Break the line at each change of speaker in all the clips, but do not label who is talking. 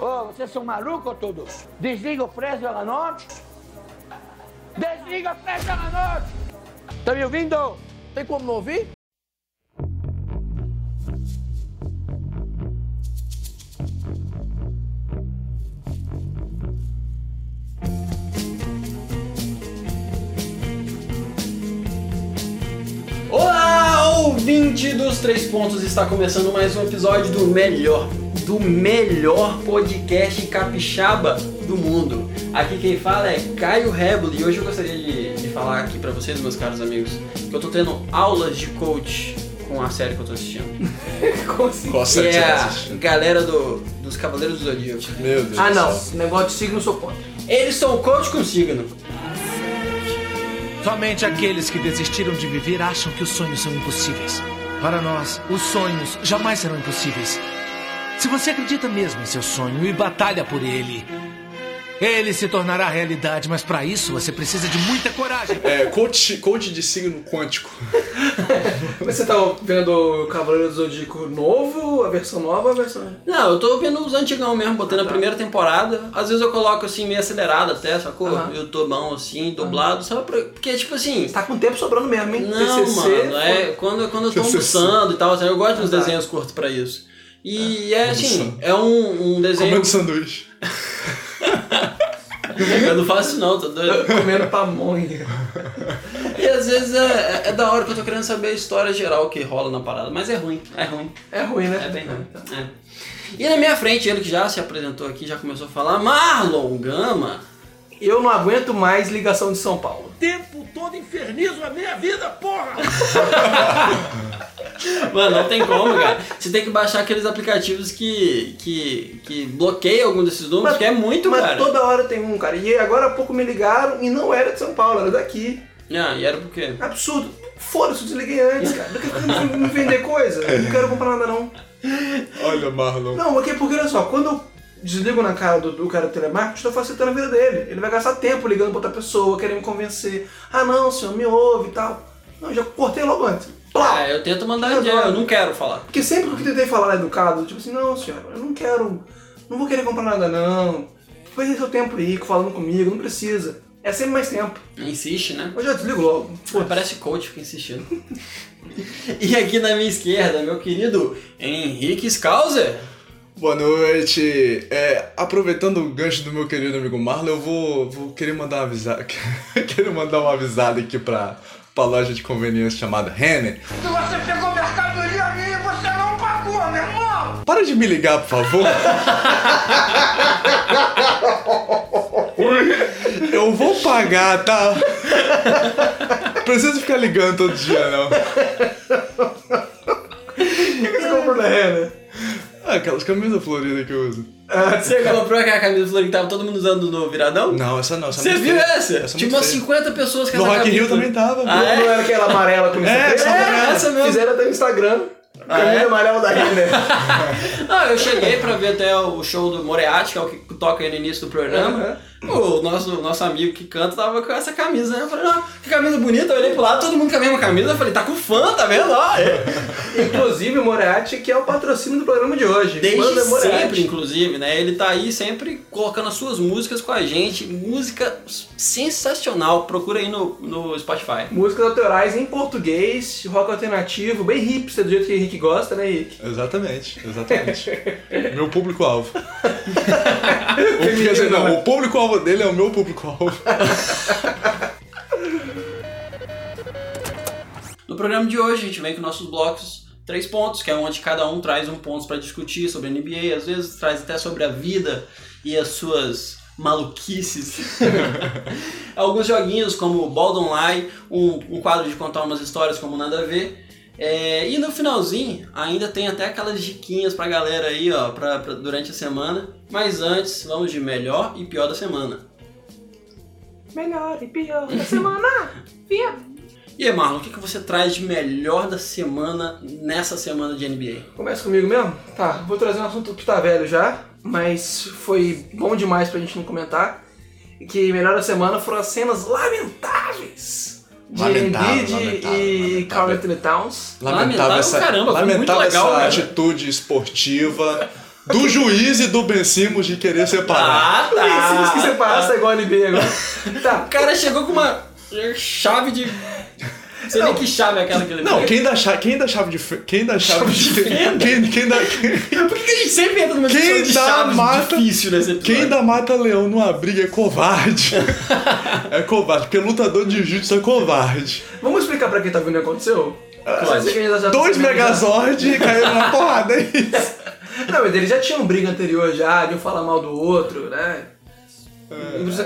falou, vocês são malucos todos? Desliga o Fresno à noite. Desliga o Fresno à noite. Tá me ouvindo?
Tem como não ouvir?
Olá, ouvinte dos Três Pontos! Está começando mais um episódio do melhor, do melhor podcast capixaba do mundo. Aqui quem fala é Caio Rebel e hoje eu gostaria de, de falar aqui pra vocês, meus caros amigos, que eu tô tendo aulas de coach com a série que eu tô assistindo.
Consigo.
Que
Nossa,
é
tinha
a
assistido.
galera do, dos Cavaleiros do Zodíaco.
Meu Deus.
Ah
do
não,
céu.
Esse negócio de signo eu sou contra.
Eles são coach com signo.
Somente aqueles que desistiram de viver acham que os sonhos são impossíveis. Para nós, os sonhos jamais serão impossíveis. Se você acredita mesmo em seu sonho e batalha por ele, ele se tornará realidade, mas para isso você precisa de muita coragem.
É, coach, coach de signo quântico.
Mas você tá vendo o Cavaleiro do Zodíaco novo, a versão nova, a versão...
Não, eu tô vendo os antigão mesmo,
Ah,
botando a
tá.
primeira temporada. Às vezes eu coloco assim, meio acelerado até, sacou?
Aham.
Eu tô bom assim, dublado, só pra. Porque, tipo assim.
Você tá com tempo sobrando mesmo, hein?
Não,
TCC,
mano, é quando, quando eu tô
TCC.
almoçando e tal, assim, eu gosto de uns
Tá.
desenhos curtos pra isso. E é, assim, é um, um desenho.
Comendo sanduíche.
Eu não faço isso não, tô doido.
foi comendo pamonha.
E às vezes é, é da hora que eu tô querendo saber a história geral que rola na parada, mas é ruim, é ruim.
É ruim, né?
É bem ruim. É. E na minha frente, ele que já se apresentou aqui, já começou a falar, Marlon Gama.
Eu não aguento mais ligação de São Paulo.
tempo todo infernizo a minha vida, porra!
Mano, não tem como, cara. Você tem que baixar aqueles aplicativos que, que, que bloqueiam algum desses números, que é muito,
mas
cara.
toda hora tem um, cara. E agora há pouco me ligaram e não era de São Paulo, era daqui.
Ah, e era por quê?
Absurdo. Foda-se, eu desliguei antes, cara. Porque eu não me vender coisa. Eu Não quero comprar nada, não.
Olha, Marlon.
Não, porque, porque olha só, quando eu desligo na cara do, do cara do telemarketing, tô facilitando a vida dele. Ele vai gastar tempo ligando pra outra pessoa, querendo me convencer. Ah, não, senhor, me ouve e tal. Não, já cortei logo antes. Plá!
Ah, eu tento mandar
Eu
em dia,
adoro.
eu não quero falar.
Porque sempre que eu tentei falar educado, tipo assim, não, senhora, eu não quero, não vou querer comprar nada, não. Perder seu tempo aí, falando comigo, não precisa. É sempre mais tempo.
Insiste, né?
Eu já desligo logo. Pô, tá
Parece coach, fica insistindo. e aqui na minha esquerda, meu querido Henrique Skauser.
Boa noite. É, aproveitando o gancho do meu querido amigo Marlon, eu vou, vou querer mandar avisar. quero mandar uma avisada aqui pra, pra loja de conveniência chamada Renner.
Se você pegou mercadoria minha, você não pagou, meu irmão.
Para de me ligar, por favor. Eu vou pagar, tá? Preciso ficar ligando todo dia, não.
o é, né? que que você comprou na Renner?
Ah, aquelas camisas floridas que eu uso.
Ah,
Você comprou aquela camisa florida que tava todo mundo usando no viradão?
Não, essa não. Essa é
Você
muito
viu
feia.
essa?
Essa é
Tinha
muito
umas
feia.
50 pessoas com
No
essa
Rock in
camisa.
Rio também tá. tava.
Ah,
pô.
é?
Não era aquela amarela com isso?
É, essa
É, essa mesmo.
Fizeram até no Instagram. Camisa
é?
amarela da Renner.
Não, eu cheguei pra ver até o show do Moreatti, que é o que toca aí no início do programa. O nosso, nosso amigo que canta tava com essa camisa, né? Eu falei, ah, que camisa bonita. Eu olhei pro lado, todo mundo com a mesma camisa. Eu falei, tá com fã, tá vendo? Ó, é.
Inclusive, o Moriarty, que é o patrocínio do programa de hoje. é
Desde
Banda Moriarty.
sempre, inclusive, né? Ele tá aí sempre colocando as suas músicas com a gente. Música sensacional. Procura aí no, no Spotify.
Músicas autorais em português, rock alternativo, bem hipster, do jeito que o Henrique gosta, né, Henrique?
é?
Exatamente, exatamente. meu público-alvo. Ou, quer dizer, não, o público-alvo dele é o meu público-alvo.
Ah, No programa de hoje, a gente vem com nossos blocos três pontos, que é onde cada um traz um ponto pra discutir sobre a NBA, às vezes traz até sobre a vida e as suas maluquices. Alguns joguinhos como Bald Online, um, um quadro de contar umas histórias como nada a ver. É, e no finalzinho, ainda tem até aquelas diquinhas pra galera aí, ó, pra, pra- durante a semana. Mas antes, vamos de melhor e pior da semana.
Melhor e pior da semana. Fia.
E aí, Marlon, o que, que você traz de melhor da semana nessa semana de NBA?
Começa comigo mesmo? Tá, vou trazer um assunto que tá velho já, mas foi bom demais pra gente não comentar. Que melhor da semana foram as cenas lamentáveis de
Lamentável,
Embiid
lamentável,
e
lamentável.
Carl Anthony Towns.
Lamentável,
essa,
caramba, foi muito
lamentável
legal, né?
essa
cara.
atitude esportiva. do juiz e do Ben Simmons de querer
Ah,
separar.
Por isso, se você
tá.
quiser parar, sai igual a NBA agora. Tá.
O cara chegou com uma chave de. Não sei nem que chave é aquela que ele
Não,
tem.
quem dá chave, quem dá chave de fe- quem dá chave de
fenda?
quem, quem dá quem,
Por que que a gente sempre entra numa discussão
quem
de
dá
chaves
mata
difícil né? nesse episódio?
quem dá mata leão numa briga é covarde. é covarde, porque lutador de jiu-jitsu é covarde.
Vamos explicar pra quem tá vendo o que aconteceu?
Pode.
Você que já- tá né? já-
Dois
já-
Megazord caíram na porrada, é isso.
Não, mas eles já tinham briga anterior já, de um falar mal do outro, né?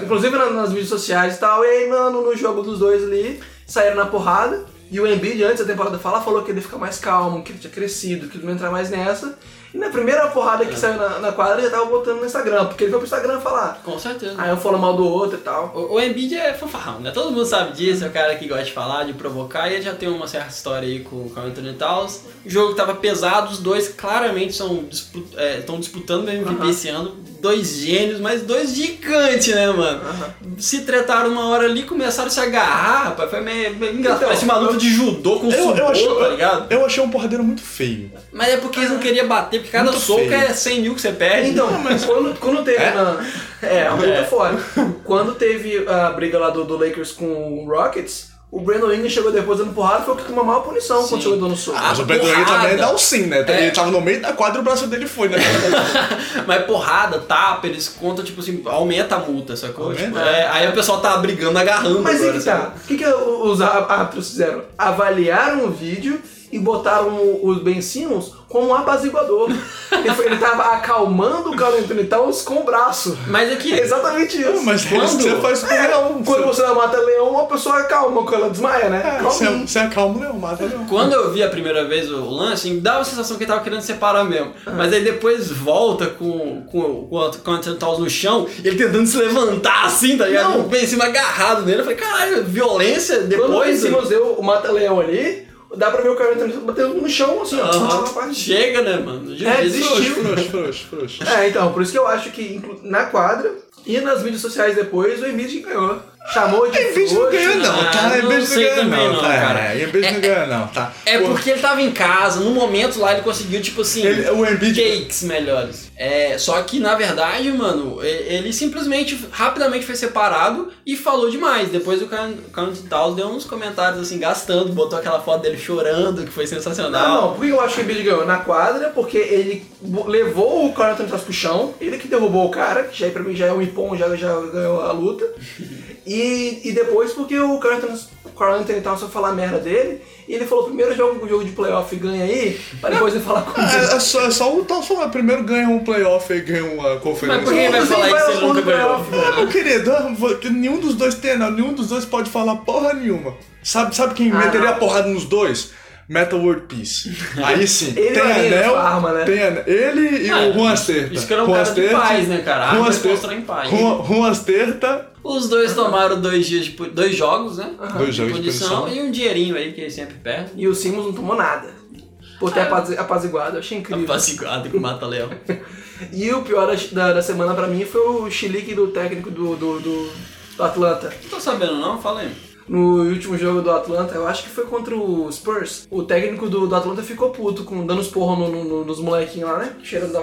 Inclusive na- nas mídias sociais e tal, e aí, mano, no jogo dos dois ali, saíram na porrada, e o Embiid, antes da temporada falar, falou que ele fica mais calmo, que ele tinha crescido, que ele não entra mais nessa. E na primeira porrada que saiu na, na quadra, ele já tava botando no Instagram, porque ele foi pro Instagram falar.
Com certeza.
Aí eu falo mal do outro e tal.
O, o Embiid é fanfarrão, né? Todo mundo sabe disso, é o cara que gosta de falar, de provocar, e ele já tem uma certa história aí com, com o Anthony Towns. O jogo tava pesado, os dois claramente estão disputando o MVP
Aham.
esse ano. Dois gênios, mas dois gigantes, né, mano? Se tretaram uma hora ali, começaram a se agarrar, rapaz. Foi meio, meio engraçado.
Então,
Parece uma luta de judô com
Eu,
sudô,
eu, achei,
tá ligado?
eu achei um porradeiro muito feio.
Mas é porque eles não queriam bater, porque cada
Muito
soco
feio.
é 100 mil que você perde.
Então, quando, quando teve na. É, a luta
É.
fora. Quando teve a briga lá do, do Lakers com o Rockets, o Brandon Ingram chegou depois dando porrada e foi que tomou a maior punição quando chegou dando soco.
Ah,
Mas o Pedro
porrada.
também dá um sim, né?
É.
Ele tava no meio da quadra e o braço dele foi, né?
Mas porrada, tapa, eles contam, tipo assim, aumenta a multa, sacou?
Aumenta?
Tipo, é, aí o pessoal tá brigando, agarrando.
Mas aí
agora,
que tá.
sabe?
O que, que os á- árbitros fizeram? Avaliaram o vídeo e botaram o, o Ben Simmons como um apaziguador. ele, foi- ele tava acalmando o Carl Anthony Towns com o braço.
Mas é que.
É exatamente isso.
Mas é isso que
Quando?
você faz com o leão.
Quando você mata leão, a pessoa acalma quando ela desmaia, né?
É, você,
Calminho.
você acalma o leão, mata o leão.
Quando eu vi a primeira vez o lance, me dava a sensação que ele tava querendo separar mesmo.
Ah.
Mas aí depois volta com, com, com, o- com o Anthony Towns no chão, ele tentando se levantar assim, tá ligado?
Não.
Eu pensei, agarrado nele. Eu falei, caralho, violência
Quando o Ben
depois.
Simmons deu o mata-leão ali, dá pra ver o Carl Anthony Towns batendo no chão, assim, ó.
Aham. Chega, né, mano?
É,
Jesus.
desistiu.
Frouxo, frouxo, frouxo.
É, então, por isso que eu acho que inclu- na quadra e nas mídias sociais depois, o Embiid ganhou. Chamou de
Embiid É, não
frouxo.
ganha não,
Ah,
tá?
não
Embiid não
sei
ganha
também
não,
não,
tá?
cara.
Embiid não ganha não, tá?
É
O-
porque ele tava em casa, no momento lá ele conseguiu, tipo assim,
Ele- o Embiid-
cakes melhores. É, só que, na verdade, mano, e- ele simplesmente, rapidamente foi separado e falou demais. Depois o Count Towns deu uns comentários, assim, gastando, botou aquela foto dele chorando, que foi
Não,
sensacional.
não, por que eu acho que o Embiid ganhou? Na quadra, porque ele bo- levou o Carl Anthony Towns pro chão, ele que derrubou o cara, que já pra mim já é um impom, já, já ganhou a luta. E, e depois porque o Carl Anthony, o Carl Anthony Towns foi falar merda dele, e ele falou, primeiro jogo, jogo de playoff ganha aí, pra depois ele falar comigo.
É, é só, é só o tal falar, primeiro ganha um playoff e ganha uma conferência.
Mas por que vai
Você
falar
vai
isso,
ao
ele
fundo
nunca
do playoff,
ganhou.
mano.
Meu querido, eu vou- que nenhum dos dois tem, não. Nenhum dos dois pode falar porra nenhuma. Sabe, sabe quem
Ah,
meteria
não.
a porrada nos dois? Metal World Peace. Aí sim,
Ele
tem
é maneiro
anel,
com a arma, né?
tem anel. Ele e
Ah,
o Juan Asterta.
isso que era um
Juan
cara de
Asterta-
paz, né, cara? A
Juan
arma
Asterta-
mostrar em paz.
Juan- Juan Asterta
Os dois tomaram dois dias de pu- dois jogos, né?
Dois jogos de punição.
e um dinheirinho aí que ele sempre perde.
E o Simmons não tomou nada. Por ter apazi- apaziguado, eu achei incrível.
Apaciguado Tá com o Mata Leão.
E o pior da, da- da semana pra mim foi o chilique do técnico do, do, do- do Atlanta.
Não tô sabendo, não? Fala aí.
No último jogo do Atlanta, eu acho que foi contra o Spurs. O técnico do, do Atlanta ficou puto, com, dando os porros no, no- no- nos molequinhos lá, né? Cheirando a,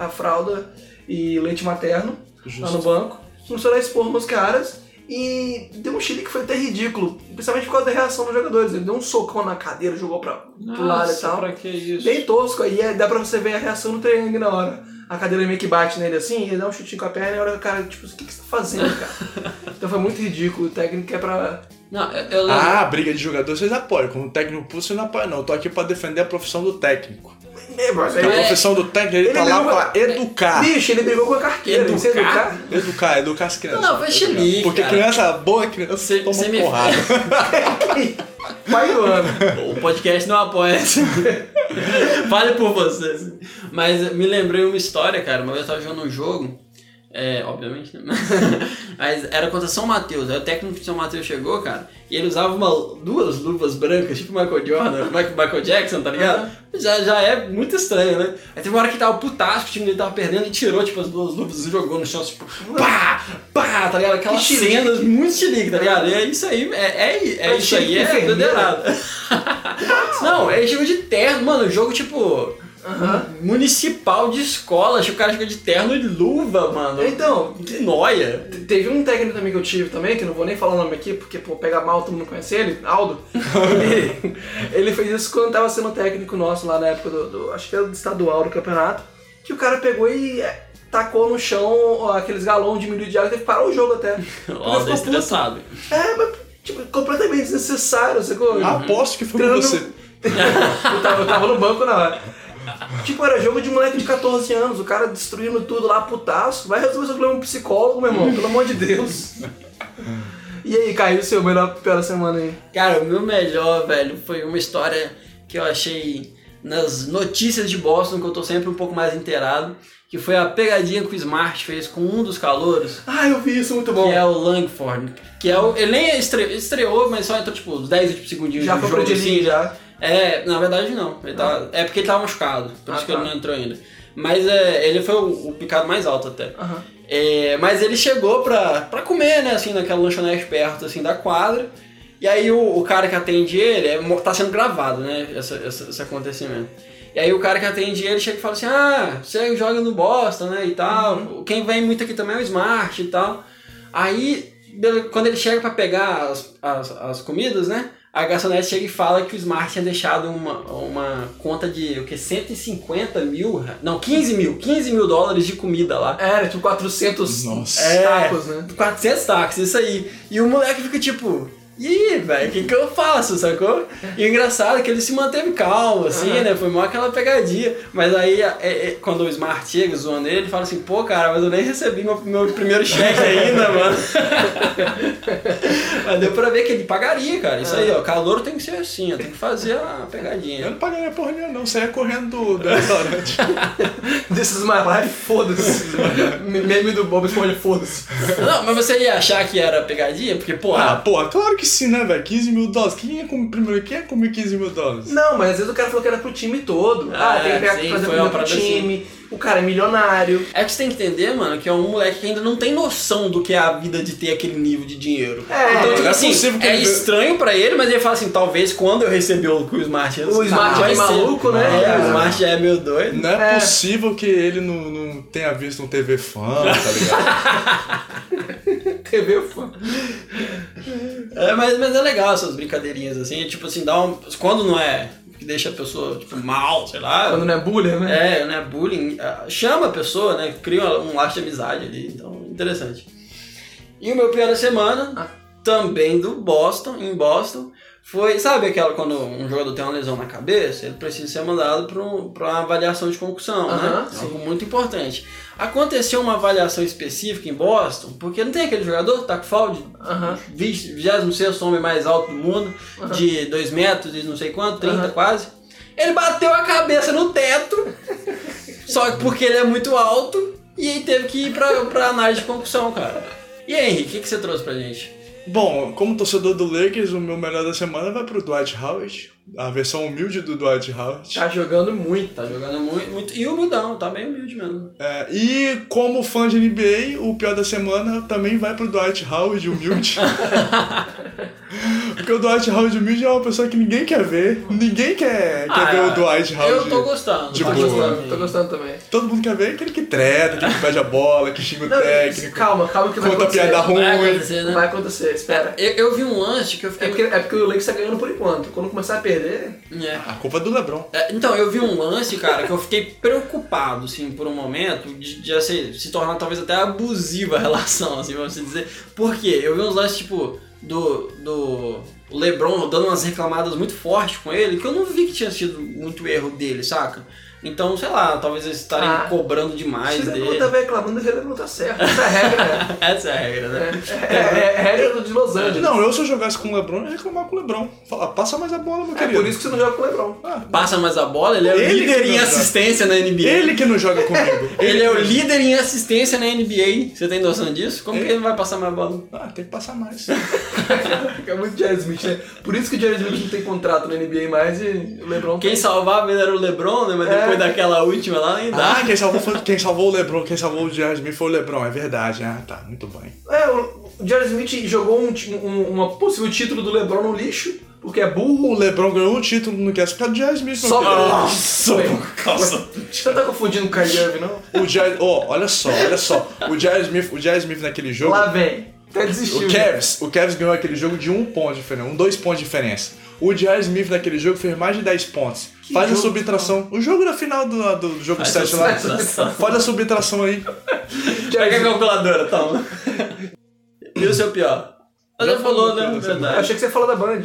a- a fralda e leite materno lá no banco. Começou a dar esporro nos caras e deu um chilique que foi até ridículo, principalmente por causa da reação dos jogadores. Ele deu um socão na cadeira, jogou pra, pro lado e
Nossa,
tal.
pra que isso?
Bem tosco, aí é- dá pra você ver a reação do Triangle na hora. A cadeira meio que bate nele assim, ele dá um chutinho com a perna e olha o cara, tipo, o que, que você tá fazendo, cara? então foi muito ridículo, o técnico é pra.
Não, eu, eu lembro.
Ah, briga de jogador vocês apoiam. Como técnico pulso, vocês não apoiam, não. Eu tô aqui pra defender a profissão do técnico.
É, mas
Porque
aí-
a profissão do técnico, ele,
Ele
tá
brigou
lá pra
com a-
educar.
Bicho, ele brigou com a carteira, você
Educar?
educar?
Educar, educar as crianças.
Não, foi
Educar.
xilique,
Porque
cara.
criança boa, criança
Você-
toma
você me-
porrada.
Pai do ano.
O podcast não apoia essa. Fale por vocês. Mas me lembrei uma história, cara. Uma vez eu tava jogando um jogo. É, obviamente, né? Mas era contra São Mateus. Aí o técnico de São Mateus chegou, cara, e ele usava uma- duas luvas brancas, tipo Michael Jordan, Michael, Michael Jackson, tá ligado? Já, já é muito estranho, né? Aí teve uma hora que tava putasco, o time dele tava perdendo, e tirou, tipo, as duas luvas e jogou no chão, tipo, pá, pá, tá ligado? Aquelas
Uhum. Que chilique.
cenas muito chilique, tá ligado? E é isso aí, é, é, é
Mas
isso aí,
chilique
é
enfermeira.
doideirado. Não, ele chegou de terno, mano, o jogo tipo. municipal de escola. Acho que o cara chega de terno e luva, mano.
Então,
Que noia.
te- teve um técnico também que eu tive também, que eu não vou nem falar o nome aqui, porque, pô, pega mal, todo mundo conhece ele, Aldo. ele, ele fez isso quando tava sendo técnico nosso lá na época do, do- acho que era do estadual do campeonato, que o cara pegou e é, tacou no chão aqueles galões de milho de água, teve que parar o jogo até.
Ó,
Porque
tá
ficou puto.
estressado.
É, mas, tipo, completamente desnecessário, sacou?
Aposto Ah, que foi com
Tirando-
você.
eu, tava, eu tava no banco na hora. Tipo, era jogo de moleque de 14 anos, o cara destruindo tudo lá, putaço. Vai resolver seu problema um psicólogo, meu irmão, pelo amor de Deus. E aí, caiu o seu melhor pela semana aí?
Cara, o meu melhor, velho, foi uma história que eu achei nas notícias de Boston, que eu tô sempre um pouco mais inteirado, que foi a pegadinha que o Smart fez com um dos calouros,
Ah, eu vi isso, muito
que
bom.
é o Langford, que é o... Ele nem estre- estreou, mas só entrou, tipo, uns 10 tipo, segundinhos
Já
de
foi
jogo,
pro Dilin,
assim,
já.
É, na verdade não. Ele tá- É porque ele tava machucado, por
Ah,
isso que
tá.
ele não entrou ainda. Mas é, ele foi o, o picado mais alto até.
Aham.
É, mas ele chegou pra, pra comer, né, assim, naquela lanchonete perto, assim, da quadra. E aí o, o cara que atende ele, é, mo- tá sendo gravado, né, essa- essa- esse acontecimento. E aí o cara que atende ele chega e fala assim, ah, você joga no Boston, né, e tal. Quem vem muito aqui também é o Smart e tal. Aí, bele- quando ele chega pra pegar as, as, as comidas, né, a garçonete chega e fala que o Smart tinha deixado uma, uma conta de, o que, 150 mil? ra- Não, 15 mil, 15 mil dólares de comida lá.
Era, tipo, 400
Nossa.
tacos, né?
400 táxis, É, isso aí. E o moleque fica tipo, e aí, velho, o que, que eu faço, sacou? E o engraçado é que ele se manteve calmo, assim, né? Foi mó aquela pegadinha. Mas aí, é- é- quando o Smart chega zoando ele, ele fala assim, pô, cara, mas eu nem recebi meu, meu primeiro cheque ainda, mano. mas deu pra ver que ele pagaria, cara. Isso aí, ó, calor tem que ser assim, ó, tem que fazer a
Eu
pegadinha.
não pagaria porra nenhuma, não. Saia correndo tipo, do, do restaurante.
This is my life, foda-se. Meme do Bob Esponja, foda-se.
Não, mas você ia achar que era pegadinha? Porque,
Ah,
porra,
porra, claro que sim, né, velho? 15 mil dólares. Quem ia comer primeiro? Quem ia comer 15 mil dólares?
Não, mas às vezes o cara falou que era pro time todo. Ah,
Ah,
tem que pegar,
sim,
fazer
foi uma
comida pro
parada assim.
time. O cara é milionário.
É que você tem que entender, mano, que é um moleque que ainda não tem noção do que é a vida de ter aquele nível de dinheiro.
É,
então, tipo
não é
assim,
possível que
é
ele-
estranho pra ele, mas ele fala assim, talvez quando eu receber o que o Smart...
O Smart
vai
é
ser-
maluco, né?
É, o Smart já é meio doido.
Não é,
É.
possível que ele não, não tenha visto um TV fã, tá ligado?
TV fã.
É, mas, mas é legal essas brincadeirinhas, assim, tipo assim, dá um... Quando não é... Que deixa a pessoa, tipo, mal, sei lá...
Quando não é bullying, né?
É, né? Bullying ah, chama a pessoa, né? Cria um laço de amizade ali, então interessante. E o meu pior da semana,
Ah.
também do Boston, em Boston, foi, sabe aquela quando um jogador tem uma lesão na cabeça, ele precisa ser mandado para uma avaliação de concussão, né?
Aham,
É Algo muito importante. Aconteceu uma avaliação específica em Boston, porque não tem aquele jogador que tá com falde
Aham.
20 26 homem mais alto do mundo, de 2 metros e não sei quanto, 30
Aham.
quase. Ele bateu a cabeça no teto, só que porque ele é muito alto, e aí teve que ir pra, pra análise de concussão, cara. E aí, Henrique, o que, que você trouxe pra gente?
Bom, como torcedor do Lakers, o meu melhor da semana vai pro Dwight Howard. A versão humilde do Dwight Howard.
Tá jogando muito.
Tá jogando muito, muito e humildão, tá bem humilde mesmo.
É, e como fã de NBA, o pior da semana também vai pro Dwight Howard humilde. Porque o Dwight Howard humilde é uma pessoa que ninguém quer ver. Ninguém quer, quer
Ah,
ver
é.
o Dwight Howard.
Eu tô gostando.
de
tá
Tô
boa.
gostando, tô gostando também.
Todo mundo quer ver aquele que treta, aquele que pede a bola, É, que xinga o
Não,
técnico,
calma, calma que vai
conta
acontecer.
piada ruim.
Vai acontecer, né?
Vai acontecer, espera.
Eu, eu vi um lance que eu
É
fiquei...
porque, é porque o Lakers tá ganhando por enquanto. Quando começar a perder...
É.
A culpa é do Lebron.
É, Então, eu vi um lance, cara, que eu fiquei preocupado, assim, por um momento, de, de assim, se tornar talvez até abusiva a relação, assim, vamos assim dizer. Por quê? Eu vi uns lances, tipo, do, do LeBron dando umas reclamadas muito fortes com ele, que eu não vi que tinha sido muito erro dele, saca? Então, sei lá, talvez eles estarem
Ah.
cobrando demais
Se o
dele.
Lebron tava reclamando, ele não tá certo. Essa é a regra, né?
Essa é a regra, né?
É, é, é a regra de Los Angeles.
Não, eu se eu jogasse com o Lebron, eu ia reclamar com o Lebron. Falar, passa mais a bola, meu
É
querido.
por isso que você não joga com o Lebron.
Ah,
Passa mais a bola, ele é o
Ele que
líder em
não joga.
assistência na NBA.
Ele que não joga comigo.
Ele é o líder em assistência na NBA. Você tem noção disso? Como que ele não vai passar mais bola?
Ah, tem que passar mais.
É muito Jerry Smith, né? Por isso que o Jerry Smith não tem contrato na NBA mais e o Lebron...
Quem salvava ele era o Lebron, né? Mas
É.
depois daquela última lá nem dá.
Ah, quem salvou, foi- quem salvou o Lebron, quem salvou o Jasmine foi o Lebron, é verdade. Ah, tá, muito bem.
É, o o Jerry Smith jogou um ti- um- uma possível título do LeBron no lixo porque é burro.
O LeBron ganhou um título no Cast por causa do Jazz Smith, meu
Só
querido.
Nossa, por
causa
Você não tá confundindo com o Kyrie Irving, não?
O Jazz... Ó, olha só, olha só. O Jazz Smith, o Jazz Smith naquele jogo...
Lá vem. Até desistiu.
O Cavs, o Cavs ganhou aquele jogo de um ponto de diferença, um dois pontos de diferença. O J.R. Smith naquele jogo fez mais de 10 pontos. Faz a
jogo, então?
subtração. O jogo da final do, do jogo
Faz
7
a
lá.
subtração.
Faz a subtração aí. é
Pega a calculadora, toma. e o seu pior? Mas
Já
já falou,
falou,
né?
cara,
Eu
Verdade.
achei que você falou da Band.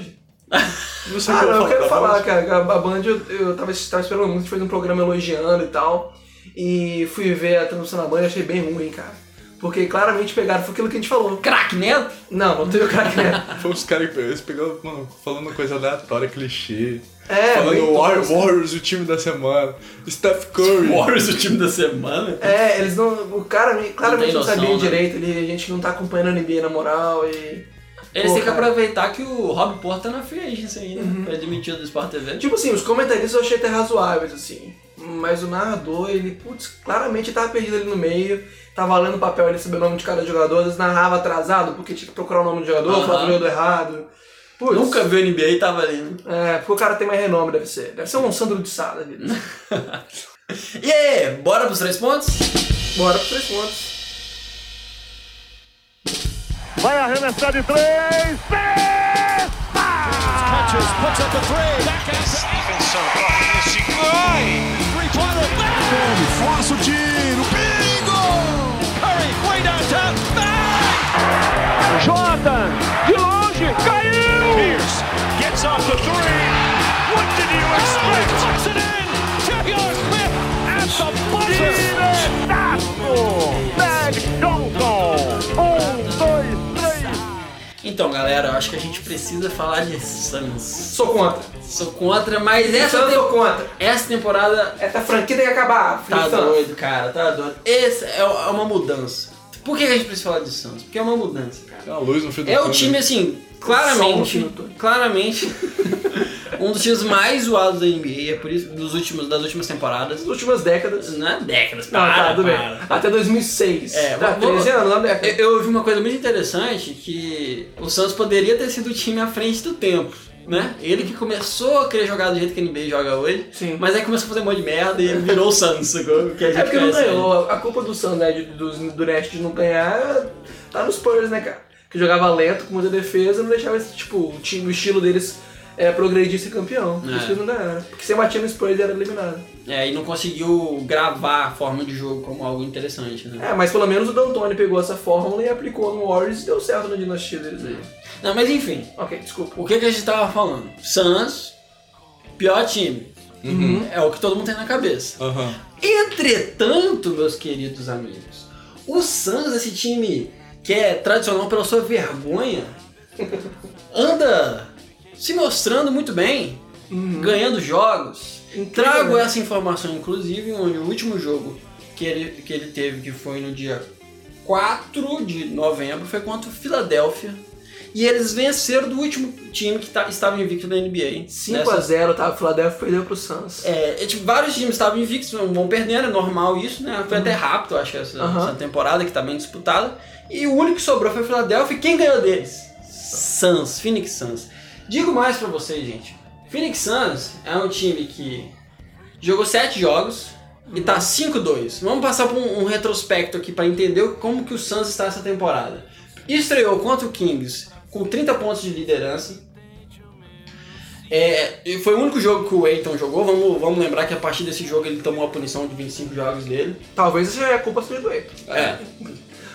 Não sei o
Ah,
que
não, eu
falo,
quero
tá
falar,
bom?
cara. A a Band, eu, eu tava, tava esperando muito, a gente fez um programa elogiando e tal. E fui ver a transmissão da Band e achei bem ruim, cara. Porque claramente pegaram, foi aquilo que a gente falou.
Crack neto?
Não, não teve o é. craque neto.
Foi os caras que eles pegaram, mano, falando coisa aleatória, clichê.
É,
falando
bem
War,
tosco.
Warriors, o time da semana. Steph Curry.
Warriors, o time da semana?
É, eles não. O cara claramente não,
noção,
sabia
né?
direito, ele, a gente não tá acompanhando a NBA na moral e.
Eles
Pô,
têm que
cara.
aproveitar que o Rob Porta tá na free agency ainda, pra admitir do Sport TV.
Tipo assim, os comentaristas eu achei até razoáveis, assim. Mas o narrador, ele, putz, claramente tava perdido ali no meio, tava lendo o papel ali sobre o nome de cada jogador, às vezes narrava atrasado porque tinha que procurar o nome do jogador,
Aham.
falava o jogador errado. Putz.
Nunca viu NBA e tava ali, né?
É, porque o cara tem mais renome, deve ser. Deve ser um Sandro de Sá, da vida.
E aí, bora pros três pontos?
Bora pros três pontos.
Vai arremessar de três. Força o tiro. Bingo! Jordan, de longe, caiu! Pierce gets off the three. What did you expect? Puts it Oh, in. Taylor Smith at the buzzer. Um, dois, três.
Então, galera, eu acho que a gente precisa falar de Suns.
Sou contra.
Sou contra, mas
Essa
essa,
eu sou
tem-
contra.
essa temporada
Essa franquia tem que acabar.
Tá
Felipe Santos.
doido, cara, tá doido. Esse é é uma mudança. Por que a gente precisa falar de Santos? Porque é uma mudança, cara.
Tem uma luz no fim do
É o
túnel.
time, assim,
Som
claramente,
no túnel.
claramente, um dos times mais zoados da NBA, é por isso, dos últimos, das últimas temporadas.
Nas últimas décadas.
Não é décadas,
Não,
para,
tá, tudo bem.
para.
Até 2006.
É,
tá,
vou-
13 anos, uma década.
Eu, eu ouvi uma coisa muito interessante, que o Santos poderia ter sido o time à frente do tempo, né? Ele que começou a querer jogar do jeito que a NBA joga hoje,
Sim.
mas aí começou a fazer um monte de merda e virou o Santos, sacou? que a gente
É porque não
conhece hoje.
ganhou. A culpa do Suns, né, de- do, do Nest de não ganhar, tá nos Spurs, né, cara? Que jogava lento com muita defesa, não deixava esse, tipo, o, time, o estilo deles é, progredir e ser campeão. Por
É.
isso que eles não ganharam. Porque se batia no Spurs, era eliminado.
É, e não conseguiu gravar a forma de jogo como algo interessante, né?
É, mas pelo menos o D'Antoni pegou essa fórmula e aplicou no Warriors e deu certo na dinastia deles aí.
Não, mas enfim,
Ok, desculpa.
o que, que a gente tava falando? Suns, pior time. É o que todo mundo tem na cabeça.
Aham.
Entretanto, meus queridos amigos, o Suns, esse time que é tradicional pela sua vergonha, anda se mostrando muito bem, ganhando jogos.
Uhum. Incrível,
Trago
né?
essa informação, inclusive, onde o último jogo que ele, que ele teve, que foi no dia 4 de novembro, foi contra o Philadelphia. E eles venceram do último time que tá- estava invicto na NBA. 5x0.
5x0, tá? O Philadelphia perdeu pro Suns.
É, é, tipo, vários times estavam invictos, vão perdendo, é normal isso, né? Foi até rápido, eu acho, essa,
Uhum.
essa temporada que tá bem disputada. E o único que sobrou foi o Philadelphia. E quem ganhou deles? Suns, Phoenix Suns. Digo mais pra vocês, gente. Phoenix Suns é um time que jogou sete jogos e tá 5-2. Vamos passar por um, um retrospecto aqui pra entender o- como que o Suns está essa temporada. Estreou contra o Kings com 30 pontos de liderança. É, e foi o único jogo que o Eiton jogou. Vamos, vamos lembrar que a partir desse jogo ele tomou a punição de 25 jogos dele.
Talvez isso já é culpa sua do Eiton.
É.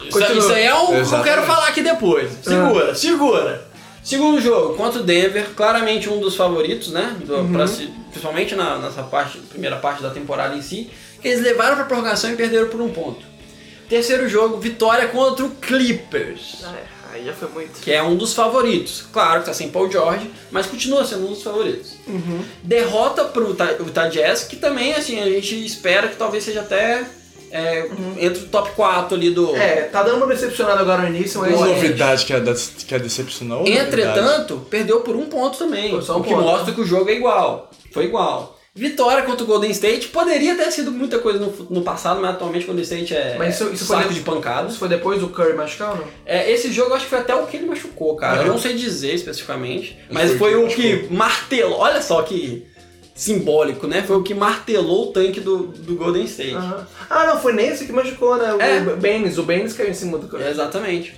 Isso,
Continua.
isso aí é o que eu
Exatamente.
quero falar aqui depois. Segura, segura. Ah. Segundo jogo, contra o Denver, claramente um dos favoritos, né? Do- pra se- principalmente na, nessa parte, primeira parte da temporada em si. que Eles levaram pra prorrogação e perderam por um ponto. Terceiro jogo, vitória contra o Clippers
É, aí já foi muito.
que é um dos favoritos. Claro que tá sem Paul George, mas continua sendo um dos favoritos. Derrota pro Ta- Utah Jazz, que também, assim, a gente espera que talvez seja até é, entre o top 4 ali do...
É, tá dando uma decepcionada agora no início, mas.
Uma novidade que é, des- que é decepcional.
Entretanto, perdeu por um ponto também.
Foi só um
o que
ponto.
mostra que o jogo é igual. Foi igual. Vitória contra o Golden State poderia ter sido muita coisa no, fu- no passado, mas atualmente o Golden State é
Mas isso, isso foi
saco
depois-
de pancadas.
Isso foi depois do Curry machucar ou não?
É, esse jogo eu acho que foi até o que ele machucou, cara. Eu não sei dizer especificamente, mas
foi
foi,
o
o
que
que martelou. Olha só que simbólico, né? Foi o que martelou o tanque do, do Golden State.
Aham. Ah, não, foi nesse que machucou, né? O
É.
Baines, o Baines caiu em cima do Curry.
Exatamente.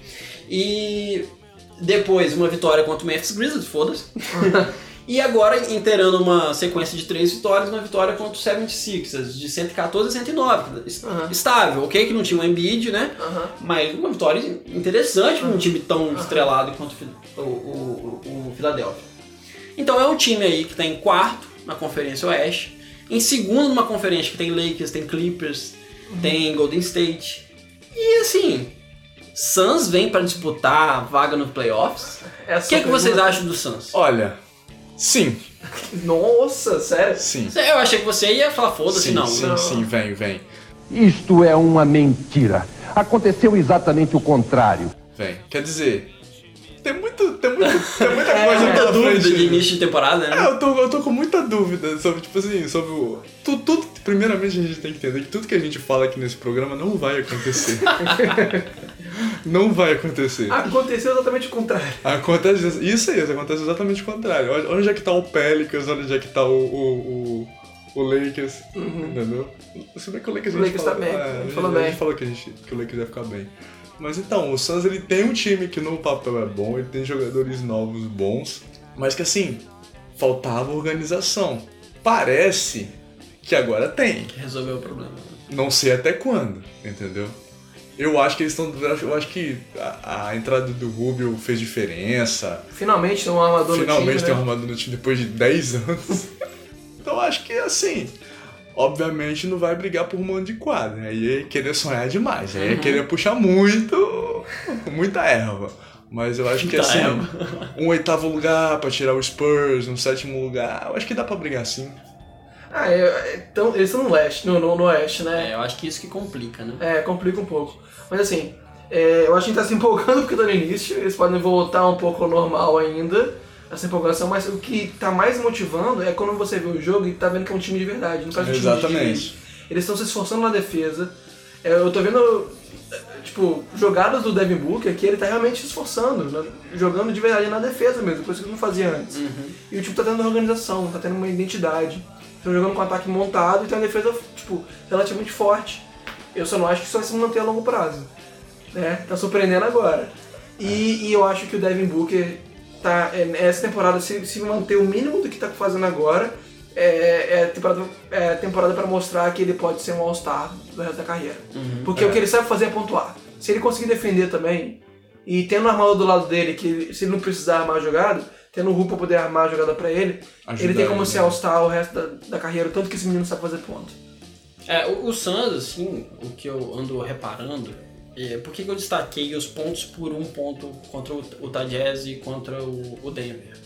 E depois uma vitória contra o Memphis Grizzlies, foda-se. e agora inteirando uma sequência de três vitórias, uma vitória contra o 76ers, de 114 a 109. Es-
Aham.
Estável, ok? Que não tinha o Embiid, né?
Aham.
Mas uma vitória interessante pra um time tão estrelado quanto o Fi- o, o, o- o Philadelphia. Então é um time aí que tá em quarto na Conferência Oeste. Em segundo numa conferência que tem Lakers, tem Clippers,
Uhum.
tem Golden State. E assim, Suns vem pra disputar a vaga no playoffs.
É
Essa
O que, que
pergunta-
vocês acham do Suns?
Olha, sim,
Nossa, sério?
sim.
Eu achei que você ia falar foda-se,
Sim,
não.
sim, sim, vem, vem,
Isto é uma mentira. Aconteceu exatamente o contrário.
vem. Quer dizer, tem muito, tem muito, tem muita
Mas
coisa
não
pela
tem É, dúvida
frente.
de início de temporada,
É,
né?
eu tô, eu tô com muita dúvida sobre, tipo assim, sobre o. tu- tudo, primeiramente a gente tem que entender que tudo que a gente fala aqui nesse programa não vai acontecer. não vai acontecer.
Aconteceu exatamente o contrário.
Acontece isso- isso aí, acontece exatamente o contrário. Onde- Onde é que tá o Pelicans, onde é que tá o. o, o, o Lakers, entendeu? Se bem que o Lakers a
Uhum. O
gente
Lakers
falou,
tá bem,
é,
a gente
a gente-
falou
a
bem.
gente falou que, a gente, que o Lakers ia ficar bem. Mas então, o Suns ele tem um time que no papel é bom, ele tem jogadores novos bons, mas que assim, faltava organização. Parece que agora tem.
Resolveu o problema.
Não sei até quando, entendeu? Eu acho que eles estão. Eu acho que a, a entrada do Rubio fez diferença.
Finalmente tem um armador
Finalmente
no
tem
time,
um
né?
armador no time depois de 10 anos. então eu acho que assim. Obviamente não vai brigar por um monte de quadro. né? Aí é querer sonhar demais. Aí é querer puxar muito. Muita erva. Mas eu acho que
Muita
assim.
erva.
Um oitavo lugar pra tirar o Spurs, um sétimo lugar. Eu acho que dá pra brigar sim.
Ah, é, é, então, eles estão no leste, no, no, no oeste, né?
É, eu acho que isso que complica, né?
É, complica um pouco. Mas assim, é, eu acho que a gente tá se empolgando porque tá no início, eles podem voltar um pouco ao normal ainda, essa empolgação, mas o que tá mais motivando é quando você vê o jogo e tá vendo que é um time de verdade, não faz um time de-
Exatamente.
Eles estão se esforçando na defesa. É, eu tô vendo, é, tipo, jogadas do Devin Booker que ele tá realmente se esforçando, né? jogando de verdade na defesa mesmo, coisa que ele não fazia antes. E o time tá tendo uma organização, tá tendo uma identidade. Estão jogando com um ataque montado e tem uma defesa, tipo, relativamente forte. Eu só não acho que isso vai se manter a longo prazo. Né? Tá surpreendendo agora.
É.
E, e eu acho que o Devin Booker tá. é, Essa temporada, se, se manter o mínimo do que tá fazendo agora, é, é temporada, é temporada para mostrar que ele pode ser um All-Star do resto da carreira.
Uhum.
Porque o que ele sabe fazer é pontuar. Se ele conseguir defender também, e tendo o armador do lado dele, que se ele não precisar armar a jogada, tendo o Ru pra poder armar a jogada pra ele,
Ajudar
ele tem como
ele,
ser
né?
All-Star o resto da, da carreira, tanto que esse menino sabe fazer ponto.
É, o, o Suns, assim, o que eu ando reparando, é, por que, que eu destaquei os pontos por um ponto contra o, o Utah Jazz e contra o, o Denver?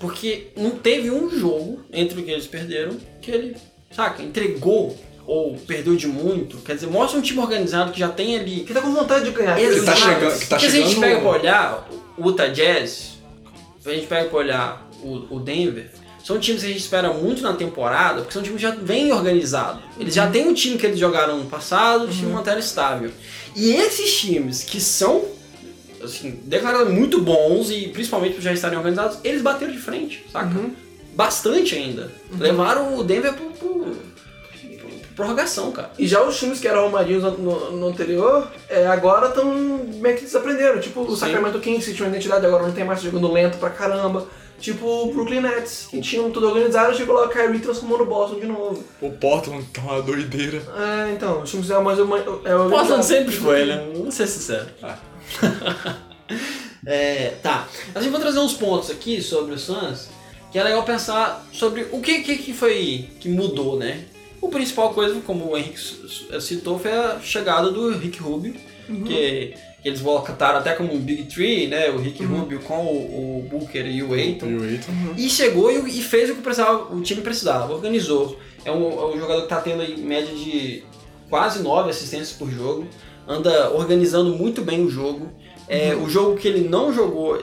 Porque não teve um jogo entre o que eles perderam que ele, saca, entregou ou perdeu de muito. Quer dizer, mostra um time organizado que já tem ali
Que tá com vontade de ganhar.
Exato.
tá chegando- que tá
Porque se a gente
chegando-
pega pra olhar o Utah Jazz, se a gente pega pra olhar o, o Denver, são times que a gente espera muito na temporada, porque são times que já vêm organizado. Eles
Uhum.
já têm um time que eles jogaram no passado, um time mantido estável. E esses times que são assim, declarados muito bons e principalmente por já estarem organizados, eles bateram de frente, saca?
Uhum.
Bastante ainda. Levaram o Denver pro, pro- pro- prorrogação, cara.
E já os times que eram arrumadinhos no, no- no anterior, é, agora estão meio que desaprenderam. Tipo, o
Sim.
Sacramento Kings, que tinha uma identidade, agora não tem mais, tá jogando lento pra caramba. Tipo, o Brooklyn Nets, que tinham tudo organizado, chegou lá o Kyrie transformou no Boston de novo.
O Portland tá uma doideira.
É, então, os times eram mais... uma- É,
Portland
organizado.
sempre foi, né? Vamos ser sincero. Ah. é, tá. Assim, vou trazer uns pontos aqui sobre o Suns, que é legal pensar sobre o que, que, que foi que mudou, né? O principal coisa, como o Henrique s- s- citou, foi a chegada do Rick Rubio, que eles voltaram até como um Big Three, né? O Rick Rubio com o, o Booker e o Aiton.
E o Aiton.
E chegou e, e fez o que precisava, o time precisava, organizou. É um, é um jogador que tá tendo aí média de quase nove assistências por jogo, anda organizando muito bem o jogo. É, O jogo que ele não jogou,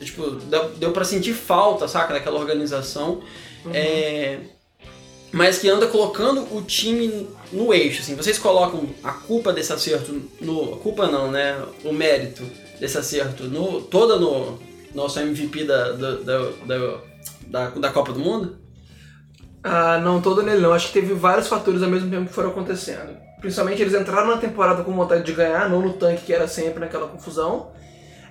tipo, deu, deu para sentir falta, saca, daquela organização. É, mas que anda colocando o time no eixo. Assim, vocês colocam a culpa desse acerto no. A culpa não, né? O mérito desse acerto no, toda no nosso MVP da, da, da, da, da- da Copa do Mundo?
Ah, não todo nele não. Acho que teve vários fatores ao mesmo tempo que foram acontecendo. Principalmente eles entraram na temporada com vontade de ganhar, não no tanque que era sempre naquela confusão.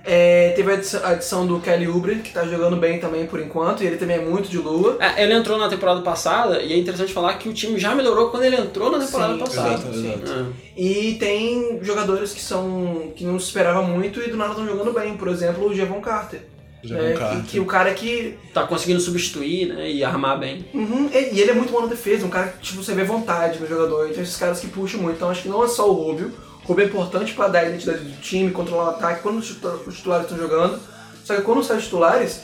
É, teve a adição, a adição do Kelly Oubre, que tá jogando bem também por enquanto, e ele também é muito de lua.
É, ele entrou na temporada passada e é interessante falar que o time já melhorou quando ele entrou na temporada
Sim,
passada.
exato, exato.
É.
E tem jogadores que são que não se esperava muito e do nada estão jogando bem. Por exemplo, o Jevon Carter.
Jevon
né,
Carter.
Que, que o cara que.
Tá conseguindo substituir né, e armar bem.
Uhum, e e ele é muito bom na defesa, um cara que tipo, você vê vontade no jogador. Então esses caras que puxam muito. Então acho que não é só o Rubio. O Rubio é importante pra dar a identidade do time, controlar o ataque, quando os titula- os titulares estão jogando. Só que quando saem os titulares,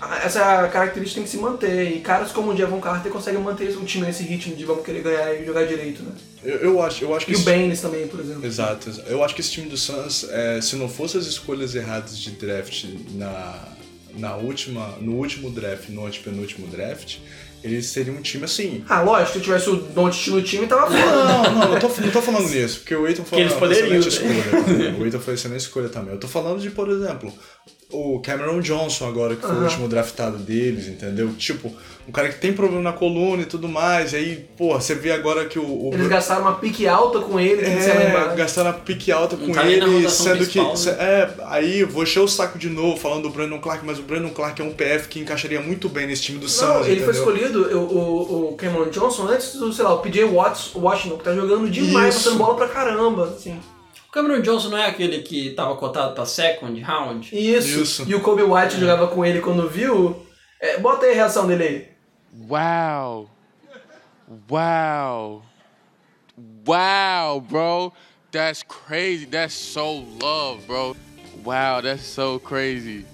a- essa característica tem que se manter. E caras como o Jevon Carter conseguem manter o time nesse ritmo de vamos querer ganhar e jogar direito, né?
Eu, eu acho, eu acho que
E o
esse-
Baines também, por exemplo.
Exato, exato. Eu acho que esse time do Suns, é, se não fosse as escolhas erradas de draft na, na última, no último draft, no antepenúltimo draft, eles seriam um time assim.
Ah, lógico, se tivesse o Don't no time, tava foda.
Não, não, não tô, não tô falando nisso, porque o Eiton foi
Que eles
uma
poderiam,
excelente escolha. né? O Eiton foi uma excelente escolha também. Eu tô falando de, por exemplo, o Cameron Johnson agora, que foi o último draftado deles, entendeu? Tipo, um cara que tem problema na coluna e tudo mais, e aí, porra, você vê agora que o... o
Eles gastaram uma pique alta com ele, que você lembra?
é, gastaram a pique alta com
tá nem na
ele,
rotação
sendo que.
principal, né?
É, aí eu vou encher o saco de novo falando do Brandon Clark, mas o Brandon Clark é um PF que encaixaria muito bem nesse time do
Não,
Suns.
ele
entendeu?
foi escolhido, eu- o, o Cameron Johnson, antes do, sei lá, o PJ Watts, o Washington, que tá jogando demais,
Isso.
passando bola pra caramba, assim.
O Cameron Johnson não é aquele que tava cotado pra second round? É,
Isso.
Isso. É.
E o Kobe White jogava com ele quando viu. É, bota aí a reação dele aí.
Wow. Wow. Wow, bro. That's crazy. That's so love, bro. Wow, that's so crazy.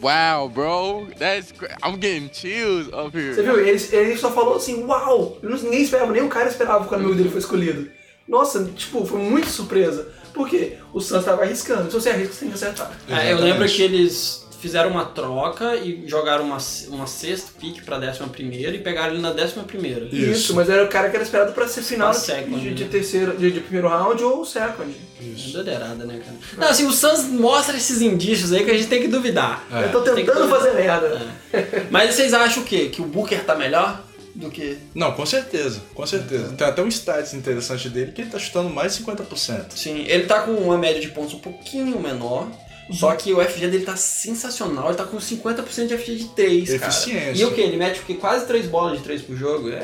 Wow, bro. That's cra- I'm getting chills up
Você
here.
viu? Ele, ele só falou assim, uau! Ninguém esperava, nem o cara esperava que o amigo dele foi escolhido. Nossa, tipo, foi muito surpresa. Por quê? O Suns tava arriscando. Se você arrisca, você tem que acertar.
É, eu
Exatamente.
lembro que eles fizeram uma troca e jogaram uma, uma sexta pick pra décima primeira e pegaram ele na décima primeira.
Isso. mas era o cara que era esperado pra ser final
Pra second,
de, de
né?
terceiro, de, de primeiro round ou second.
É Doideirada, né, cara? Não, assim, o Suns mostra esses indícios aí que a gente tem que duvidar.
É.
Eu tô
Tem que
tentando
duvidar.
fazer merda.
Mas vocês acham o quê? Que o Booker tá melhor do que...
Não, com certeza, com certeza.
Uhum.
Tem até um status interessante dele que ele tá chutando mais 50%.
Sim, ele tá com uma média de pontos um pouquinho menor. Só que o FG dele tá sensacional, ele tá com 50% de FG de 3, cara.
Eficiência.
E o que? Ele mete o quê? Quase 3 bolas de 3 por jogo? É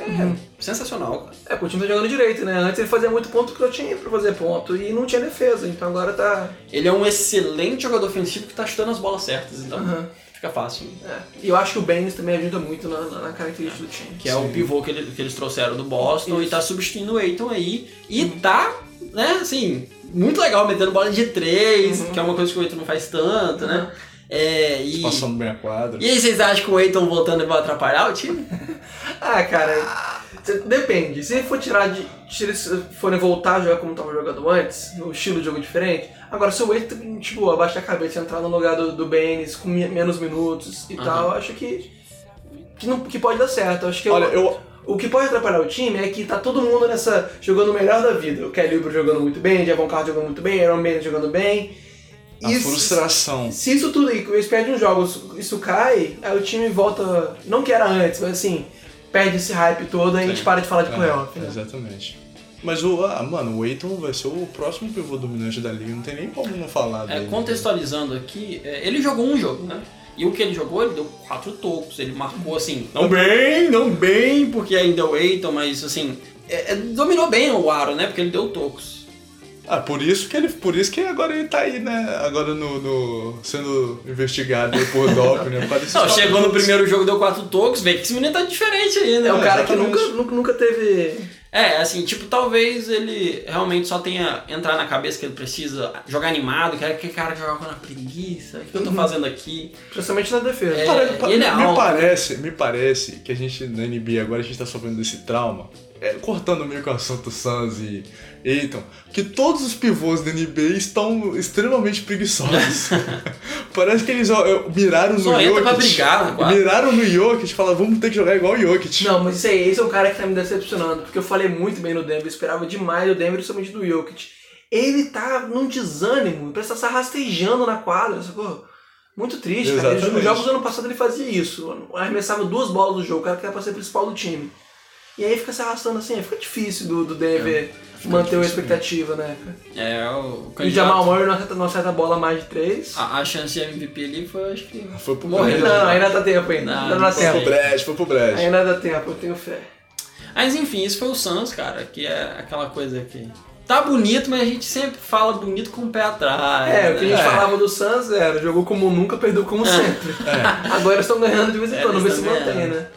sensacional, cara.
É, porque o time tá jogando direito, né? Antes ele fazia muito ponto porque eu tinha pra fazer ponto e não tinha defesa, então agora tá.
Ele é um excelente jogador ofensivo que tá chutando as bolas certas, então
Aham.
fica fácil. né?
é. E eu acho que o Baines também ajuda muito na, na- na característica do time.
Que é o pivô que, ele- que eles trouxeram do Boston e tá substituindo o Eiton aí. E tá, né, assim, muito legal, metendo bola de três, que é uma coisa que o Eiton não faz tanto, né? É, e...
Passando bem a quadra.
E aí, vocês acham que o Eiton voltando vai atrapalhar o time?
Ah, cara, cê- depende. Se ele for tirar de. Se eles forem voltar a jogar como tava jogando antes, no estilo de jogo diferente, agora se o Eito, tipo, abaixar a cabeça e entrar no lugar do, do Baines com me- menos minutos e tal, eu acho que. Que, não, que pode dar certo. Eu Acho que
Olha, eu.
O que pode atrapalhar o time é que tá todo mundo nessa. jogando o melhor da vida. O Kelly Oubre jogando muito bem, Javon Carter jogando muito bem, Aaron Baines jogando bem.
A
Isso-
frustração.
Se isso tudo aí, que eles perdem um jogo, isso- isso cai, aí o time volta. Não que era antes, mas assim, perde esse hype todo e a gente para de falar de playoff.
É,
Né?
exatamente. Mas o. Ah, mano, o Eiton vai ser o próximo pivô dominante da liga, não tem nem como não falar
É,
dele.
contextualizando aqui, é, ele jogou um jogo, né? E o que ele jogou, ele deu quatro tocos, ele marcou assim, não bem, não bem, porque ainda é o Eiton, mas assim, é, é, dominou bem o Aro, né? Porque ele deu tocos.
Ah, por isso que ele. Por isso que agora ele tá aí, né? Agora no. no- sendo investigado aí por doping, né? Parece
Não, chegou no primeiro jogo, deu quatro tocos, vê que esse menino tá diferente aí, né?
É um cara que
exatamente.
nunca, nunca, nunca teve.
É, assim, tipo, talvez ele realmente só tenha entrar na cabeça que ele precisa jogar animado, que era aquele cara que jogava na preguiça, o que eu tô fazendo aqui?
Principalmente na defesa. Tá
É.
Cara, pa-
ele é
me
alto.
parece, me parece que a gente na NBA agora a gente tá sofrendo tá desse trauma é, cortando meio com o assunto Suns e Eiton, que todos os pivôs da NBA estão extremamente preguiçosos. Parece que eles ó, eu- miraram no
Só entra
Jokic.
pra brigar na quadra.
miraram no Jokic e falaram, vamos ter que jogar igual o Jokic.
Não, mas isso aí, esse é o cara que tá me decepcionando, porque eu falei muito bem no Denver, eu esperava demais do Denver, principalmente do Jokic. Ele tá num desânimo, parece estar rastejando na quadra, sacou? Muito triste, cara. Ele, nos
Exatamente.
jogos do ano passado ele fazia isso, arremessava duas bolas no jogo, o cara que era pra ser principal do time. E aí fica se arrastando assim, aí fica difícil do, do Denver manter a expectativa, né? cara?
É, o
E o
candidato.
Jamal Murray não acerta, não acerta a bola mais de três.
A, a chance de MVP ali foi, acho que.
Foi pro
Morreu.
Brad.
não, ainda dá tempo ainda.
Não,
Ainda dá
não sei.
Foi pro
tempo.
Brad, foi pro Brad.
É.
Ainda dá tempo, eu tenho fé.
Mas enfim, isso foi o Suns, cara, que é aquela coisa que. Tá bonito, mas a gente sempre fala bonito com o pé atrás.
É, o que a gente
né?
falava do Suns é, era, jogou como nunca, perdeu
É.
como sempre. Agora estão ganhando de vez em
É,
quando,
eles
vê se
também
mantém,
eram.
né?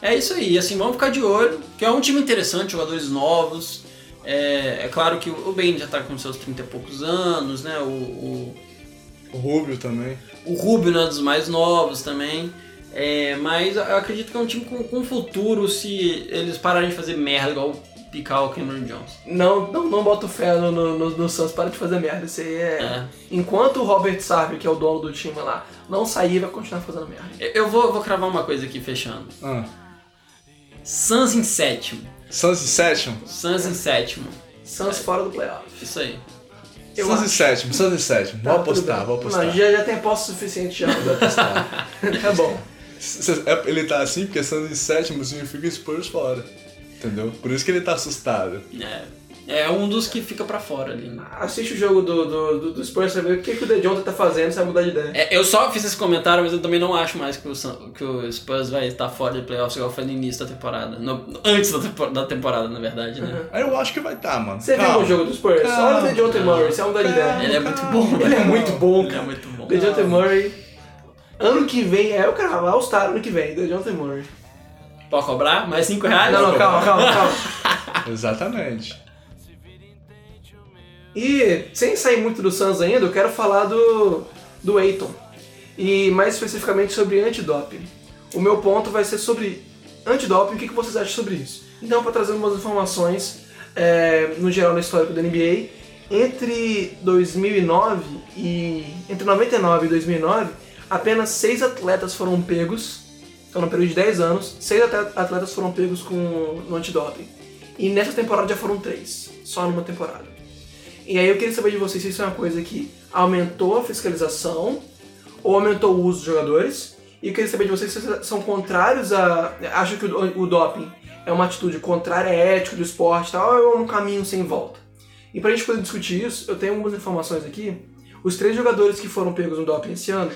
É isso aí, assim, vamos ficar de olho, que é um time interessante, jogadores novos. É, é claro que o Ben já tá com seus 30 e poucos anos, né? O, o,
O Rubio também.
o Rubio é um dos mais novos também. É, mas eu acredito que é um time com, com futuro se eles pararem de fazer merda igual picar o Cameron Jones.
Não, não, não bota fé no, no, no- no Suns, para de fazer merda. Isso aí é...
É.
Enquanto o Robert Sarver, que é o dono do time lá, não sair, vai continuar fazendo merda.
Eu- Eu vou, vou cravar uma coisa aqui, fechando.
Ah.
Suns em sétimo.
Suns e sétimo?
Suns em sétimo.
Suns
É.
fora do playoff.
Isso aí.
Eu
Suns e
acho.
sétimo, Suns e sétimo.
Tá,
vou
tudo
apostar,
bem.
vou apostar.
Não, já, já tem aposta suficiente já.
Vou apostar.
tá bom.
Se- é- Ele tá assim porque Suns em sétimo significa Spurs fora. Entendeu? Por isso que ele tá assustado.
É, é um dos que fica pra fora ali. né?
Assiste o jogo do, do, do, do Spurs pra ver o que, que o The Jonathan tá fazendo, você vai mudar de ideia.
É, eu só fiz esse comentário, mas eu também não acho mais que o, Sun- que o Spurs vai estar fora de playoffs igual foi no início da temporada. No- no- antes da, tempo- da temporada, na verdade,
Uhum.
né?
Aí eu acho que vai tá, mano.
Você
Calma.
viu o jogo do Spurs?
Calma.
Olha o The Jonathan Murray, você vai mudar de ideia.
Ele é muito bom,
Ele é
né?
muito bom,
Ele é
cara.
muito bom.
DeJounte Murray. Ano que vem, é o cara vai All-Star ano que vem, DeJounte Murray.
Pode cobrar? Mais 5 reais?
Ah, Não, não, calma, calma, calma.
Exatamente.
E, sem sair muito do Suns ainda, eu quero falar do, do Aiton. E mais especificamente sobre antidoping. O meu ponto vai ser sobre antidoping, o que, que vocês acham sobre isso? Então, para trazer algumas informações, é, no geral, no histórico da NBA, entre 2009 e... entre 99 e 2009, apenas seis atletas foram pegos, então no período de 10 anos, seis atle- atletas foram pegos com, no antidoping. E nessa temporada já foram três, só numa temporada. E aí eu queria saber de vocês se isso é uma coisa que aumentou a fiscalização ou aumentou o uso dos jogadores. E eu queria saber de vocês se vocês são contrários a. acham que o, o doping é uma atitude contrária à ética do esporte e tal, ou é um caminho sem volta. E pra gente poder discutir isso, eu tenho algumas informações aqui. Os três jogadores que foram pegos no doping esse ano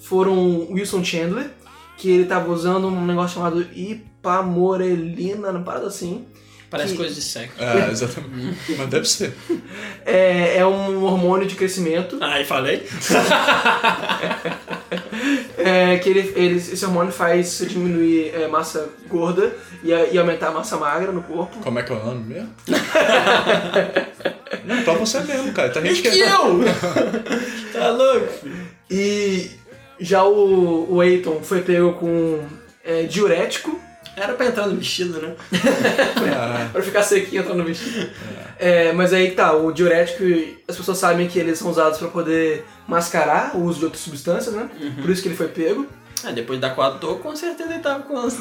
foram o Wilson Chandler, que ele tava usando um negócio chamado ipamorelina, uma parada assim.
Parece
Que-
coisa de sexo.
É, exatamente. Mas deve ser.
É, é um hormônio de crescimento.
Aí falei.
É, que ele, ele- esse hormônio faz você diminuir é, massa gorda e, a- e aumentar a massa magra no corpo.
Como é que é o nome mesmo? Não, pra você mesmo, cara. Tá
É
gente
E eu? tá louco? filho?
E já o, o Eiton foi pego com é, diurético
Era pra entrar no vestido, né?
Ah,
pra ficar sequinho entrando no vestido. É, mas aí que tá, o diurético, as pessoas sabem que eles são usados pra poder mascarar o uso de outras substâncias, né?
Uhum.
Por isso que ele foi pego.
Ah, depois da 4 toco, com certeza ele tava com as,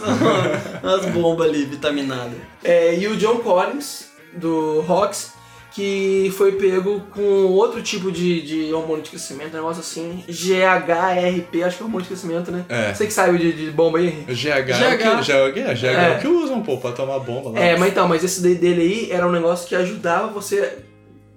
as bombas ali, vitaminadas.
É, e o John Collins, do Hawks, que foi pego com outro tipo de, de hormônio de crescimento, um negócio assim, GHRP, acho que é hormônio de crescimento, né?
É.
Você que saiu de, de bomba aí, Henrique.
GH, é o
GH.
que? GH é o quê? GH é
É.
o que usam, pô, pra tomar bomba lá.
É, mas então, mas esse de- dele aí era um negócio que ajudava você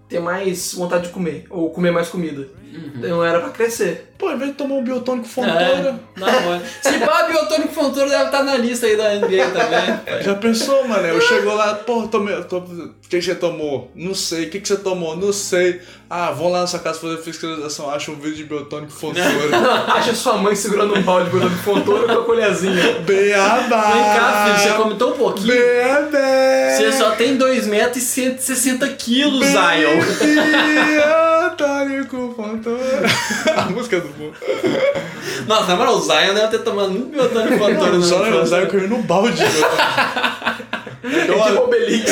ter mais vontade de comer, ou comer mais comida.
Uhum.
Não era pra crescer.
Pô, ao invés de tomar um biotônico
É,
fontora,
na hora. Se pá, Biotônico Fontoura deve estar na lista aí da NBA também.
já pensou, mano? Eu chego lá, pô, tomei. tô- O que que você tomou? Não sei. O que que você tomou? Não sei. Ah, vão lá na sua casa fazer fiscalização, acha um vídeo de biotônico fontora.
Acha sua mãe segurando um balde botando fontura com a colherzinha.
Beabá!
Vem cá, filho,
Ah.
você come tão pouquinho.
Beabá!
Você é só tem 2 metros e 160
É.
quilos, Zion.
Biotônico fontora. A música é do mundo.
Nossa, na um moral, o Zion deve ter tomado muito Biotônico Fontoura.
Não,
na
só
infância.
eu correndo no balde. meu.
Tipo Obelix.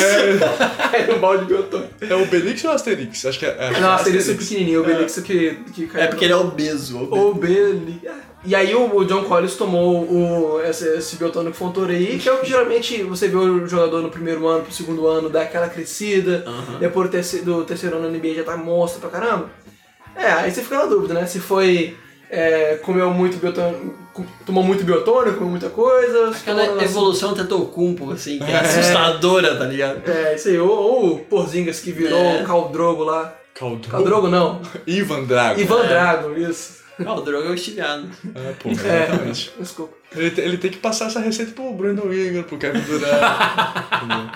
Aí o balde de Gotoy.
É o Belix ou o Asterix? Acho que é. é acho que é
Não, seria esse pequenininho, o Obelix que, que caiu.
É porque ele é obeso. obeso.
Obelix. E aí o, o John Collins tomou o, esse, esse biotônico Fontoura aí, que é o que geralmente você vê o jogador no primeiro ano, pro segundo ano, dar aquela crescida, depois do terceiro, do terceiro ano na NBA já tá monstro pra caramba. É, aí você fica na dúvida, né? Se foi... é, comeu muito biotônico, tomou muito biotônico, comeu muita coisa... tomou um
Aquela
negócio-
evolução tentou cumpo, assim, que é assustadora, tá ligado?
É, isso aí. Ou, ou o Porzingas que virou
É.
o Caldrogo lá.
Caldrogo.
Caldrogo não.
Ivan Drago.
É.
Ivan Drago, isso.
Ah, o droga é o estilhado.
É, pô,
É,
exatamente.
desculpa.
Ele, te- ele tem que passar essa receita pro Brandon Ingram, pro Kevin Durant.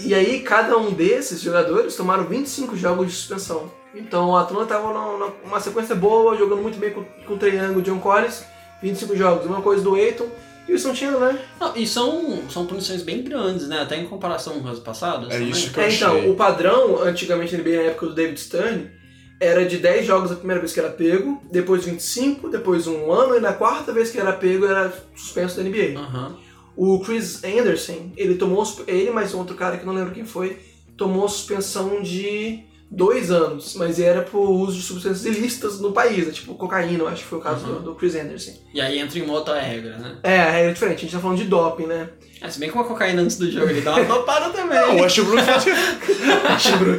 E aí, cada um desses jogadores tomaram 25 jogos de suspensão. Então, o Atlanta tava numa, numa sequência boa, jogando muito bem com, com o Triângulo, John Collins, 25 jogos. Uma coisa do Eiton e o Santino, né?
Não, e são, são punições bem grandes, né? Até em comparação com as passadas.
é
também.
isso que eu
É, então,
achei.
o padrão, antigamente na NBA, na época do David Stern, era de 10 jogos a primeira vez que era pego, depois 25, depois um ano, e na quarta vez que era pego era suspenso da NBA.
Aham.
O Chris Anderson, ele tomou. susp- Ele mais um outro cara que eu não lembro quem foi, tomou suspensão de dois anos, mas era por uso de substâncias ilícitas no país, né? tipo cocaína, eu acho que foi o caso do, do Chris Anderson.
E aí entra em uma outra regra, né?
É, a regra é diferente, a gente tá falando de doping, né?
É, se bem que uma cocaína antes do jogo ele dá uma topada também.
O Westbrook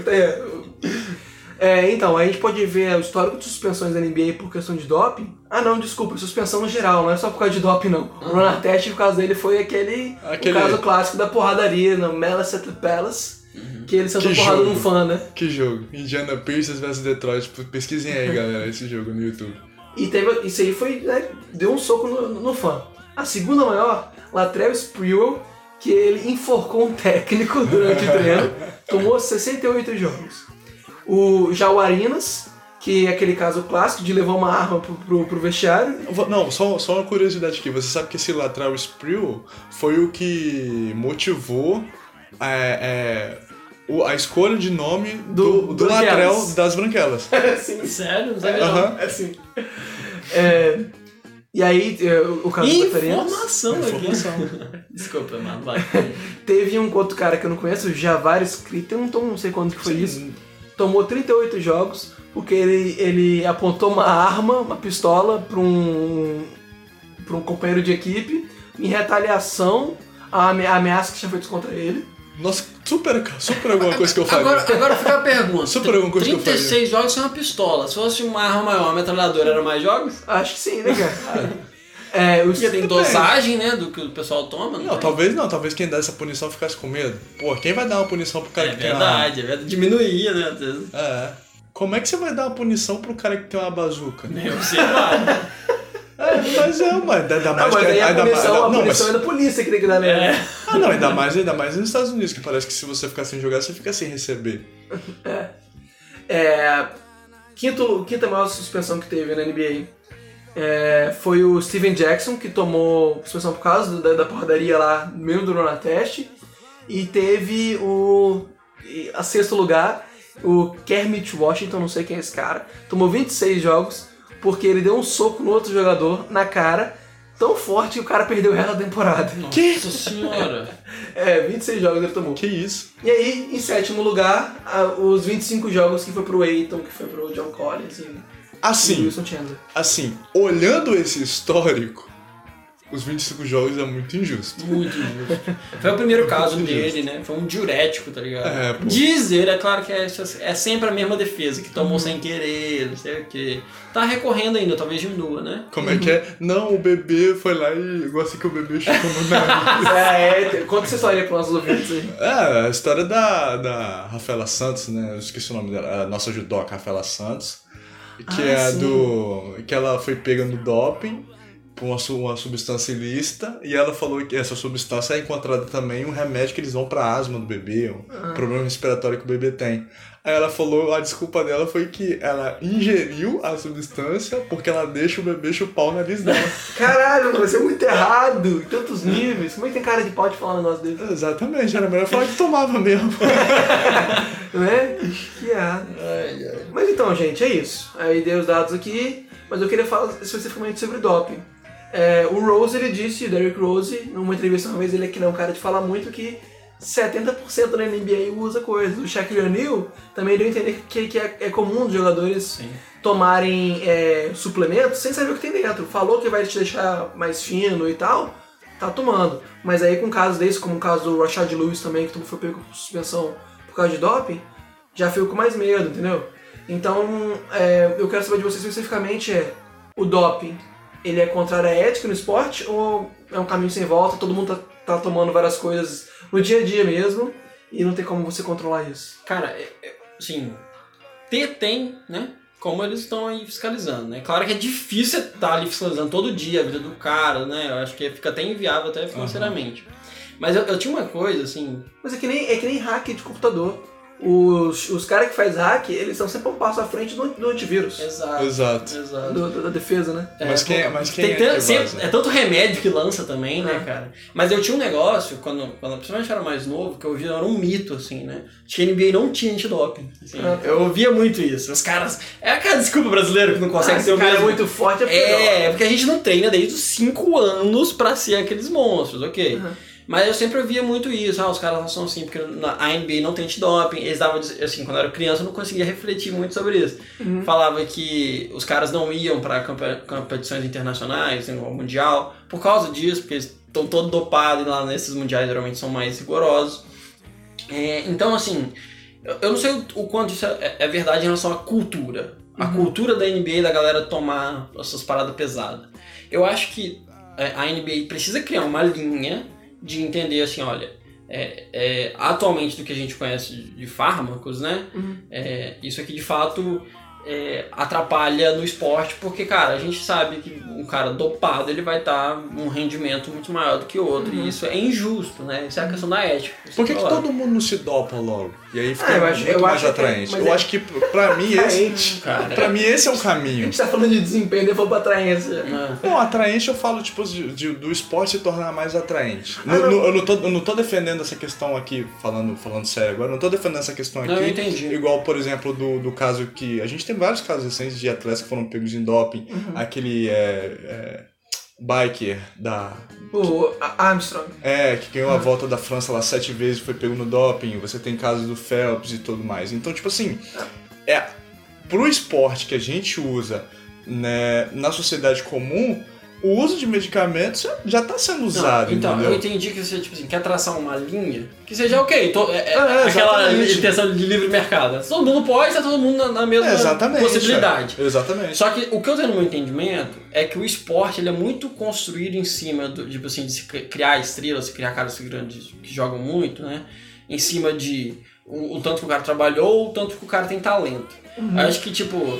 é. É, então, aí a gente pode ver o histórico de suspensões da NBA por questão de doping. Ah, não, desculpa, suspensão no geral, não é só por causa de doping, não. O Ron Artest, o caso dele foi aquele,
Aquele-
O caso clássico da porradaria no Malice at the Palace, que ele sentou
Uhum. Que
porrada
jogo.
num fã, né?
Que jogo? Indiana Pacers vs Detroit. Pesquisem aí, galera, esse jogo no YouTube.
E teve, isso aí foi, né, deu um soco no, no fã. A segunda maior, Latrevis Sprewell, que ele enforcou um técnico durante o treino, tomou 68 jogos. O Jauarinas, que é aquele caso clássico de levar uma arma pro, pro, pro vestiário.
Vo- Não, só, só uma curiosidade aqui. Você sabe que esse Latrell Sprewell foi o que motivou é, é, o- a escolha de nome do,
Do-
do
Branquelas.
Latrell das Branquelas.
assim,
Sério? Não sabia não.
Aham.
assim. É, e aí, é, o caso do Latrevis.
Informação aqui. Desculpa, mano. Vai.
Teve um outro cara que eu não conheço, o Javares Crittenton, não sei quando que foi isso. tomou 38 jogos porque ele, ele apontou uma arma, uma pistola, para um, pra um companheiro de equipe em retaliação à ame- à ameaça que tinha feito contra ele.
Nossa, super, super alguma coisa que eu falei.
Agora, agora fica a pergunta.
Só pra alguma coisa que eu
36 jogos sem uma pistola. Se fosse uma arma maior, uma metralhadora, eram mais jogos?
Acho que sim, né, cara? é, o
Tem dosagem, né, do que o pessoal toma.
Não, tá
tem?
talvez não, talvez quem dá essa punição ficasse com medo. Pô, quem vai dar uma punição pro cara
É
que tem uma arma?
verdade, é verdade. Diminuía, né? às vezes.
É. Como é que você vai dar uma punição pro cara que tem uma bazuca?
É observado.
É, mas é, mano, ainda
Não,
mais
mas
que-
aí a
ainda mais-
punição, a
não, mas-
punição é da polícia que tem que dar nele.
É.
Ah, não, ainda mais, ainda mais nos Estados Unidos, que parece que se você ficar sem jogar, você fica sem receber.
É, quinto, quinta maior suspensão que teve na NBA é, foi o Steven Jackson, que tomou suspensão por causa do- da, da porradaria lá, mesmo do Rona Test. E teve o. e a sexto lugar, o Kermit Washington, não sei quem é esse cara, tomou 26 jogos porque ele deu um soco no outro jogador na cara. Tão forte que o cara perdeu o resto da temporada.
Nossa senhora.
É, 26 jogos ele tomou.
Que isso?
E aí, em sétimo lugar, a- os 25 jogos que foi pro Eiton, que foi pro John Collins e e
Assim,
Wilson Chandler.
assim, olhando esse histórico, os 25 jogos é muito injusto.
Muito injusto. Foi o primeiro caso dele, né? Foi um diurético, tá ligado?
É, pô.
Dizer, é claro que é, é sempre a mesma defesa, que tomou sem querer, não sei o quê. Tá recorrendo ainda, talvez diminua, né?
Como é que
Uhum.
é? Não, o bebê foi lá e gosta que o bebê chupou no nariz.
É, é, tem- conta essa história aí pros nossos ouvintes aí.
É, a história da, da Rafaela Santos, né? Eu esqueci o nome dela. A nossa judoca, Rafaela Santos. Que
Ah,
é
sim.
do. Que ela foi pega no doping com uma, su- uma substância ilícita. E ela falou que essa substância é encontrada também em um remédio que eles vão pra asma do bebê, um
Ah.
problema respiratório que o bebê tem. Aí ela falou, a desculpa dela foi que ela ingeriu a substância porque ela deixa o bebê chupar o nariz dela.
Caralho, você é muito errado, em tantos níveis. Como é que tem cara de pau de falar um negócio desse?
Exatamente, era melhor falar que tomava mesmo.
Né? Que errado. Mas então, gente, é isso. Aí dei os dados aqui, mas eu queria falar especificamente sobre o doping. É, o Rose, ele disse, o Derrick Rose, numa entrevista uma vez, ele é que não é um cara de falar muito, que 70% da NBA usa coisas. O Shaquille O'Neal também deu a entender que, que é, é comum dos jogadores tomarem é, suplementos sem saber o que tem dentro. Falou que vai te deixar mais fino e tal, tá tomando. Mas aí com casos desse, como o caso do Rashad Lewis também, que foi pego por suspensão por causa de doping, já fico com mais medo, entendeu? Então, é, eu quero saber de vocês especificamente é, o doping, ele é contrário à ética no esporte ou é um caminho sem volta, todo mundo tá, tá tomando várias coisas no dia a dia mesmo e não tem como você controlar isso?
Cara, é- é- assim, ter tem, né? Como eles estão aí fiscalizando, né? Claro que é difícil estar ali fiscalizando todo dia a vida do cara, né? Eu acho que fica até inviável, até financeiramente. Mas eu, eu tinha uma coisa, assim,
Mas é que nem, é que nem hack de computador. Os, os caras que faz hack, eles são sempre um passo à frente do, do antivírus,
exato.
Exato.
Exato.
do- do- da defesa, né?
Mas quem, é- mas quem
Tem
é
tan-
que
sempre-
vaza?
é tanto remédio que lança também, né, cara? Mas eu tinha um negócio, quando, quando principalmente eu era mais novo, que eu via era um mito, assim, né? De que a NBA não tinha antidoping. Assim,
Ah, tá.
Eu ouvia muito isso. Os caras. É aquela desculpa brasileira que não consegue
Ah,
ser o
esse cara é
mesmo.
muito forte, é
É, é porque a gente não treina desde os 5 anos pra ser aqueles monstros, ok.
Uhum.
Mas eu sempre ouvia muito isso, ah, os caras não são assim, porque na- a NBA não tem antidoping. Eles davam, des- assim, quando eu era criança eu não conseguia refletir muito sobre isso.
Uhum.
Falava que os caras não iam pra campe- competições internacionais, assim, igual mundial, por causa disso, porque eles estão todos dopados e lá nesses mundiais geralmente são mais rigorosos. É, então, assim, eu, eu não sei o, o quanto isso é, é verdade em relação à cultura. A
Uhum.
cultura da NBA da galera tomar essas paradas pesadas. Eu acho que é, a NBA precisa criar uma linha de entender assim, olha, é, é, atualmente do que a gente conhece de, de fármacos, né?
Uhum.
é, isso aqui de fato é, atrapalha no esporte, porque, cara, a gente sabe que um cara dopado ele vai estar um rendimento muito maior do que o outro, e isso é injusto, né? Isso é a questão da ética.
Uhum. Por que, que
Claro.
todo mundo não se dopa logo? E aí fica
Ah, eu acho-
muito
eu
mais
acho que-
atraente.
mas
eu
é-
acho que pra mim esse.
cara.
pra mim esse é o
A
caminho.
gente tá falando de desempenho, eu vou pra trás.
Ah.
Não, atraente eu falo, tipo, de- de- do esporte se tornar mais atraente.
Ah,
No- no- eu, não tô, eu não tô defendendo essa questão aqui, falando, falando sério agora, eu não tô defendendo essa questão aqui.
Não, eu entendi.
Igual, por exemplo, do, do caso que. A gente tem vários casos recentes de atletas que foram pegos em doping.
Uhum.
Aquele. é, é, biker da.
O a- Armstrong.
É, que ganhou a volta da França lá sete vezes, foi pego no doping, você tem casos do Phelps e tudo mais. Então, tipo assim, é pro esporte que a gente usa né, na sociedade comum, o uso de medicamentos já tá sendo
Não,
usado,
então, eu
entendeu?
entendi que você, tipo assim, quer traçar uma linha que seja ok, to- é, é
É,
aquela
exatamente.
intenção de livre mercado. Todo mundo pode, tá todo mundo na, na mesma
É, exatamente.
possibilidade.
é. Exatamente.
Só que o que eu tenho no meu entendimento é que o esporte ele é muito construído em cima do, tipo assim, de se cri- criar estrelas, se criar caras grandes que jogam muito, né? Em cima de o, o tanto que o cara trabalhou, o tanto que o cara tem talento. Eu acho que, tipo,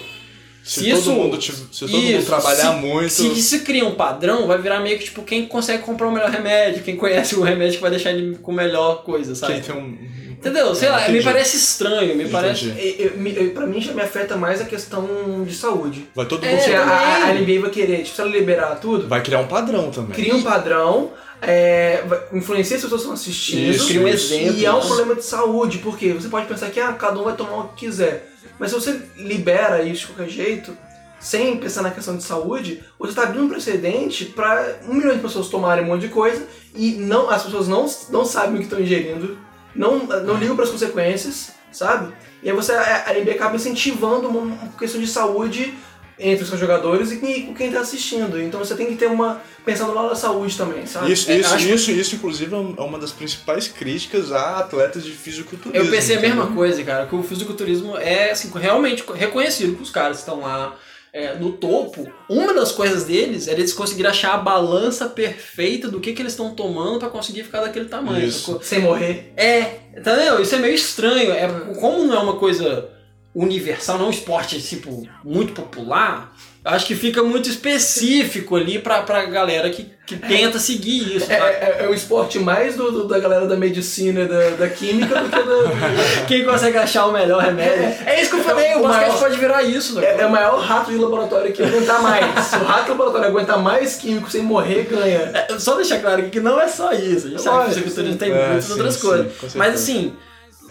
se,
se
todo
isso-
mundo, ti- se todo mundo
isso,
trabalhar
se-
muito.
Se isso cria um padrão, vai virar meio que tipo quem consegue comprar o melhor remédio, quem conhece o remédio que vai deixar ele com a melhor coisa, sabe?
Quem tem um.
Entendeu? Sei lá, me
Entendi.
parece estranho, me parece.
Entendi.
Eu, eu, É, me- eu- pra mim já me afeta mais a questão de saúde.
Vai todo
É,
mundo.
Porque
se-
a, a- a
também.
NBA vai querer, tipo, se ela liberar tudo,
Vai criar um padrão também.
cria um padrão, é, vai- influencia as pessoas que estão assistindo.
Isso, cria um
exemplo,
E é um
né?
problema de saúde, porque você pode pensar que ah, cada um vai tomar o que quiser. Mas se você libera isso de qualquer jeito, sem pensar na questão de saúde, você está abrindo um precedente para um milhão de pessoas tomarem um monte de coisa e não, as pessoas não, não sabem o que estão ingerindo, não, não ligam para as consequências, sabe? E aí você, é, a a NBA acaba incentivando uma- uma questão de saúde entre os seus jogadores e quem- com quem está assistindo. Então você tem que ter uma. pensando lá da saúde também, sabe?
Isso,
É,
isso,
acho-
isso, isso, inclusive, é um- é uma das principais críticas a atletas de fisiculturismo.
Eu pensei a
entendeu?
mesma coisa, cara, que o fisiculturismo é assim, realmente reconhecido que os caras que estão lá é, no topo. Uma das coisas deles era eles conseguir achar a balança perfeita do que, que eles estão tomando pra conseguir ficar daquele tamanho.
Isso.
sacou?
Sem morrer.
É, entendeu? Isso é meio estranho. É, como não é uma coisa universal, não é um esporte tipo, muito popular, eu acho que fica muito específico ali pra, pra galera que, que tenta seguir isso.
É,
tá?
é, é o esporte mais do, do- da galera da medicina e da, da química do que da.
Quem consegue achar o melhor remédio. É isso que eu falei, o,
O
basquete
maior-
pode virar isso, né?
É, é o maior rato de laboratório que aguentar mais. Se o rato de laboratório aguentar mais químico sem morrer, ganha.
É, Só deixar claro aqui que não é só isso. A gente sabe que o
Lógico,
fisiculturismo tem
É,
muitas
sim,
outras
sim, com
coisas.
certeza.
Mas assim,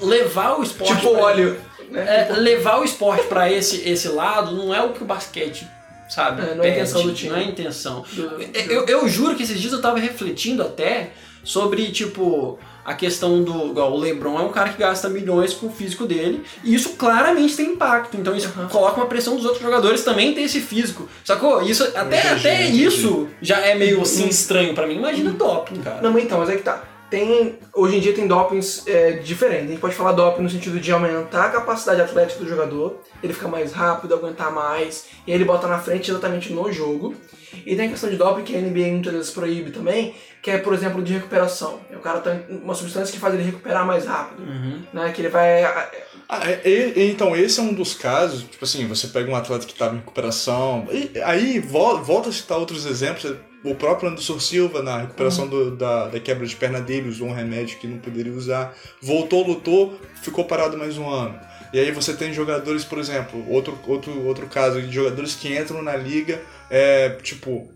levar o esporte.
Tipo
pra-
óleo. né?
É, levar o esporte pra esse, esse lado não é o que o basquete sabe?
É, não é a intenção
Perde,
do time.
Não é a intenção. É,
Do-
Eu, eu juro que esses dias eu tava refletindo até sobre, tipo, a questão do. igual, o Lebron é um cara que gasta milhões com o físico dele, e isso claramente tem impacto. Então isso coloca uma pressão dos outros jogadores também ter esse físico. Sacou? Isso, até,
entendi,
até
entendi.
isso já é meio assim estranho pra mim. Imagina doping, cara.
Não, mas então, mas é que tá. Tem, hoje em dia tem dopings é, diferentes. A gente pode falar doping no sentido de aumentar a capacidade atlética do jogador, ele fica mais rápido, aguentar mais, e ele bota na frente exatamente no jogo. E tem a questão de doping que a NBA muitas vezes proíbe também, que é, por exemplo, de recuperação. É O cara tem uma substância que faz ele recuperar mais rápido, né? Que ele vai...
Ah, é- é- então, esse é um dos casos, tipo assim, você pega um atleta que estava em recuperação, e aí vol- volta a citar outros exemplos, o próprio Anderson Silva na recuperação do- da, da quebra de perna dele, usou um remédio que não poderia usar, voltou, lutou, ficou parado mais um ano. E aí você tem jogadores, por exemplo, outro, outro, outro caso de jogadores que entram na liga, é, tipo,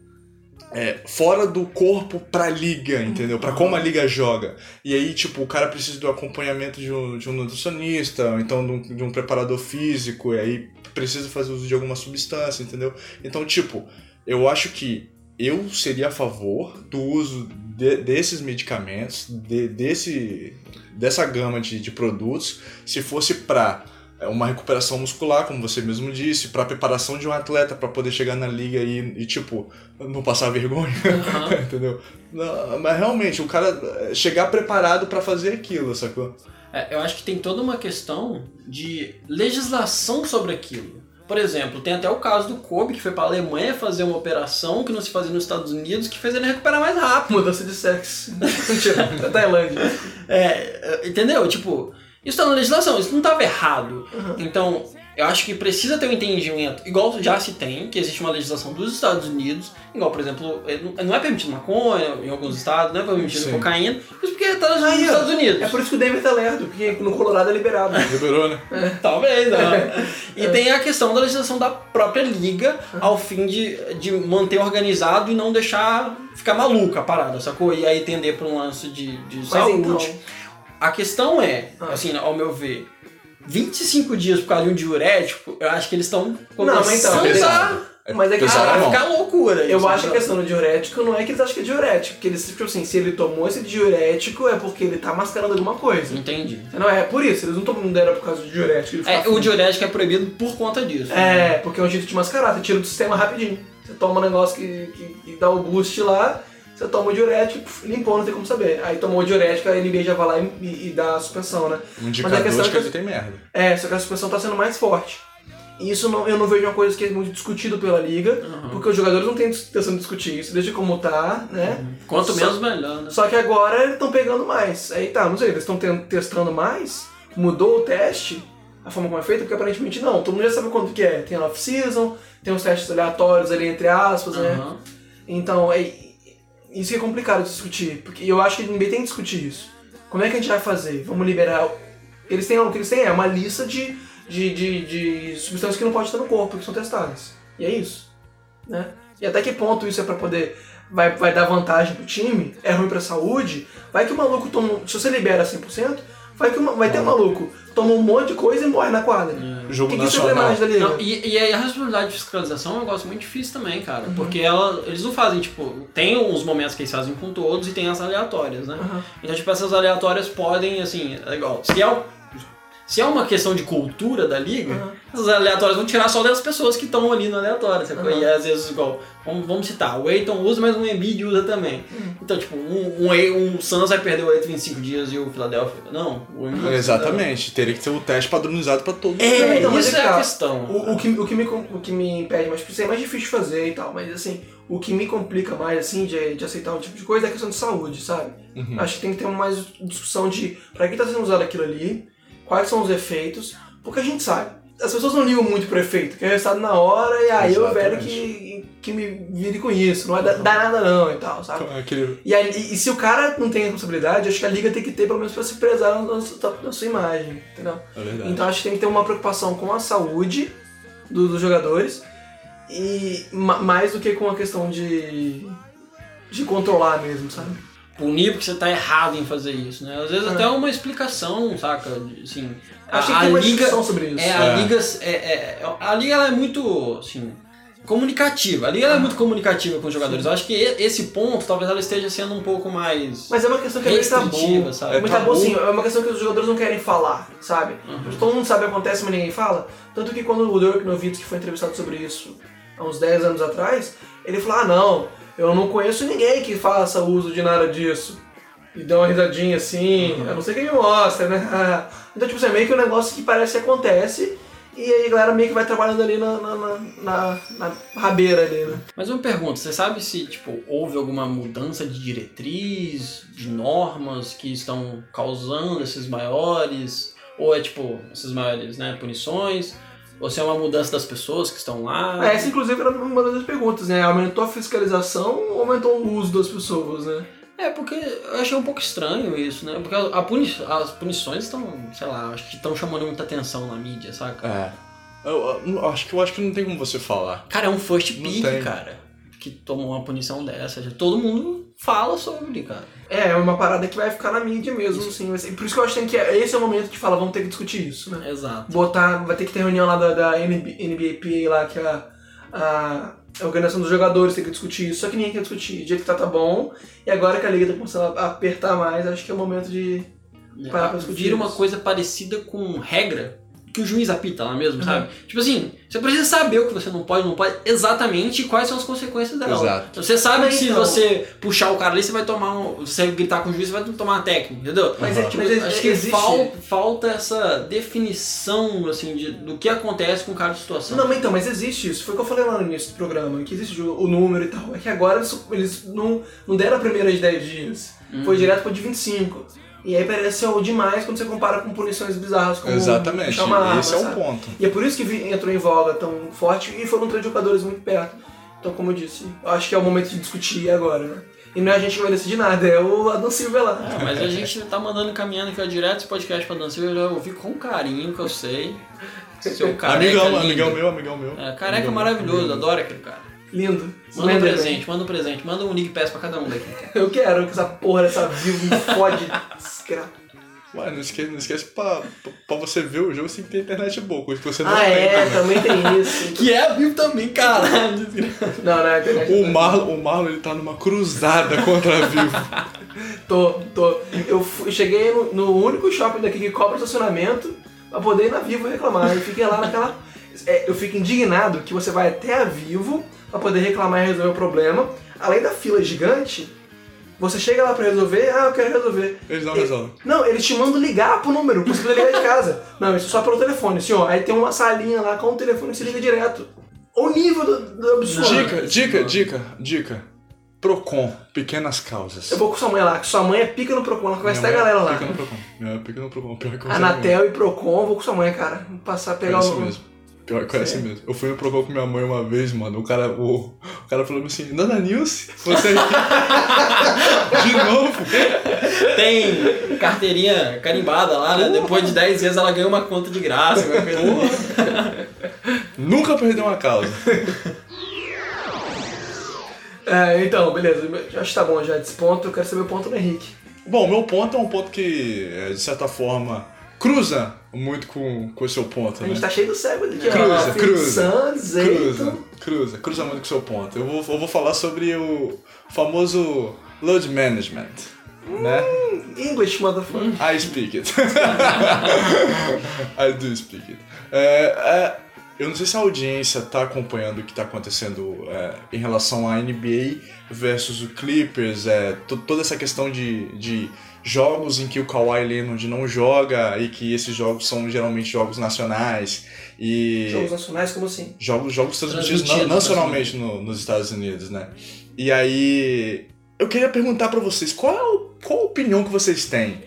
é, fora do corpo pra liga, entendeu? Pra como a liga joga. E aí, tipo, o cara precisa do acompanhamento de um, de um nutricionista, ou então de um, de um preparador físico, e aí precisa fazer uso de alguma substância, entendeu? Então, tipo, eu acho que eu seria a favor do uso de- desses medicamentos, de- desse, dessa gama de, de produtos, se fosse pra é, uma recuperação muscular, como você mesmo disse, pra preparação de um atleta pra poder chegar na liga e, e, tipo, não passar vergonha, entendeu? Não, mas realmente, o cara eh, chegar preparado pra fazer aquilo, sacou?
É, eu acho que tem toda uma questão de legislação sobre aquilo. Por exemplo, tem até o caso do Kobe, que foi pra Alemanha fazer uma operação que não se fazia nos Estados Unidos, que fez ele recuperar mais rápido.
Mudança de sexo. Mentira, da Tailândia.
É, entendeu? Tipo, isso tá na legislação, isso não tava errado.
Uhum.
Então, eu acho que precisa ter um entendimento, igual já se tem, que existe uma legislação dos Estados Unidos, igual, por exemplo, é, não- não é permitido maconha em alguns estados, não é permitido
Sim.
cocaína, mas porque tá nos
Aí, ó,
Estados Unidos.
É por isso que o Denver tá lerdo, porque no Colorado é liberado.
Liberou, né?
Talvez, né? E tem a questão da legislação da própria liga ao fim de, de manter organizado e não deixar ficar maluca a parada, sacou? E aí tender pra um lance de, de saúde. A questão é,
então? Ah.
assim, ao meu ver, 25 dias por causa de um diurético, eu acho que eles estão
mas então,
começando
pesado.
É
Mas é que-
pesado,
ah,
a, a
irmão.
ficar loucura.
Eu
isso,
acho que a
sabe?
questão do diurético não é que eles acham que é diurético, porque eles, tipo assim, se ele tomou esse diurético é porque ele tá mascarando alguma coisa.
Entendi.
Não é por isso, eles não tomam era por causa do diurético. ele
É,
fica
o
afim.
diurético é proibido por conta disso.
É, porque é um jeito de mascarar, você tira do sistema rapidinho. Você toma um negócio que, que, que dá o boost lá, você toma o diurético, puf, limpou, não tem como saber. Aí tomou o diurético, a NBA já vai lá e, e- e dá a suspensão, né?
Um indicador
questão é
de que
que-
ele tem merda.
É, só que a suspensão tá sendo mais forte. E isso não, eu não vejo uma coisa que é muito discutido pela liga, porque os jogadores não têm intenção de discutir isso, deixa como tá, né?
Quanto
Só-
menos, melhor, né?
Só que agora eles estão pegando mais. Aí tá, não sei, eles estão testando mais? Mudou o teste? A forma como é feita? Porque aparentemente não. Todo mundo já sabe quanto que é. Tem a off-season, tem os testes aleatórios ali, entre aspas, né?
Aham.
Então, é, isso que é complicado de discutir. Porque eu acho que ninguém tem que discutir isso. Como é que a gente vai fazer? Vamos liberar... Eles têm, o que eles têm é uma lista de, de, de, de substâncias que não pode estar no corpo, que são testadas. E é isso. Né? E até que ponto isso é pra poder vai, vai dar vantagem pro time, é ruim pra saúde, vai que o maluco toma. um- Se você libera 100%, vai que uma- vai ter um maluco, toma um monte de coisa e morre na quadra. O
Jogo
que, que isso é
nacional.
problemático da liga?
Não, e, e aí a responsabilidade de fiscalização é um negócio muito difícil também, cara.
Uhum.
Porque ela, eles não fazem, tipo, tem uns momentos que eles fazem com todos e tem as aleatórias, né?
Aham.
Então, tipo, essas aleatórias podem, assim, é igual. Se é, o- se é uma questão de cultura da liga,
Uhum.
essas aleatórias vão tirar só das pessoas que estão ali no aleatório, sacou?
Aham.
E às vezes, igual, vamos, vamos citar, o Eiton usa, mas o Embiid usa também.
Uhum.
Então, tipo, um, um, Ei- um Suns vai perder o Eiton 25 dias e o Philadelphia. Não, o Embiid.
Exatamente, teria que ter o teste padronizado pra todo mundo.
É,
Então, mas
isso
né? é
é
que
a
tá.
questão.
O, o que, o, que me, com- o que me impede mais, porque isso é mais difícil de fazer e tal, mas assim, o que me complica mais, assim, de, de aceitar um tipo de coisa é a questão de saúde, sabe? Acho que tem que ter mais discussão de pra que tá sendo usado aquilo ali, quais são os efeitos, porque a gente sabe. As pessoas não ligam muito pro efeito, que é resultado na hora, e aí eu velho que, que me vire com isso, não vai dar, dar nada não e tal, sabe?
Aquele
E, aí- e- e se o cara não tem responsabilidade, acho que a liga tem que ter, pelo menos, pra se prezar na, sua- na sua imagem, entendeu?
É verdade.
Então acho que tem que ter uma preocupação com a saúde do- dos jogadores e ma- mais do que com a questão de. de controlar mesmo, sabe?
punir porque você tá errado em fazer isso, né? Às vezes até uma explicação, saca? De- Assim, a,
É. Acho que
a
tem uma
liga
discussão sobre isso.
é a
É.
liga é, é- a liga ela é muito assim comunicativa. Ali
Ah.
ela é muito comunicativa com os jogadores. Eu acho que e- esse ponto talvez ela esteja sendo um pouco mais.
Mas é uma questão que é meio
Restritiva,
tabu.
sabe?
É muito
É
tabu,
tabu.
sim. É uma questão que os jogadores não querem falar, sabe?
Uhum.
Todo mundo sabe o que acontece, mas ninguém fala. Tanto que quando o Dirk Nowitzki que foi entrevistado sobre isso há uns 10 anos atrás, ele falou, ah, não, eu não conheço ninguém que faça uso de nada disso. E dá uma risadinha assim,
Uhum.
a não ser quem me mostra, né? Então, tipo, assim, é meio que um negócio que parece que acontece, e aí a galera meio que vai trabalhando ali na, na, na, na- na rabeira ali, né?
Mas uma pergunta, você sabe se tipo houve alguma mudança de diretriz, de normas que estão causando esses maiores ou é tipo essas maiores, né, punições? Ou se é uma mudança das pessoas que estão lá?
É, Essa, inclusive, era uma das perguntas, né? Aumentou a fiscalização ou aumentou o uso das pessoas, né?
É, porque eu achei um pouco estranho isso, né? Porque a puni- as punições estão, sei lá, acho que estão chamando muita atenção na mídia, saca?
É. Eu, eu- eu acho que eu acho que não tem como você falar.
Cara, é um first
Não
pick,
tem.
cara, que tomou uma punição dessa. Já Todo mundo fala sobre, cara.
É, é uma parada que vai ficar na mídia mesmo, sim. vai ser- Por isso que eu acho que tem que esse é o momento de falar, vamos ter que discutir isso, né?
Exato.
Botar, vai ter que ter reunião lá da, da NB NBAPA lá, que é a, a- a organização dos jogadores, tem que discutir isso. Só que ninguém quer discutir, o jeito que tá tá bom. E agora que a liga tá começando a apertar mais, acho que é o momento de... Parar pra discutir
Vira uma
isso.
coisa parecida com regra que o juiz apita lá mesmo, sabe? Tipo assim, você precisa saber o que você não pode, não pode, exatamente e quais são as consequências dela.
Exato.
Você sabe
Mas
que se
então-
você puxar o cara ali, você vai tomar um. Você gritar com o juiz, você vai tomar uma técnica, entendeu?
Mas é-
Tipo,
mas é-
acho que
existe-
fal- falta essa definição, assim, de, do que acontece com cada situação.
Não, mas então, mas existe isso. Foi o que eu falei lá no início do programa, que existe o o número e tal. É que agora eles- eles não, não deram a primeira de 10 dias.
Uhum.
Foi direto pro de 25. E aí parece algo demais quando você compara com punições bizarras como
Exatamente.
puxar uma arma,
Esse é um
sabe?
ponto.
E é por isso que vi- entrou em voga tão forte e foram três jogadores muito perto. Então, como eu disse, eu acho que é o momento de discutir agora, né? E não é a gente que vai decidir nada, é o Adam Silva lá.
É.
Ah, Mas a gente tá mandando encaminhando aqui ó, direto esse podcast pra dançar, eu já ouvi com carinho que eu sei. Seu careca
amigão,
lindo.
amigão meu, amigão meu.
É, careca maravilhoso, adoro aquele cara.
Lindo.
Manda um
Slender,
presente, manda um presente, manda um League Pass pra cada um daqui.
né? Eu quero que essa porra dessa vivo me fode. Desgraça.
Ué, não esquece, não esquece pra, pra- pra você ver o jogo, você tem que ter internet boa, coisa que você não
Ah,
tem.
é, também tem isso.
Que é vivo também, caralho. desgraça.
Não, é não, internet.
O Marlon, o Marlon ele tá numa cruzada contra a Vivo.
Tô, tô. Eu fu- cheguei no, no único shopping daqui que cobra estacionamento pra poder ir na Vivo reclamar. Eu fiquei lá naquela. é, eu fico indignado que você vai até a Vivo pra poder reclamar e resolver o problema. Além da fila gigante, você chega lá pra resolver, ah, eu quero resolver.
Eles não
E-
resolvem.
Não, eles te mandam ligar pro número, pra você poder ligar de casa. Não, isso é só pelo telefone, senhor. Aí tem uma salinha lá com o telefone, você liga direto. O nível do, do absurdo.
Dica, dica, dica, dica. Procon, pequenas causas.
Eu vou com sua mãe lá, que sua mãe é pica no Procon, ela
Minha
conhece até a
mãe é
galera lá.
Pica no Procon. Minha mãe pica no Procon. Pior que eu
Anatel e Procon, eu vou com sua mãe, cara. Vou passar a
É
pegar
isso
o.
mesmo. Pior que é assim mesmo. Eu fui no Procon com minha mãe uma vez, mano. O cara, o, o cara falou assim, Dona Nilce, você aqui. De novo?
Tem carteirinha carimbada lá, né? Depois de 10 vezes ela ganha uma conta de graça. alguma coisa assim.
Nunca perdeu uma causa.
É, então, beleza. Acho que tá bom já desse ponto. Eu quero saber o ponto do Henrique.
Bom, meu ponto é um ponto que, é, de certa forma, cruza muito com com o seu ponto,
A
né?
gente tá cheio do cego aqui, ó.
Cruza,
Felipe
cruza.
Santos,
Cruza,
Zeyton.
cruza, cruza muito com o seu ponto. Eu vou, eu vou falar sobre o famoso load management, né?
English, motherfucker.
I speak it. I do speak it. É, é, eu não sei se a audiência tá acompanhando o que tá acontecendo é, em relação à NBA versus o Clippers, é, to- toda essa questão de, de jogos em que o Kawhi Leonard não joga e que esses jogos são geralmente jogos nacionais e
Jogos nacionais, como assim?
jogos, jogos transmitidos
Transmitidos
na- nacionalmente no- nos Estados Unidos, né? E aí, eu queria perguntar pra vocês, qual, é o- qual a opinião que vocês têm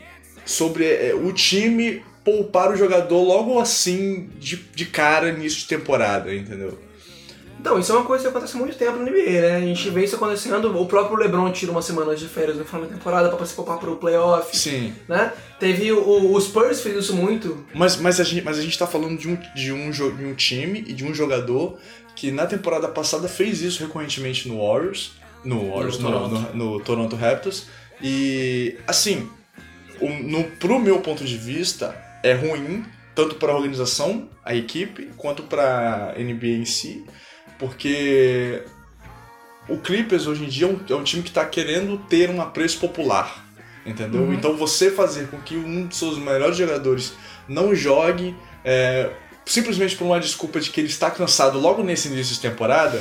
sobre é, o time poupar o jogador logo assim, de, de cara, início de temporada, entendeu?
Então, isso é uma coisa que acontece há muito tempo no NBA, né? A gente vê isso acontecendo. O próprio LeBron tira uma semana de férias no final da temporada pra se poupar pro playoff,
Sim.
né? Teve o, o Spurs fez isso muito.
Mas, mas, a, gente, mas a gente tá falando de um, de, um, jo- de um time e de um jogador que na temporada passada fez isso recorrentemente no Warriors. No Warriors,
No
no,
Toronto.
no- no Toronto Raptors. E, assim, o- no, pro meu ponto de vista, é ruim, tanto pra organização, a equipe, quanto pra NBA em si. Porque o Clippers hoje em dia é um, é um time que tá querendo ter um apreço popular. Entendeu? Então você fazer com que um dos seus melhores jogadores não jogue é, simplesmente por uma desculpa de que ele está cansado logo nesse início de temporada,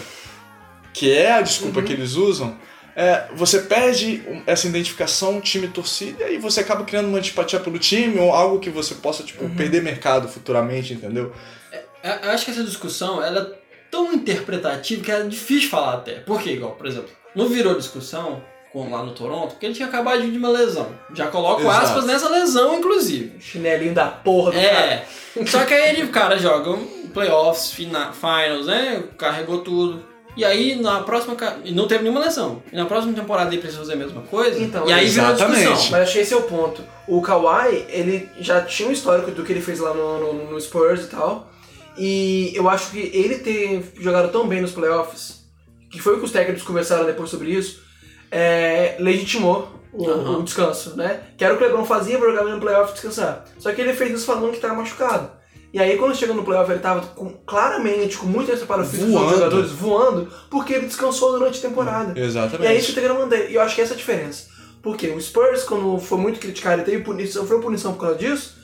que é a desculpa
Uhum.
que eles usam, é, você perde um- essa identificação time-torcida e você acaba criando uma antipatia pelo time ou algo que você possa tipo,
Uhum.
perder mercado futuramente, entendeu?
Eu É, eu acho que essa discussão ela é tão interpretativa que é difícil falar até. Por quê? Igual, por exemplo, não virou discussão com, lá no Toronto porque ele tinha acabado de vir de uma lesão. Já coloco
Exato.
aspas nessa lesão, inclusive.
Chinelinho da porra do cara.
É. Só que aí ele, cara, joga um playoffs, fina- finals, né? Carregou tudo. E aí, na próxima. ca- E não teve nenhuma lesão. E na próxima temporada ele precisa fazer a mesma coisa.
Então,
e aí virou
exatamente.
discussão.
Mas achei esse é o ponto. O Kawhi, ele já tinha um histórico do que ele fez lá no, no- no Spurs e tal. E eu acho que ele ter jogado tão bem nos playoffs, que foi o que os técnicos conversaram depois sobre isso, é, legitimou o,
Aham.
o descanso, né? Que era o que o LeBron fazia pra jogar no playoff e descansar. Só que ele fez isso falando que tava machucado. E aí quando chegou no playoff ele tava com- claramente com muito preparo físico dos
Voando.
jogadores voando, porque ele descansou durante a temporada.
Exatamente.
E é isso que eu tô mandei. E eu acho que essa é a diferença. Porque o Spurs, quando foi muito criticado e teve punição, sofreu punição por causa disso,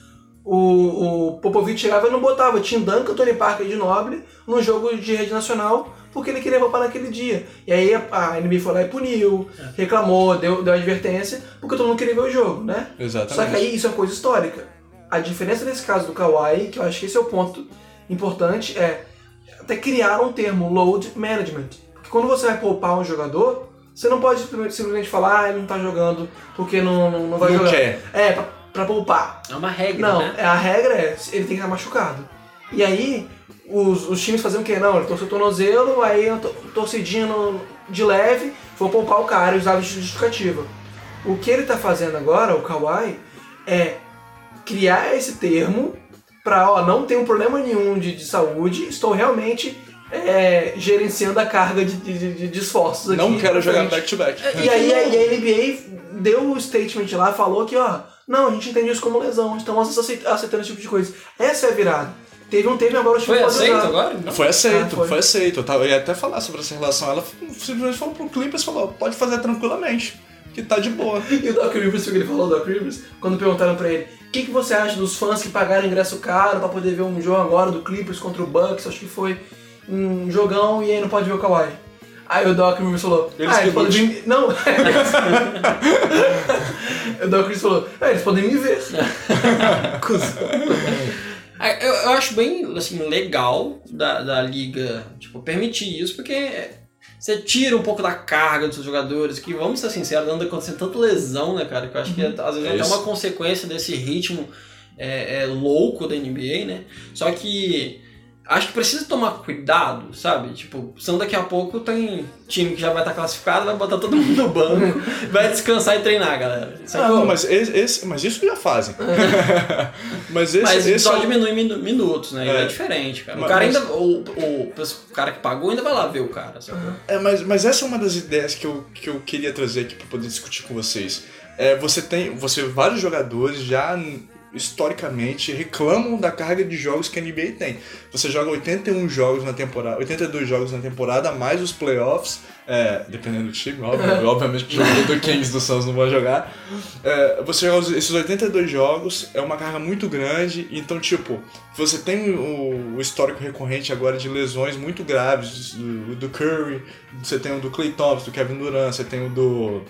o, o Popovich chegava e não botava Tim Duncan, Tony Parker de Nobre no jogo de rede nacional porque ele queria poupar naquele dia. E aí a, a NBA foi lá e puniu, reclamou, deu, deu advertência, porque todo mundo queria ver o jogo, né?
Exatamente.
Só que aí isso é uma coisa histórica. A diferença nesse caso do Kawhi, que eu acho que esse é o ponto importante, é até criar um termo, load management. Porque quando você vai poupar um jogador, você não pode simplesmente- simplesmente falar, ah, ele não tá jogando porque não, não, não vai
Não
jogar.
quer.
É, pra, pra poupar.
É uma regra,
Não,
né?
é, a regra é, ele tem que estar machucado. E aí, os, os times faziam o quê? Não, ele torceu o tornozelo, aí eu to- torcidinha no- de leve, vou poupar o cara e usava de justificativa. O que ele tá fazendo agora, o Kawhi, é criar esse termo pra, ó, não tenho problema nenhum de, de saúde, estou realmente é, gerenciando a carga de, de- de- de esforços aqui. é
Não quero jogar
Frente.
back-to-back.
E aí a, e a NBA deu o statement lá, falou que, ó, não, a gente entende isso como lesão, estamos aceit- aceitando esse tipo de coisa. Essa é a virada. Teve um tempo e agora o time
Foi
pode
aceito
usar.
agora?
Foi aceito,
Ah,
foi.
foi.
aceito. Eu, tava, eu ia até falar sobre essa relação. Ela simplesmente falou pro Clippers, falou, pode fazer tranquilamente, que tá de boa.
E o Doc Rivers, o que ele falou do Doc Rivers, quando perguntaram pra ele, o que, que você acha dos fãs que pagaram ingresso caro pra poder ver um jogo agora do Clippers contra o Bucks, acho que foi um jogão e aí não pode ver o Kawhi. Aí o Doc Rivers falou,
Eles
ah,
que
eles podem vir... Não! o Doc Rivers falou, ah, eles podem me ver.
Ah, Eu, eu acho bem assim, legal da, da liga tipo, permitir isso, porque você tira um pouco da carga dos seus jogadores, que vamos ser sinceros, anda acontecendo tanta lesão, né, cara? Que eu acho que às vezes
É
é até
isso.
uma consequência desse ritmo é, é, louco da NBA, né? Só que acho que precisa tomar cuidado, sabe? Tipo, senão daqui a pouco tem time que já vai estar classificado, vai botar todo mundo no banco, vai descansar e treinar, galera.
Ah,
Sacou?
não, mas, esse, esse- mas isso já fazem. mas esse,
Mas
esse
só
é o-
diminui minu- minutos, né? É,
É.
é diferente, cara. O
Mas-
cara
mas-
ainda. O, o, o cara que pagou ainda vai lá ver o cara. Sabe?
É, mas, mas essa é uma das ideias que eu, que eu queria trazer aqui para poder discutir com vocês. É, você tem você vários jogadores já n- historicamente reclamam da carga de jogos que a NBA tem. Você joga 81 jogos na temporada, 82 jogos na temporada, mais os playoffs, é, dependendo do time, óbvio, obviamente que o jogador do Kings do Suns não vai jogar. É, você joga os- esses 82 jogos, é uma carga muito grande, então tipo, você tem o, o histórico recorrente agora de lesões muito graves do, do Curry, você tem o do Clay Thompson, do Kevin Durant, você tem o do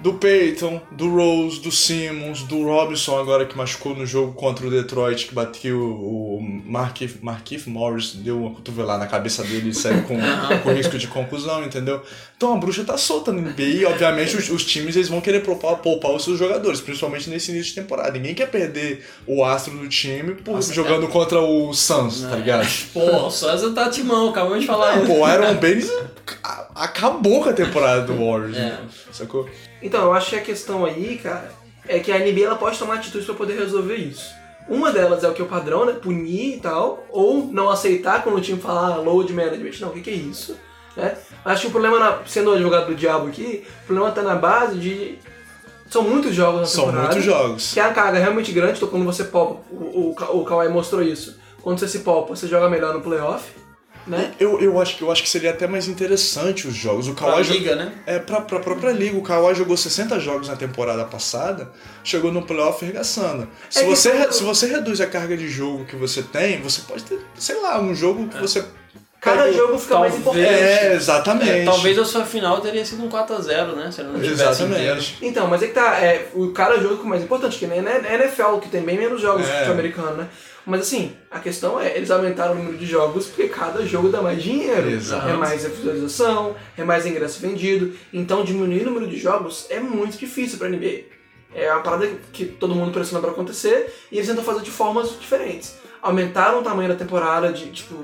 do Peyton, do Rose, do Simmons, do Robinson agora que machucou no jogo contra o Detroit, que bateu o Markif, Markif Morris, deu uma cotovelada na cabeça dele e saiu com, com risco de conclusão, entendeu? Então a bruxa tá solta no NBA e obviamente os, os times eles vão querer poupar, poupar os seus jogadores, principalmente nesse início de temporada. Ninguém quer perder o astro do time por, jogando contra o Suns, tá ligado?
Pô, só essa tá timão, acabamos de falar.
Pô, o Aaron Baines a- acabou com a temporada do Warriors,
É.
né? sacou?
Então, eu acho que a questão aí, cara, é que a NBA ela pode tomar atitudes pra poder resolver isso. Uma delas é o que é o padrão, né? Punir e tal, ou não aceitar quando o time falar "Ah, load management. Não, o que, que é isso? Né? Acho que o problema, na- sendo o advogado do diabo aqui, o problema tá na base de. São muitos jogos na
São
temporada.
muitos jogos.
Que é uma carga realmente grande, então quando você popa, o, o, Ka- o Kawhi mostrou isso. Quando você se popa, você joga melhor no playoff. né?
Eu, eu, acho, que- eu acho que seria até mais interessante os jogos. O
Pra
Kawhi jo-
liga, né?
É, pra, pra própria liga. O Kawhi jogou 60 jogos na temporada passada, chegou no playoff arregaçando. Se,
É,
você,
então-
re- se você reduz a carga de jogo que você tem, você pode ter, sei lá, um jogo
É.
que você...
Cada
pega-
jogo fica mais
Talvez.
importante.
É, exatamente.
É, talvez a sua final teria sido um 4x0, né? Se ele não tivesse inteiro.
Exatamente.
Então, mas é que tá. É, o cara joga com mais importante, que nem na NFL, que tem bem menos jogos
É.
que o americano, né? Mas assim, a questão é, eles aumentaram o número de jogos porque cada jogo dá mais dinheiro.
Exato.
É mais visualização, é mais ingresso vendido. Então diminuir o número de jogos é muito difícil pra NBA. É uma parada que todo mundo pressiona pra acontecer e eles tentam fazer de formas diferentes. Aumentaram o tamanho da temporada, de tipo,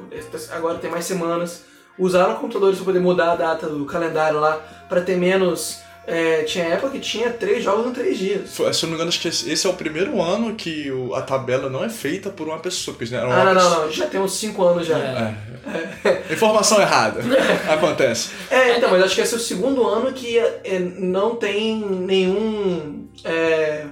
agora tem mais semanas. Usaram computadores pra poder mudar a data do calendário lá pra ter menos. é, tinha época que tinha três jogos em três dias.
Foi- Se eu não me engano, acho que esse esse é o primeiro ano que o- a tabela não é feita por uma pessoa. Porque era uma
Ah, não, não,
pessoa-
não. Já tem uns cinco anos já. É,
Informação errada. Acontece.
então, mas acho que esse é o segundo ano que é, não tem nenhum. é,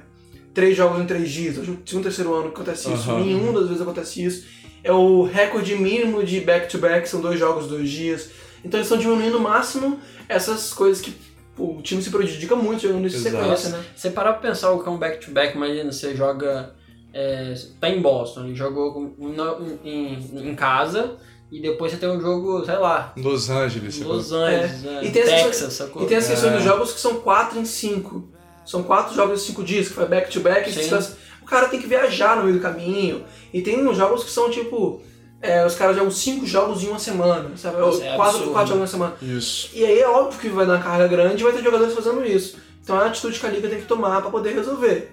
três jogos em três dias. Acho que o segundo, terceiro ano que acontece isso.
Aham.
Nenhum das vezes acontece isso. É o recorde mínimo de back-to-back, são dois jogos, dois dias. Então eles estão diminuindo o máximo essas coisas que o time se prejudica muito jogando isso em
Exato.
sequência, né?
Você parar pra pensar o que é um back-to-back, imagina, você joga. É, tá em Boston, ele jogou com- na- em, em casa e depois você tem um jogo, sei lá,
Los Angeles.
em
você
Los
É.
Angeles, né?
E tem essa
Texas,
questão-
sacou?
E tem as questões
É.
dos jogos que são 4 em 5. São 4 jogos em 5 dias, que foi back-to-back.
Sim.
esses caras- O cara tem que viajar no meio do caminho. E tem uns jogos que são tipo. é, os caras jogam 5 jogos em uma semana, sabe? Ou
Isso é
4
absurdo.
jogos em uma semana.
Isso.
E aí é óbvio que vai dar uma carga grande e vai ter jogadores fazendo isso. Então é a atitude que a liga tem que tomar pra poder resolver.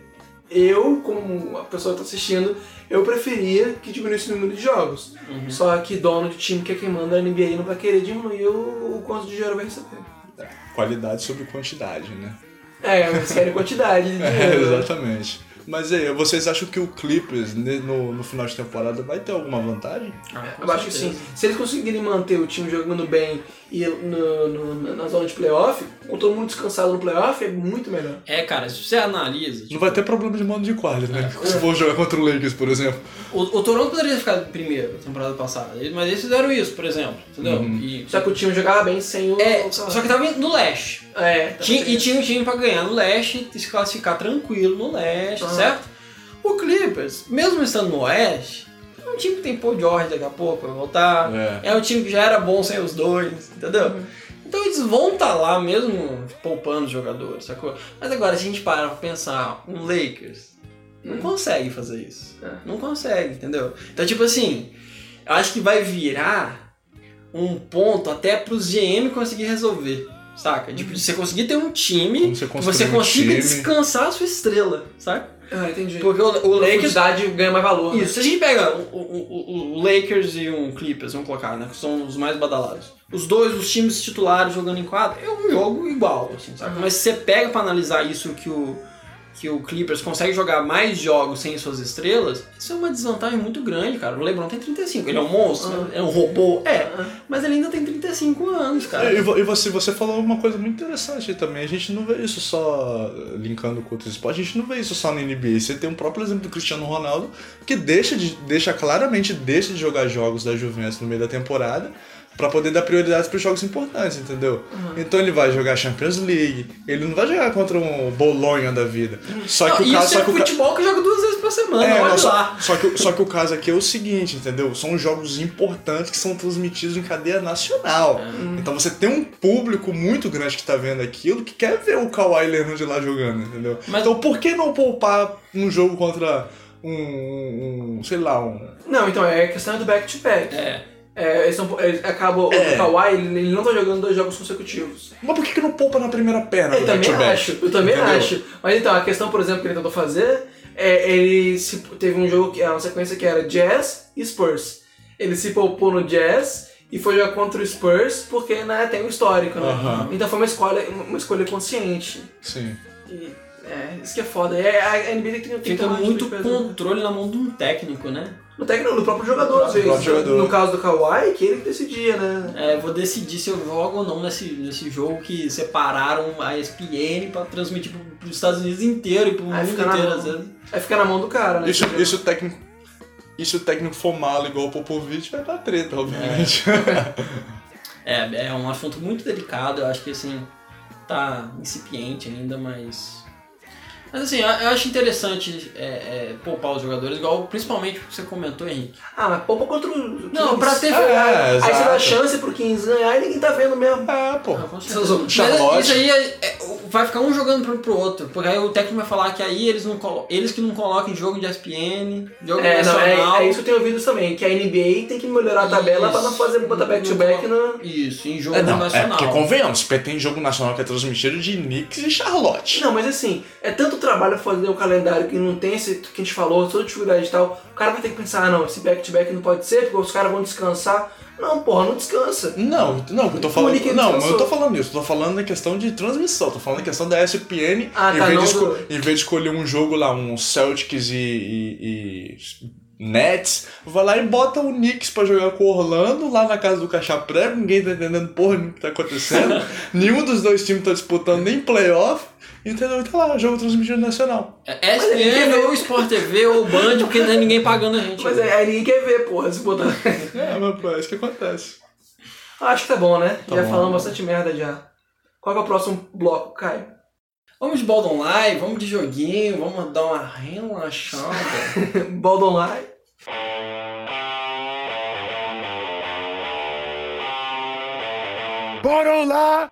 Eu, como a pessoa que tá assistindo, eu preferia que diminuísse o número de jogos.
Uhum.
Só que dono de time que é quem manda a NBA não vai querer diminuir o, o quanto de dinheiro vai receber.
Qualidade sobre quantidade, né?
É, eles querem quantidade de
É,
dinheiro.
exatamente. Mas aí, vocês acham que o Clippers, ne- no, no final de temporada, vai ter alguma vantagem?
Ah, com
Eu acho que sim.
certeza.
Se eles conseguirem manter o time jogando bem e no, no- na zona de playoff, com todo mundo descansado no playoff, é muito melhor.
É, cara, se você analisa,
Não
tipo,
vai ter problema de mando de quadra, né? Se for jogar contra o Lakers, por exemplo.
o, o Toronto poderia ficar primeiro na temporada passada, eles- mas eles fizeram isso, por exemplo, entendeu?
Uhum.
E-
Só que o time jogava bem sem o.
é,
o-
só que tava no leste.
É, tá
Tinha- e
certo.
tinha um time pra ganhar no leste, e se classificar tranquilo no leste, certo? O Clippers, mesmo estando no oeste, é um time que tem Paul George daqui a pouco, vai voltar.
É.
É, um time que já era bom sem os dois, entendeu? Então eles vão estar lá mesmo poupando os jogadores, sacou? Mas agora, se a gente parar pra pensar, um Lakers não consegue fazer isso.
É.
Não consegue, entendeu? Então, tipo assim, eu acho que vai virar um ponto até pros GM conseguir resolver, saca? Tipo, você conseguir ter um time
Como você
que você
construir um
consiga
time.
descansar a sua estrela, saca?
Ah, entendi.
Porque o, o Lakers.
Profundidade ganha mais valor. né?
Isso, se a gente pega um, o, o- o- o Lakers e um Clippers, vamos colocar, né? Que são os mais badalados. Os dois, os times titulares jogando em quadra, é um jogo igual, assim, saca? Mas se você pega pra analisar isso que o, que o Clippers consegue jogar mais jogos sem suas estrelas, isso é uma desvantagem muito grande, cara. O LeBron tem 35, ele é um monstro, né? é um robô, é, mas ele ainda tem 35 anos, cara.
E, vo- e você, você falou uma coisa muito interessante aí também. A gente não vê isso só eh, linkando com outros esportes, a gente não vê isso só na NBA. Você tem um próprio exemplo do Cristiano Ronaldo, que deixa, de, deixa claramente deixa de jogar jogos da Juventus no meio da temporada pra poder dar prioridade pros jogos importantes, entendeu? Então ele vai jogar Champions League, ele não vai jogar contra um Bolonha da vida. Só
Não,
que o
isso
cara, só
é
que o ca-
futebol que joga duas vezes por semana,
é,
olha
mas
lá.
só, só que, o- só que o caso aqui é o seguinte, entendeu? São jogos importantes que são transmitidos em cadeia nacional.
É.
Então você tem um público muito grande que tá vendo aquilo que quer ver o Kawhi Leonard lá jogando, entendeu?
Mas-
Então por que não poupar um jogo contra um, um- um, sei lá, um...
Não, então é a questão do back-to-back.
É.
É, eles são- eles acabam,
É.
O Kawhi ele, ele não tá jogando dois jogos consecutivos.
Mas por que, que não poupa na primeira perna?
Eu
do
também
back-to-back?
acho, eu também
Entendeu?
acho. Mas então, a questão, por exemplo, que ele tentou fazer é ele se, teve um jogo que era uma sequência que era Jazz e Spurs. Ele se poupou no Jazz e foi jogar contra o Spurs porque né, tem o histórico, né?
Aham.
Então foi uma escolha, uma escolha consciente.
Sim.
E, é, isso que é foda. É, a NBA tem, que- tem que
Fica
tomar uma
muito
atitude
né?
pra-
controle na mão de um técnico, né?
No técnico, no próprio jogador, às vezes. né?
próprio jogador.
No caso do Kawhi, que ele que decidia, né?
É, vou decidir se eu jogo ou não nesse, nesse jogo que separaram a ESPN pra transmitir pro, pros Estados Unidos inteiro e pro
Aí
mundo
fica na
inteiro,
mão.
às vezes.
Aí fica na mão do cara, né?
Isso,
Entendeu?
isso o técnico E se o técnico for malo igual o Popovic, vai dar treta, obviamente.
É, é um assunto muito delicado, eu acho que assim, tá incipiente ainda, mas. Mas assim, eu eu acho interessante é, é, poupar os jogadores, igual principalmente o que você comentou, Henrique.
Ah, mas poupa contra o.
Não, pra ter.
É,
Aí você dá
exato.
chance pro 15 ganhar e ninguém tá vendo mesmo.
É, pô.
Ah, com certeza.
Seus homens.
Mas
Charlotte.
Isso aí é- é- vai ficar um jogando pro, pro outro, porque aí o técnico vai falar que aí eles, não colo- eles que não colocam em jogo de ESPN, jogo
É, não, é,
nacional.
é isso que eu tenho ouvido também, que a NBA tem que melhorar a tabela pra não fazer botar back-to-back na.
Isso, em jogo
É, não, é
nacional.
porque convenhamos, tem jogo nacional que é transmitido de Knicks e Charlotte.
Não, mas assim, é tanto trabalho fazer o calendário que não tem esse que a gente falou, toda dificuldade e tal. O cara vai ter que pensar, ah, não, esse back-to-back não pode ser, porque os caras vão descansar. Não, porra, não descansa.
Não, não, eu tô
O Nick
falando. Não, mas
descansou.
eu tô falando isso, eu tô falando da questão de transmissão, tô falando da questão da ESPN,
Ah,
em,
tá,
vez de
não
esco-
do-
em vez de escolher um jogo lá, um Celtics e, e- e Nets, vai lá e bota o Knicks pra jogar com o Orlando, lá na casa do Caixa Prego, ninguém tá entendendo porra nenhuma o que tá acontecendo, nenhum dos dois times tá disputando nem playoff, entendeu? E tá lá, jogo transmitido nacional.
É ESPN ou Sport TV ou Band, porque não é ninguém pagando a gente. né?
Mas é, aí ninguém quer ver, porra, se botar.
É, mas pô, é isso que acontece.
Acho que tá bom, né? já
bom.
falamos bastante merda já. Qual que é o próximo bloco, Caio?
Vamos de bola online, vamos de joguinho, vamos dar uma relaxada.
Bold Online.
Bora lá!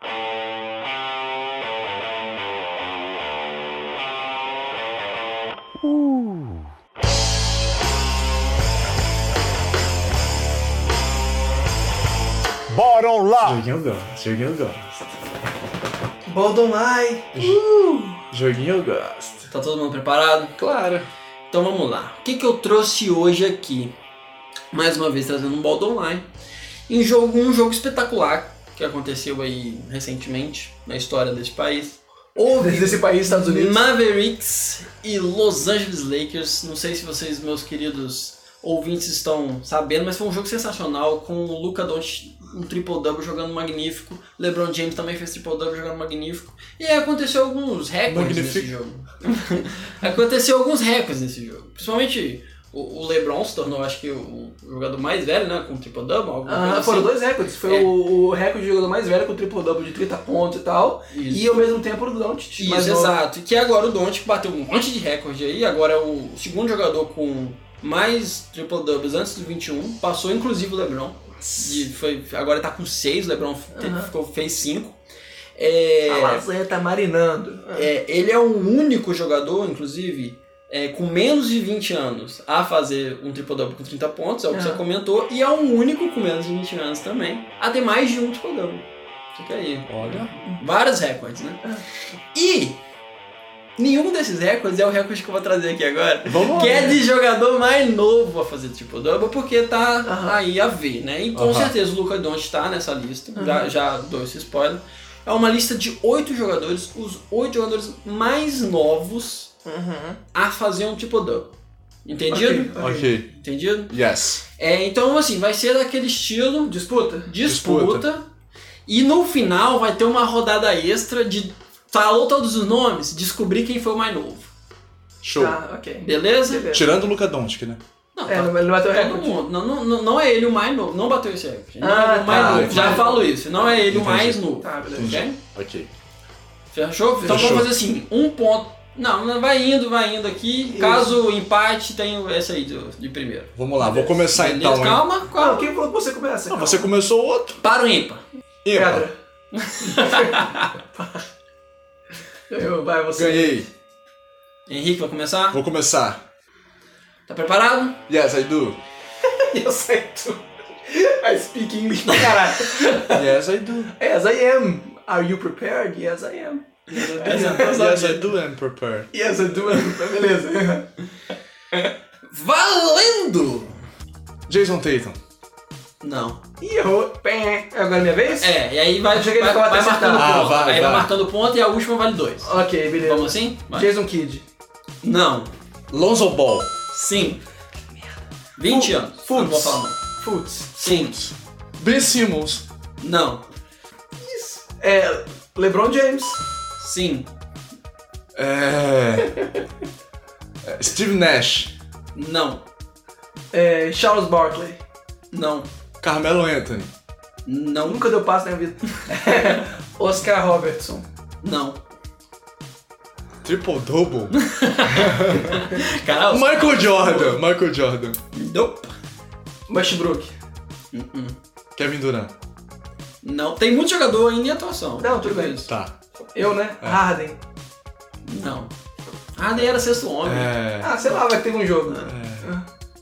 Bora lá!
Joguinho gosto, joguinho eu gosto.
Bold Online.
Joguinho eu gosto.
tá todo mundo preparado?
Claro.
Então vamos lá. O que, que eu trouxe hoje aqui? Mais uma vez trazendo um baldo online. E um jogo, um jogo espetacular que aconteceu aí recentemente na história desse país. Houve
Desde esse país, Estados Unidos.
Mavericks e Los Angeles Lakers. Não sei se vocês, meus queridos ouvintes, estão sabendo, mas foi um jogo sensacional com o Luca Doncic um triple-double jogando magnífico. LeBron James também fez triple-double jogando magnífico. E aí aconteceu alguns recordes nesse
Magnifico.
jogo. aconteceu alguns recordes nesse jogo. Principalmente o o LeBron se tornou, acho que, o o jogador mais velho, né? Com triple-double. alguma coisa
Ah,
assim.
foram dois recordes. Foi
É.
o, o recorde de jogador mais velho com o triple double de 30 pontos e tal.
Isso.
E ao mesmo tempo o Don't.
Isso, exato. E que agora o Doncic bateu um monte de recorde aí, agora é o segundo jogador com mais triple doubles antes do 21, passou inclusive o LeBron. E foi, agora tá com 6, o LeBron te-
Aham.
ficou, fez 5.
A
Ah, É,
lasanha tá marinando.
ele é o único jogador, inclusive, é, com menos de 20 anos a fazer um triple double com 30 pontos, é o que
Aham.
você comentou, e é o único com menos de 20 anos também a ter mais de um triple double. Fica aí.
Olha.
Vários recordes, né? E nenhum desses recordes é o recorde que eu vou trazer aqui agora.
Vamos
Que é de jogador mais novo a fazer triple double, porque tá
Aham.
aí a ver, né? E com
Aham.
certeza o Luca Doncic tá nessa lista, já, já dou esse spoiler. É uma lista de oito jogadores, os oito jogadores mais novos a fazer um triple double. Entendido?
Ok.
Ok.
Entendido?
Yes.
É, então assim, vai ser daquele estilo
Disputa?
disputa, e no final vai ter uma rodada extra de falou todos os nomes, descobrir quem foi o mais novo.
Show.
Tá, ok.
Beleza?
Beleza.
Tirando o Luca Doncic, né?
Não,
É,
tá
ele bateu o
todo
recorde.
mundo. Não, não, não- não é ele o mais novo. Não bateu esse recorde. Não
Ah,
é ele o mais
tá,
novo.
entendi.
Já falo isso. Não é ele o
Entendi.
mais novo.
Tá, beleza.
Ok?
Ok.
Fechou? Então
Fechou.
vamos fazer assim, um ponto. Não, não, vai indo, vai indo aqui. Caso empate, tem essa aí do- de primeiro.
Vamos lá, vou começar então. hein?
calma,
Qual?
calma.
Quem falou que você começa?
Ah, você começou outro.
Para o ímpar.
Epa,
Pedra. Eu, vai, você.
ganhei.
Henrique vai começar?
Vou começar.
Tá preparado?
Yes, I do.
Eu sei tu. I speak English pra caralho.
Yes, I do.
Yes, I am. Are you prepared? Yes, I am. tá
yes, I do am prepared.
Yes, I do. Beleza.
Valendo!
Jason Tatum.
Não.
Ih, errou. Pé. Agora é minha vez?
É, e aí vai,
Eu achei que ele
vai,
tava
vai
acertando.
marcando ponto.
Ah, vai,
aí vai
vai.
marcando ponto e a última vale dois.
Ok, beleza.
Vamos assim? Vai.
Jason Kidd.
Não.
Lonzo Ball.
Sim. 20 anos.
Futs.
Não vou falar não.
Fultz.
Sim.
Ben Simmons.
Não.
É. LeBron James.
Sim.
É... é, Steve Nash.
Não.
É, Charles Barkley.
Não.
Carmelo Anthony.
Não.
Nunca deu passo na minha vida. Oscar Robertson.
Não.
Triple Double.
Caralho.
Michael Jordan. Michael Jordan.
Nope.
Westbrook.
Kevin Durant.
Não. Tem muito jogador ainda em atuação.
Não, tudo bem.
Tá.
Eu, né?
É.
Harden.
Não. Ah, nem era sexto homem.
É.
Ah, sei lá, vai ter um
É.
jogo.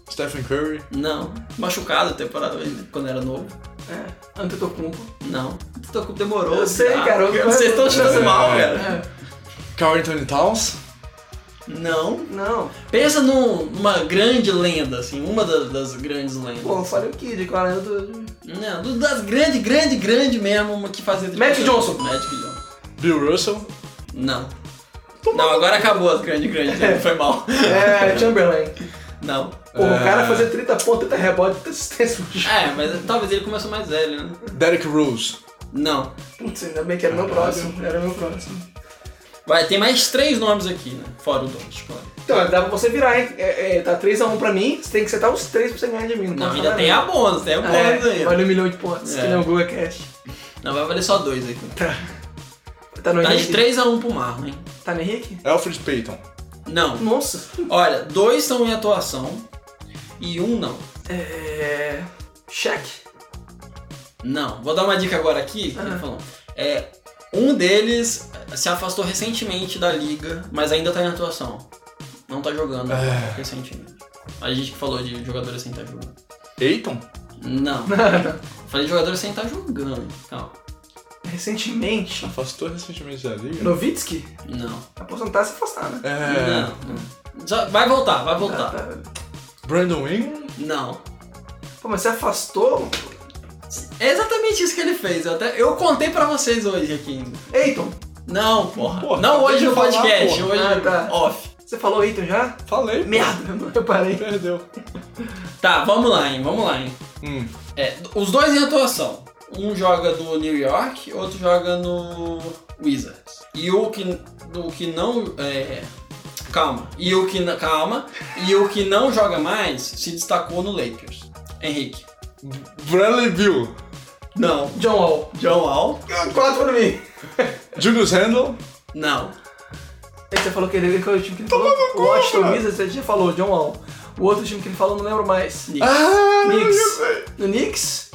Stephen Curry.
Não. Machucado temporada quando era novo.
É. Antetokounmpo.
Não. Tutoku demorou.
Eu sei,
cara.
cara, eu-
Vocês estão tirando
É.
mal, cara.
É.
Carl Anthony Towns.
Não.
Não.
Pensa num- numa grande lenda, assim. Uma da- das, grandes lendas.
Pô, eu falei o Kid, cara. Eu tô...
Não, do- das grande, grande, grande mesmo, uma que fazia...
Magic Johnson.
Magic Johnson.
Bill Russell.
Não. Não, agora acabou as grande, grande. né? Foi mal.
É, Chamberlain.
Não.
Pô, o cara
É.
fazer 30 pontos, 30 rebotes, 30 assistências no jogo.
É, mas talvez ele começou mais velho, né?
Derrick Rose.
Não.
Putz, ainda bem que era meu
É.
próximo. Era meu próximo.
Vai, tem mais três nomes aqui, né? Fora o Doncic, claro.
Então, dá pra você virar, hein? É, é, tá 3x1 pra mim, você tem que acertar os 3 pra você ganhar de mim.
Não,
tá
ainda
nada.
tem a bônus, tem a bônus
É,
ainda.
olha um milhão de pontos,
É.
que não Google Cash.
Não, vai valer só dois aqui.
Tá. Tá no
Tá de
Henrique?
3x1 pro Marlon, hein?
Tá no Henrique?
Alfred Payton.
Não.
Nossa.
Olha, dois estão em atuação e um não.
É... Cheque.
Não. Vou dar uma dica agora aqui. que ele
Ah.
falou. É, um deles se afastou recentemente da liga, mas ainda tá em atuação. Não tá jogando
É.
recentemente. A gente que falou de jogadores sem estar jogando.
Ayton?
Não. Falei de jogadores sem estar jogando. Calma.
Recentemente,
Afastou recentemente da liga.
Novitsky,
Não.
aposentar e se afastar, né?
É.
Não. Já- Vai voltar, vai voltar.
Tá.
Brandon Ingram.
Não.
Pô, mas se afastou...
É exatamente isso que ele fez. Eu, até, eu contei pra vocês hoje aqui ainda.
Eiton,
Não, porra.
Porra,
não
acabei
hoje
de
no
falar,
podcast,
porra.
hoje
Ah, tá.
off.
você falou Eiton já?
Falei.
Merda, eu não reparei.
Perdeu.
Tá, vamos lá, hein? Vamos lá, hein?
Hum.
É, os dois em atuação. Um joga do New York, outro joga no Wizards. E o que, do que não. É, calma. E o que. na- Calma. E o que não joga mais se destacou no Lakers. Henrique.
Bradley Bill.
Não.
John Wall.
John Wall.
Quatro pra mim.
Julius Randle.
não.
Ah, Aí você falou que ele que é o time que ele falou. O Washington Wizards, você já falou, John Wall. O outro time que ele falou, não lembro mais.
Knicks.
Ah,
Knicks. No Knicks?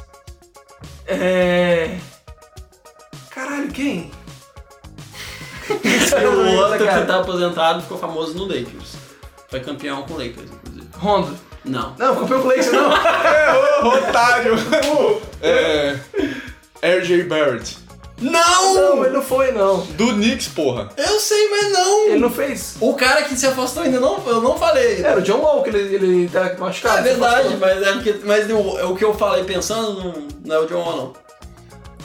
É. Caralho, quem?
E o outro
Cara.
que tá aposentado ficou famoso no Lakers. Foi campeão com o Lakers, inclusive.
Rondo.
Não.
Não, comprei o Place, não.
otário. é. RJ Barrett.
Não!
não, ele não foi, não.
Do Knicks, porra.
Eu sei, mas não!
Ele não fez.
O cara que se afastou ainda não, eu não falei.
Era o John Wall que ele, ele tá machucado.
é verdade,
Você
mas é porque. Mas o, é o que eu falei pensando não, não é o John Wall, não.
afastou.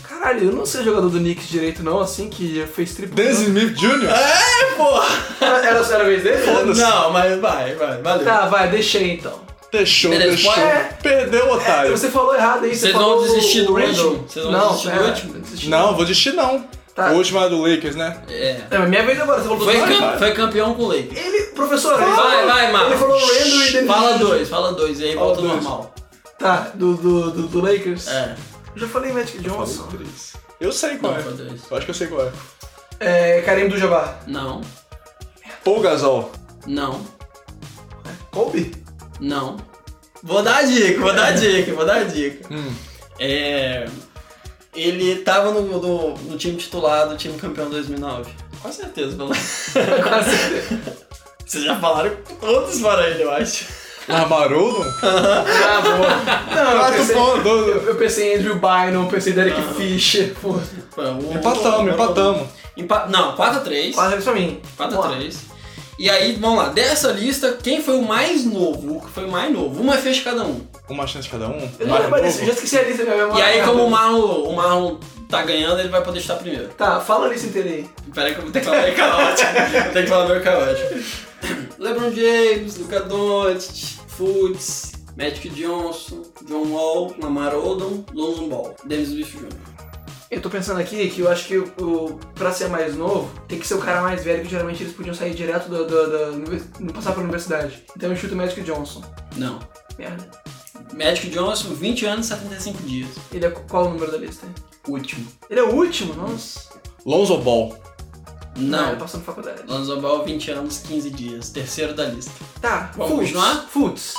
Caralho, eu não sei jogador do Knicks direito, não, assim, que fez triplo.
Dan Smith Jr.
É, porra!
Era, era a senhora vez dele?
Não, mas vai, vai, valeu.
Tá, vai, deixei então.
Deixou,
Beleza,
deixou.
pode-
Perdeu, otário.
Você falou errado aí, você
Vocês vão
falou
desistir do
o
Randall?
último.
Vocês vão
não,
desistir do
é,
último?
desistir do-
Não, vou desistir não.
Tá.
O último é do Lakers, né?
É.
É, mas minha vez agora, você falou do
Foi,
Jordan?
cam- foi campeão com o Lakers.
Ele, professor, ele
Vai, vai, Marcos.
Ele falou Randall e Dennis.
Fala dois, fala dois, e aí
Fala
volta ao
dois.
normal.
Tá, do, do, do, do Lakers.
É.
Eu já falei Magic Johnson.
Três. Eu sei qual
Não,
é.
foi dois.
Eu acho que eu sei qual é.
É, Karim do Jabbar.
Não,
Paul Gasol.
não,
Kobe?
Não. Vou dar a dica, vou dar a dica, vou dar a dica. É, Ele tava no, no- no time titular do time campeão 2009. Com certeza, pelo
Com certeza.
Vocês já falaram todos para ele, eu acho.
Armaroldon?
Ah, boa. Não, eu
Quatro
pensei,
pontos.
eu, eu pensei em Andrew Bynum, pensei em Derek Fisher. Pô.
Empatamos, empatamos.
um Empa- Não, 4x3.
Quase isso pra mim. Vamos lá.
4x3. E aí, vamos lá, dessa lista, quem foi o mais novo? O que foi o mais novo? Uma fez cada um.
Uma chance cada um.
Eu não
Mais
lembro
novo.
disso, eu já esqueci a lista da minha
E
memória.
aí, como o Marlon, o Marlon tá ganhando, ele vai poder estar primeiro.
Tá, fala a lista inteira aí.
Peraí que eu vou ter que falar meio caótico. Vou ter que falar meio caótico. LeBron James, Luca Doncic, Fultz, Magic Johnson, John Wall, Lamar Odom, Lonzo Ball, Dennis Smith Jr.
Eu tô pensando aqui que eu acho que o, pra ser mais novo, tem que ser o cara mais velho, que geralmente eles podiam sair direto da. da, da- não passar pela universidade. Então eu chuto o Magic Johnson.
Não.
Merda.
Magic Johnson, 20 anos e 75 dias.
Ele é qual o número da lista? hein?
Último.
Ele é o último? Nossa.
Lonzo Ball.
Ele
Não.
passou na faculdade.
Lonzo Ball, 20 anos, 15 dias. Terceiro da lista.
Tá,
Vamos
Fultz.
continuar?
Fultz.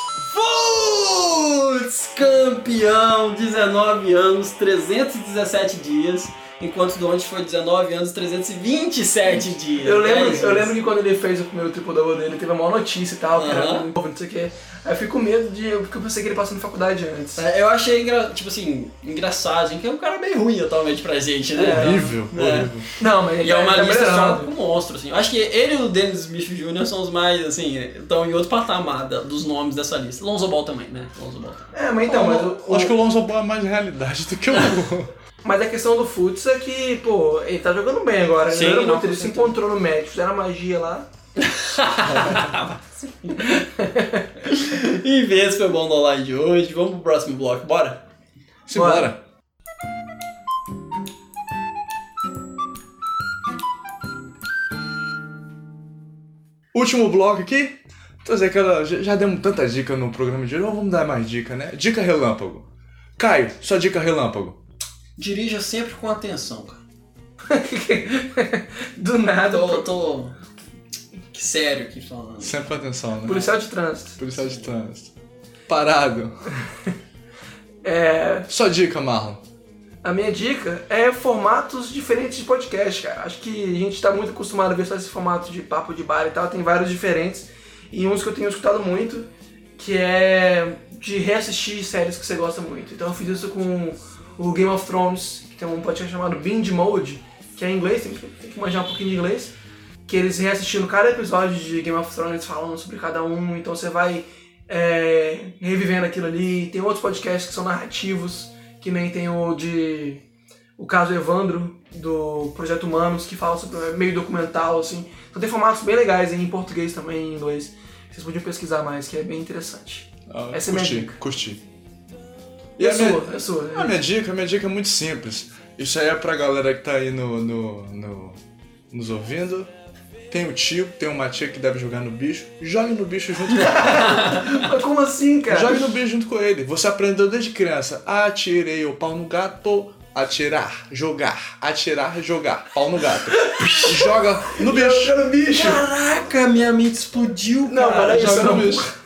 Fultz, campeão, 19 anos, 317 dias. Enquanto o Doncic foi 19 anos, 327 dias.
Eu lembro,
10
eu
vezes.
lembro que quando ele fez o primeiro triple double dele, teve a maior notícia e tal, que era
Aham.
novo, não sei o quê. Aí eu fiquei com medo de. Porque eu pensei que ele passou na faculdade antes.
É, Eu achei, engra- tipo assim, engraçado, assim, que é um cara meio ruim atualmente pra gente, né?
Horrível,
É.
horrível.
Não, mas ele
E é
tá-
uma
tá
lista só
melhorando.
com monstro, assim. Eu acho que ele e o Dennis Smith Jr. são os mais, assim, estão em outro patamar da- dos nomes dessa lista. Lonzo Ball também, né? Lonzo Ball também.
É, mas então, mas, o- o-
Acho que o Lonzo Ball é mais realidade do que o.
mas a questão do Futs é que, pô, ele tá jogando bem agora.
Sim,
ele, era
não,
muito, ele
com
se
certeza.
encontrou no médico, fizeram a magia lá.
E vê esse foi bom no online de hoje. Vamos pro próximo bloco, bora?
Simbora. Último bloco aqui. Então, Zé, aquela, já já demos tanta dica no programa de hoje, mas vamos dar mais dica, né? Dica relâmpago. Caio, sua dica relâmpago.
Dirija sempre com atenção, cara.
Do nada.
Tô,
pô.
tô... Que sério aqui falando.
Sempre com atenção, né?
Policial de trânsito.
Policial de trânsito. Parado.
É,
Sua dica, Marlon.
a minha dica é formatos diferentes de podcast, cara. Acho que a gente tá muito acostumado a ver só esse formato de papo de bar e tal. Tem vários diferentes. E uns que eu tenho escutado muito, que é de reassistir séries que você gosta muito. Então eu fiz isso com o Game of Thrones, que tem um podcast chamado Binge Mode, que é em inglês, tem que, tem que manjar um pouquinho de inglês. Que eles reassistindo cada episódio de Game of Thrones falando sobre cada um, então você vai é, revivendo aquilo ali. Tem outros podcasts que são narrativos, que nem tem o de. O caso Evandro, do Projeto Humanos, que fala sobre é meio documental, assim. Então tem formatos bem legais em português também, em inglês. Vocês podiam pesquisar mais, que é bem interessante.
Ah,
Essa é minha
curti,
dica.
curti.
E a
a minha-
sua? É sua.
A minha dica, a minha dica é muito simples. Isso aí é pra galera que tá aí no, no, no- nos ouvindo. Tem o tio, tem uma tia que deve jogar no bicho. Jogue no bicho junto com ele.
Mas como assim, cara?
Jogue no bicho junto com ele. Você aprendeu desde criança. Atirei o pau no gato. Atirar, jogar. Atirar, jogar. Pau no gato. Joga no bicho.
Joga no bicho!
Caraca, minha mente explodiu,
Não,
cara.
para isso,
Joga no
não.
bicho.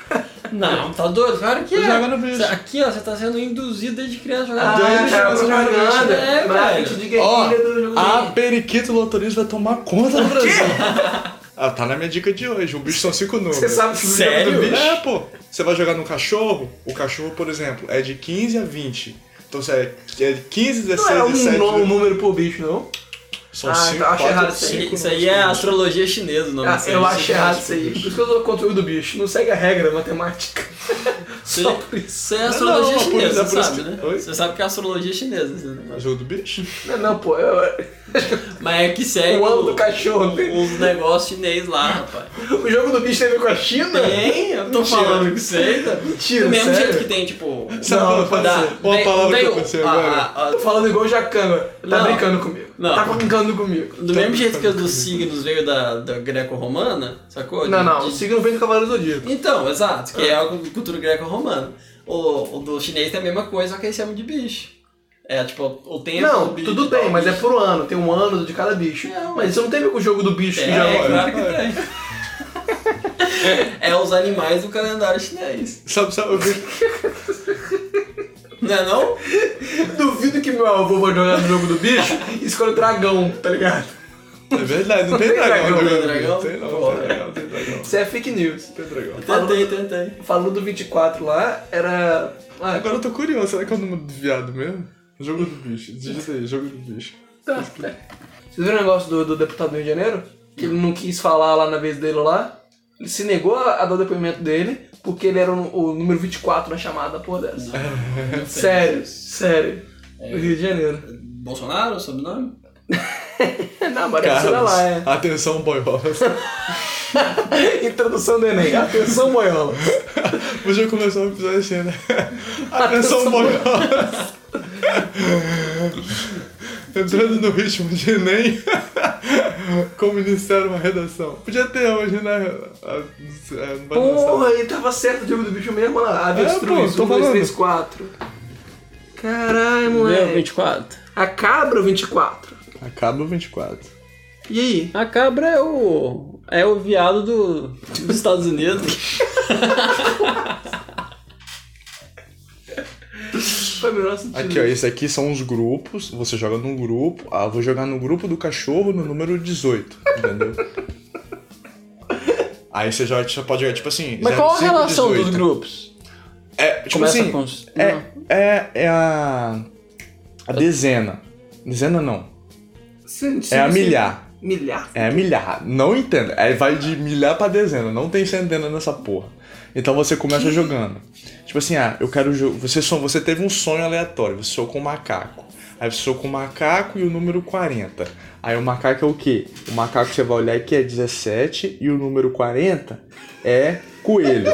Não, tá doido? Claro que é.
Joga no bicho.
Aqui, ó, você tá sendo induzido desde criança a
Ah,
jogar
Dois
cara,
jogos
propaganda.
no bicho. É,
Marketing
velho.
de
Ó,
guerrilha do jogo
a periquito lotorista vai tomar conta do Brasil. Ah, tá na minha dica de hoje. O bicho são cinco números.
Você sabe que
Sério?
joga no bicho?
É, pô. Você vai jogar no cachorro, o cachorro, por exemplo, é de 15 a 20. Então se é é de 15, 16,
Não é um
17.
novo número pro bicho, não?
São
Ah,
cinco,
então eu acho
quatro,
errado
Isso aí-
cinco
Isso aí
números.
é astrologia chinesa, não
Ah, eu acho
é um
errado isso aí. Por isso que eu dou conteúdo do bicho. Não segue a regra da matemática. Só por isso.
Isso é astrologia
não, é por isso,
chinesa,
é
você
por isso
sabe,
que-
né?
Oi?
Você sabe que é astrologia chinesa. esse negócio.
É Jogo do bicho?
Não, não, pô. eu-
Mas é que segue
O ano do cachorro,
o-
né?
os negócios chinês lá, rapaz.
O jogo do bicho tem a ver com a China?
Tem, eu tô falando com você. Tá?
Mentira,
Do mesmo
sério?
jeito que tem, tipo...
Sabe
Não,
quando eu
pode
dá- vem-
falo assim, Uma palavra que
vem
eu
o-
pensei
a-
agora.
a- a-
Tô falando igual o Jacanga. Tá
Não.
brincando comigo.
Não.
Tá brincando comigo.
Do mesmo jeito que os dos signos veio da, da greco-romana, sacou?
Não,
De-
não. O Ah.
de-
signo vem do Cavaleiro do Zodíaco.
Então, exato, que é a cultura greco-romana. O, o do chinês é a mesma coisa, só que eles chamam de bicho. É, tipo, o tempo do
Não,
bicho.
tudo
tal,
bem, mas é
bicho.
por ano. Tem um ano de cada bicho.
Não.
Mas isso não tem a ver com o jogo do bicho que já
É,
olha,
claro que
olha.
tem. é os animais do calendário chinês.
Sabe, sabe, eu vi,
Não é não?
Duvido que meu avô vai jogar no jogo do bicho e escolhe o dragão, tá ligado?
é verdade, não tem
Tem
dragão
dragão,
no jogo
tem
do bicho.
dragão?
Tem não,
Porra.
tem dragão, tem dragão.
Isso é fake news.
Tem dragão.
Tentei, tentei.
Falando do 24 lá, era. Ah,
Agora eu tô curioso, será que é o número do viado mesmo? Jogo do bicho, digita aí, jogo do bicho.
tá. Vocês viram o negócio do, do deputado do Rio de Janeiro? Que ele não quis falar lá na vez dele lá. Ele se negou a a dar o depoimento dele porque ele era o, o número 24 na chamada, porra dessa. sério, sério. Do Rio de Janeiro.
Bolsonaro, sobrenome?
Não, agora é isso lá, é.
atenção, boiolas.
Introdução do Enem. Atenção, boiola.
Hoje eu começou o episódio assim, né?
Atenção,
Atenção, boiolas! Entrando no ritmo de Enem. Como iniciar uma redação. Podia ter hoje, né? é, A- a- a-
Porra, ele tava certo o jogo do bicho mesmo, olha lá. Avestruz,
pô, tô
1, 2,
falando.
3, 4. Caralho, moleque.
Deu 24.
A cabra 24.
Acaba o 24.
E aí?
A cabra é o. É o viado do, dos Estados Unidos.
Foi o melhor assim? sentido.
Aqui, ó, esse aqui são os grupos. Você joga num grupo. Ah, vou jogar no grupo do cachorro no número 18, entendeu? Aí você joga, você pode jogar, tipo assim.
Mas qual a
05,
relação
18.
dos grupos?
É, tipo
Começa
assim.
com os-
É, é, é a. A dezena. Dezena não.
Sim, sim,
É a
sim.
milhar.
Milhar?
É milhar. Não entendo. Aí vai de milhar pra dezena. Não tem centena nessa porra. Então você começa jogando. Tipo assim, ah, eu quero jogar. Você, son- você teve um sonho aleatório. Você sonhou com um macaco. Aí você sonhou com um macaco e o número 40. Aí o macaco é o quê? O macaco você vai olhar que é 17 e o número 40 é coelho.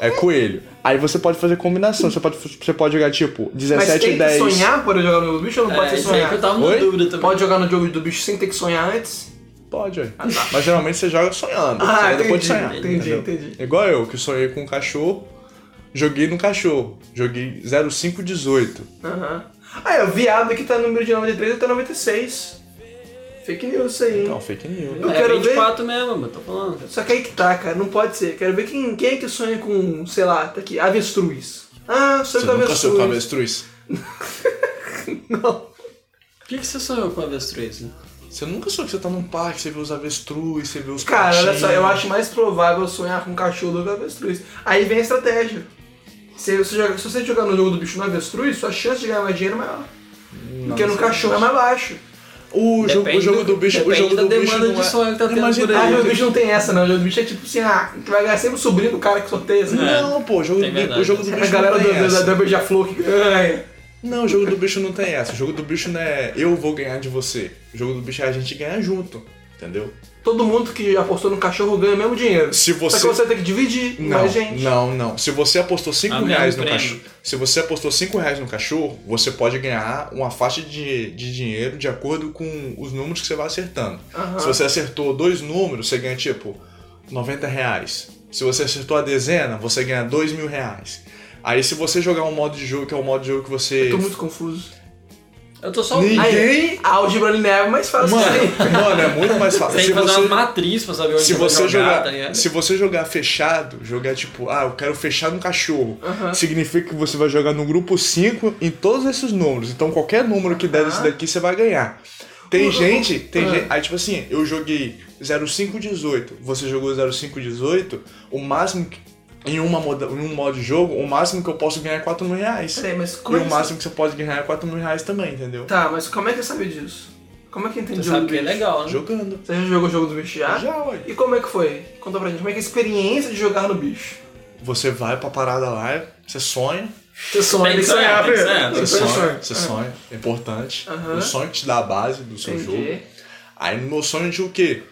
É coelho. Aí você pode fazer combinação. Você pode, você pode jogar tipo
Mas
17
tem
e 10.
que sonhar para jogar no jogo do bicho ou não pode
É,
ser
isso aí
sonhar?
que eu tava na
Oi?
dúvida também.
Pode jogar no jogo do bicho sem ter que sonhar antes?
Pode, ué. Mas geralmente você joga sonhando.
tá. Ah,
você ainda pode
entendi,
sonhar.
entendi,
entendeu?
entendi.
Igual eu, que sonhei com um cachorro, joguei no cachorro. Joguei 0518.
Aham. Ah, é, o viado que tá no número de 93 até 96. Fake news isso aí, hein?
Não, fake news.
eu
é
quero ver.
24 mesmo, mas tô falando.
Só que aí que tá, cara, não pode ser. Quero ver quem, quem é que sonha com, sei lá, tá aqui, avestruz. Ah, sonho
Você
com
nunca
avestruz.
sonhou com avestruz?
Não.
Por que, que você sonhou com a avestruz? né?
Você nunca sonhou que você tá num parque, você vê os avestruz, você vê os
Cara, olha só, eu
patinhos.
acho mais provável sonhar com um cachorro do que avestruz. Aí vem a estratégia. Se você, joga, se você jogar no jogo do bicho no avestruz, sua chance de ganhar mais dinheiro é maior. Porque no cachorro é mais baixo.
O jogo, o
Depende
jogo do bicho, o
depende
jogo
da
do bicho
demanda
não
de
é...
sonho que tá tendo
Imagina-
por
Ah,
aí.
meu bicho não tem essa, não. O jogo do bicho é tipo assim, ah, tu vai ganhar sempre o sobrinho do cara que sorteia, assim.
Não, pô, o jogo,
É. Tem
do, bi-
verdade.
o jogo É. do
A
bicho
galera
não
do,
tem essa.
da, da Beija-Flor que ganha.
Não, o jogo do bicho não tem essa. O jogo do bicho não é eu vou ganhar de você. O jogo do bicho é a gente ganhar junto, entendeu?
Todo mundo que apostou no cachorro ganha o mesmo dinheiro.
Se você-
Só que você tem que dividir com mais gente.
Não, não. Se você apostou 5
Ah, mesmo
reais no
prêmio.
cachorro. Se você apostou 5 reais no cachorro, você pode ganhar uma faixa de, de dinheiro de acordo com os números que você vai acertando. Se você acertou dois números, você ganha tipo 90 reais. Se você acertou a dezena, você ganha 2 mil reais. Aí se você jogar um modo de jogo que é um modo de jogo que você.
Tô muito confuso.
Eu tô só.
Ninguém-
Aí, a álgebra linear é mais fácil
Mano,
também.
mano, é muito mais fácil.
Tem
Se
que fazer
você-
uma matriz pra saber onde
Se
vai
você, jogar,
tá ligado?
se você jogar fechado, jogar tipo, ah, eu quero fechar no cachorro, significa que você vai jogar no grupo 5 em todos esses números. Então qualquer número que der desse daqui, você vai ganhar. Tem gente, tem gente, aí tipo assim, eu joguei 0518, você jogou 0518, o máximo que- em, uma moda, em um modo de jogo, o máximo que eu posso ganhar é 4 mil reais.
Peraí, mas
E o
coisa.
máximo que você pode ganhar é 4 mil reais também, entendeu?
Tá, mas como é que eu sabia disso? Como é que entendeu?
Você sabe que é legal, né?
Jogando.
Você já jogou o jogo do bicho já?
Já, ué.
E como é que foi? Conta pra gente, como é que é a experiência de jogar no bicho?
Você vai pra parada lá, você sonha,
Você sonha,
Tem que sonhar, tem que sonhar.
primeiro.
Você
Tem que
sonha,
sonhar.
você sonha, é importante.
É Aham.
O sonho te dá a base do seu
Entendi.
jogo. Aí no meu sonho tinha o quê?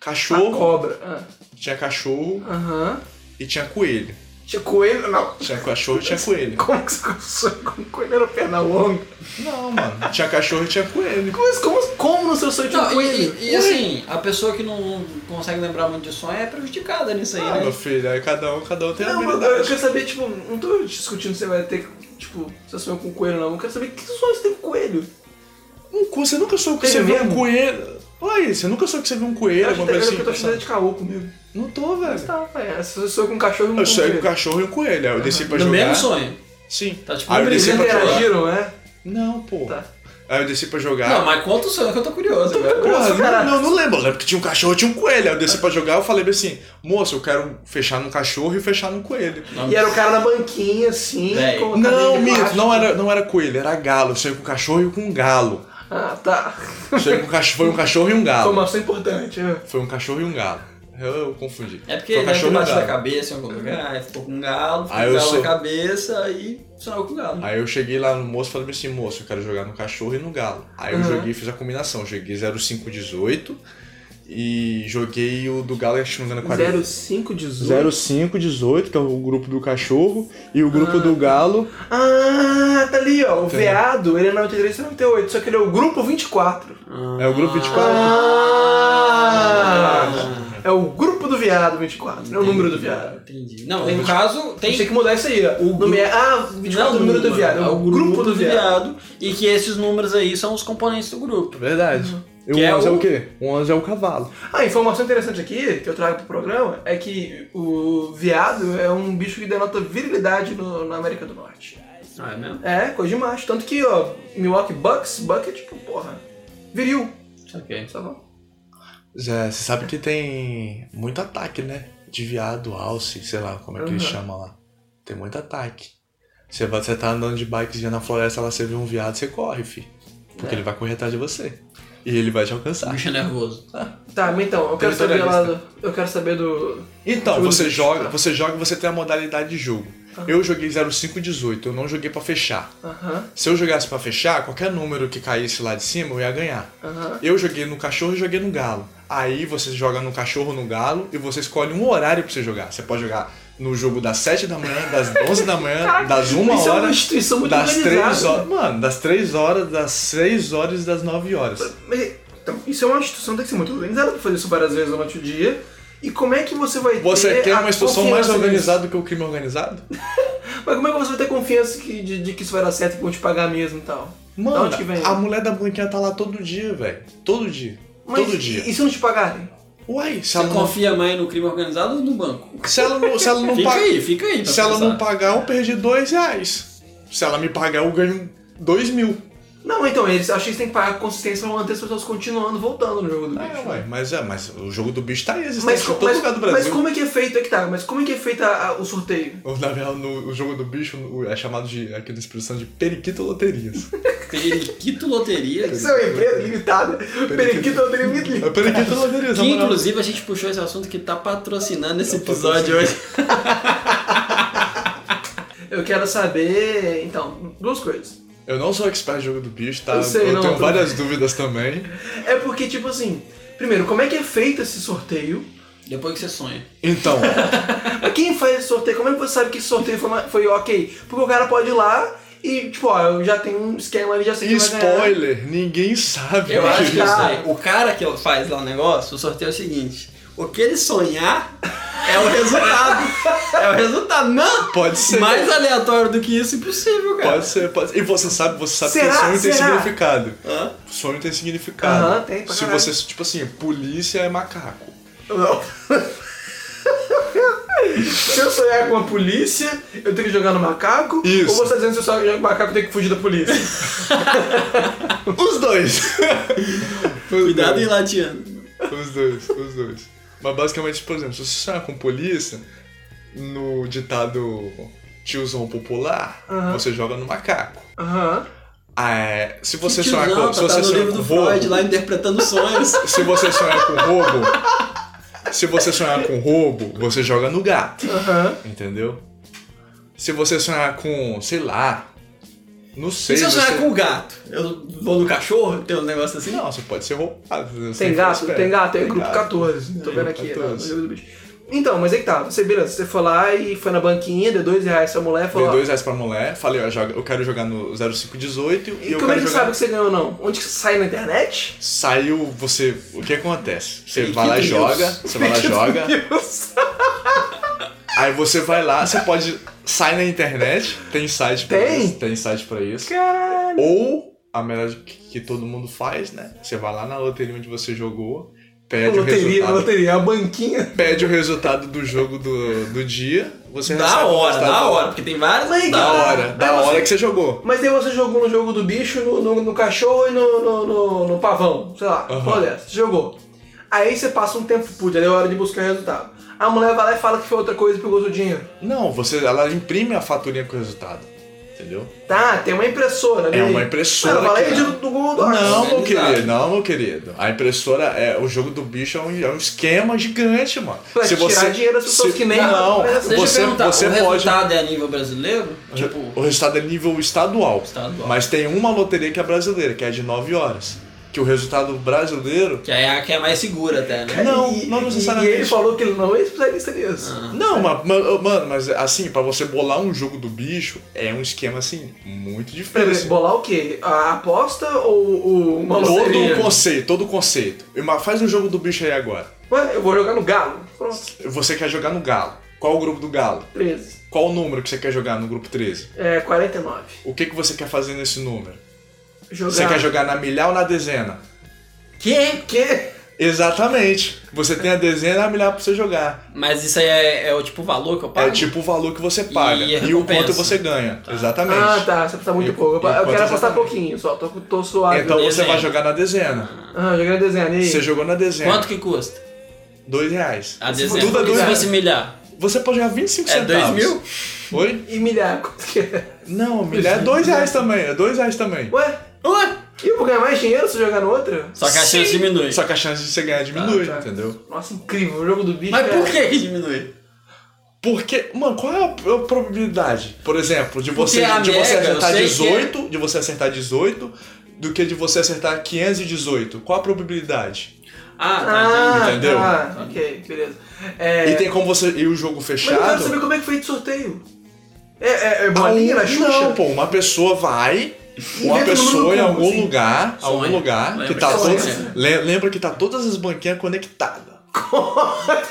A
Cachorro,
cobra. Ah,
tinha cachorro
Aham.
e tinha coelho.
Tinha coelho? Não.
Tinha cachorro e tinha coelho.
Como que você sonha com um coelho era perna longa?
Não, mano. Tinha cachorro e tinha coelho.
Mas como, como no seu sonho tinha um
Não, e-
coelho?
e, e assim, a pessoa que não consegue lembrar muito de sonho é prejudicada nisso aí,
Ah,
né?
meu filho, aí cada um, cada
é
um tem a
Não, mas eu
habilidade.
quero saber, tipo, não tô discutindo se você vai ter, tipo, se você sonhou com coelho ou não. Eu quero saber que sonho você teve com coelho.
Um cu- Você nunca soube que
Teve
você viu um
mesmo?
coelho. Olha aí, você nunca soube que você viu um coelho,
Eu acho
alguma
que
coisa
eu
assim.
tô achando
sabe?
de caô comigo.
Não tô, velho.
Tá, é. Se você sonhou com um cachorro, não
Eu sonhei com o cachorro e o coelho. Aí eu desci pra
No
jogar.
mesmo sonho.
Sim.
Tá tipo
aí
um
eu desci
Eles
pra jogar.
interagiram, é?
Não, pô.
Tá.
Aí eu desci pra jogar.
Não, mas conta o sonho que eu tô
Então
curioso. velho.
Porra,
Nossa, cara.
não, não, não lembro. Eu lembro que tinha um cachorro e tinha um coelho. Aí eu desci pra jogar eu falei assim, moço, eu quero fechar num cachorro e fechar num coelho.
E era o cara na banquinha, assim,
Véi.
com a
Não,
cadeira de
mito,
plástico.
não era, não era coelho, era galo. Eu sonhei com um cachorro e com um galo.
Ah, tá.
Eu sonhei com um cachorro, foi um cachorro e um galo.
Informação importante. é.
Foi um cachorro e um galo. Eu, eu confundi.
É porque ele
foi
deve ter
um cachorro e um
batido a
galo.
cabeça em algum lugar, aí ficou com um galo, ficou
Aí
com um
eu
galo
sou-
na cabeça e sonhou com o galo.
Aí eu cheguei lá no moço e falei assim,
Uhum.
moço, eu quero jogar no cachorro e no galo. Aí eu joguei e fiz a combinação. Eu joguei 0518 E joguei o do Galo e acho que não me engano, 40.
0518.
0518, que é o grupo do cachorro, e o grupo do galo.
Ah, tá ali, ó. O veado, ele é 93 e 98, só que ele é o grupo 24.
É o grupo de quatro.
Ah! É o grupo do veado 24, não é o número do veado.
Entendi. Não, no caso,
Tem...
tem.
que mudar isso aí, ó. O nome é, ah, 24 é o número do viado, é o grupo, do viado.
E que esses números aí são os componentes do grupo.
Verdade. E o
Que é
11 é
o-
o quê? O 11 é o cavalo.
Ah, informação interessante aqui, que eu trago pro programa, é que o viado é um bicho que denota virilidade no- na América do Norte.
Ah, é mesmo?
É, coisa de macho. Tanto que, ó, Milwaukee Bucks, Buck é tipo, porra, viril,
Saquei.
tá bom?
Zé, você sabe que tem muito ataque, né? De viado, alce, sei lá como é que eles
Uhum.
chamam lá. Tem muito ataque. Você, vai- você tá andando de bikezinha na floresta, lá você vê um viado, você corre, fi. Porque ele vai correr atrás de você. E ele vai te alcançar.
Bicho é nervoso.
Tá, mas então, eu quero saber lá,
Territorialista.
do, eu quero saber do...
Então,
Tudo
você
bem.
joga, você joga e você tem a modalidade de jogo. Eu joguei 0518, eu não joguei pra fechar.
Aham,
Se eu jogasse pra fechar, qualquer número que caísse lá de cima, eu ia ganhar.
aham.
Eu joguei no cachorro e joguei no galo. Aí você joga no cachorro no galo e você escolhe um horário pra você jogar. Você pode jogar no jogo das 7 da manhã, das 11 da manhã, das 1
isso é uma
hora,
instituição muito
das 3
organizada.
horas. Mano, das 3 horas, das 6 horas e das 9 horas.
Mas, então, isso é uma instituição que tem que ser muito organizada pra fazer isso várias vezes durante o dia. E como é que você vai
Você
ter
quer
a
uma instrução mais
confiança
organizada do que o crime organizado?
nisso? Mas como é que você vai ter confiança que- de, de que isso vai dar certo e que vão te pagar mesmo e tal? da
Mano,
onde que vem?
a mulher da banquinha tá lá todo dia, velho. Todo dia.
Mas é
todo dia.
E se não te pagarem?
Uai, se ela,
Você
não,
confia mais no crime organizado ou no banco?
se ela não, se ela não
Fica
pagar-
aí, fica aí. pra
se ela não
pensar.
pagar, eu perdi dois reais. Se ela me pagar, eu ganho dois mil.
Não, então, eles acham que eles têm que pagar consistência pra manter as pessoas continuando, voltando no jogo do bicho.
É, ué, mas é, mas o jogo do bicho tá aí existente
Mas,
em
co-
todo
mas,
lugar do
mas
Brasil.
como é que é feito? É que tá, mas como é que é feito a- a- o sorteio?
Ou, Na real, no, o jogo do bicho o- é chamado de, aqui na expressão de periquito loterias.
Periquito Loteria.
Isso é uma empresa limitada. Periquito não tem limite.
É periquito loterias,
Que
na moral.
inclusive a gente puxou esse assunto que tá patrocinando esse episódio hoje.
Eu quero saber, então, duas coisas.
Eu não sou expert em jogo do bicho, tá?
Eu sei, não,
tenho
tudo
várias dúvidas também.
É porque, tipo assim, primeiro, como é que é feito esse sorteio?
Depois que você sonha.
Então,
Mas quem faz esse sorteio? Como é que você sabe que esse sorteio foi, ma- foi ok? Porque o cara pode ir lá e, tipo, ó, eu já tenho um esquema ali, já sei que vai ganhar.
spoiler, ninguém sabe. é
Eu acho que eu
Tá.
sei. O cara que faz lá o negócio, o sorteio é o seguinte: o que ele sonhar é o resultado. é o resultado. Não!
Pode ser.
Mais aleatório do que isso, impossível, cara.
Pode ser, pode ser. E você sabe, você sabe
Será?
que sonho tem
Será?
significado.
Hã?
Sonho tem significado.
Aham, tem pra
Se
caralho.
você, tipo assim, polícia é macaco.
Não. Se eu sonhar com a polícia, eu tenho que jogar no macaco?
Isso.
Ou você tá dizendo que se eu sonhar com o macaco, eu tenho que fugir da polícia?
Os dois!
Cuidado em latiano.
Os dois, os dois. Mas basicamente, por exemplo, se você sonhar com polícia, no ditado tiozão popular, você joga no macaco.
Aham.
Ah, é, se você
Que
sonhar
tiozão,
com.
tá,
Se
tá
você
no
sonhar
livro
com
do
roubo.
Freud lá interpretando sonhos.
Se você sonhar com roubo. Se você sonhar com roubo, você joga no gato.
Aham.
Entendeu? Se você sonhar com, sei lá. Não sei.
E se eu sonhar
você-
com o gato? Eu vou no cachorro, tem um negócio assim?
Não, você pode ser roubado. você
Tem
não
gato?
espera.
Tem gato, é grupo
gato.
14. Tô vendo aqui, no
14.
jogo do bicho. Então, mas aí que tá, você, beleza, você foi lá e foi na banquinha, deu dois reais pra mulher,
Dei
falou... ó,
dois reais pra mulher, falei, ó, joga- eu quero jogar no 0518 e,
E
eu
como é
quero
que
jogar.
sabe que você ganhou ou não? Onde que sai na internet?
Saiu, você. O que acontece? Você
Fake
vai lá e
news.
joga, você vai lá e joga, aí você vai lá, você pode. Sai na internet, tem site pra
Tem?
isso. Tem site pra isso.
Caralho.
Ou, a melhor que, que todo mundo faz, né? Você vai lá na loteria onde você jogou, pede o
Loteria,
resultado.
loteria, a banquinha.
Pede o resultado do jogo do, do dia, você tá?
Da
recebe o
hora,
resultado
da hora, porque tem várias.
Mas aí que
Da
tá.
hora, da
Aí você-
hora que você jogou.
Mas aí você jogou no jogo do bicho, no, no- no cachorro e no, no, no- no pavão, sei lá,
Aham.
qual dessas? Você jogou. Aí você passa um tempo, putz, aí é hora de buscar o resultado. A mulher vai lá e fala que foi outra coisa e pegou seu dinheiro.
Não, você, ela imprime a faturinha com o resultado. Entendeu?
Tá, tem uma impressora ali.
É uma impressora
Ela vai lá
que-
e edita do Google Docs.
Não, meu
organizado.
querido, não, meu querido. A impressora, é, o jogo do bicho é um, é um esquema gigante, mano.
Pra tirar dinheiro das pessoas que nem-
Não,
Mas
Deixa
você,
eu perguntar,
você
o
pode. Uhum.
resultado é a nível brasileiro? Tipo,
O resultado é nível estadual,
Estadual.
Mas tem uma loteria que é brasileira, que é de 9 horas. que o resultado brasileiro.
Que é a que é mais segura até, né?
Não,
E-
não necessariamente. Ah.
E ele falou que ele não é especialista nisso.
Não, ma- ma- mano, mas assim, pra você bolar um jogo do bicho, é um esquema assim, muito
Peraí,
diferente.
bolar o quê? A aposta ou o uma
Todo
loteria?
o conceito, todo o conceito. Mas Faz um jogo do bicho aí agora.
Ué, eu vou jogar no galo. Pronto,
Você quer jogar no galo. Qual o grupo do galo?
13.
Qual o número que você quer jogar no grupo 13?
É, 49.
O que, que você quer fazer nesse número?
Jogar.
Você quer jogar na milhar ou na dezena?
Quê? Quê?
Exatamente. Você tem a dezena e a milhar pra você jogar.
Mas isso aí é, é o tipo valor que eu pago?
É tipo o valor que você paga
E
e,
a
o
recompensa.
quanto você ganha. Exatamente.
Ah, tá. Você tá muito
E-
pouco. Eu,
e
eu
quanto
quero apostar
exatamente?
pouquinho só. Tô, tô suave.
Então você
Dezena.
vai jogar na dezena.
Ah, jogando desenho ali.
Você jogou na dezena.
Quanto que custa?
Dois reais.
A
Isso
dezena.
Tudo é
E
dois
se
reais.
fosse milhar?
Você pode ganhar 25
É dois
centavos.
mil?
Oi?
E milhar, quanto que é?
Não, milhar é dois reais também. É dois reais também.
Ué?
Ué!
E eu vou ganhar mais dinheiro se eu jogar no outro?
Só que a chance
Sim.
diminui.
Só que a chance de você ganhar diminui,
tá.
entendeu?
Nossa, incrível. O jogo do bicho. é-
Mas
cara.
por que que diminui?
Porque, mano, qual é a a probabilidade, por exemplo, de você,
é a
de você
mega,
acertar
eu sei que
18, de você acertar 18, do que de você acertar 518? Qual a probabilidade?
Ah, tá, entendi.
Ah,
Entendeu?
tá. Ok, beleza. É...
E tem como você e o jogo
Mas eu quero
fechado?
saber como é que foi de sorteio. É, é, é
Ah, um-
bolinha na Xuxa?
não, pô, uma pessoa vai, uma
Inventa o número
pessoa em
do combo,
algum
assim.
lugar,
Sonha.
algum lugar
Lembra
que tá
que
sonha.
todas, le- lembra que tá todas as banquinhas conectadas.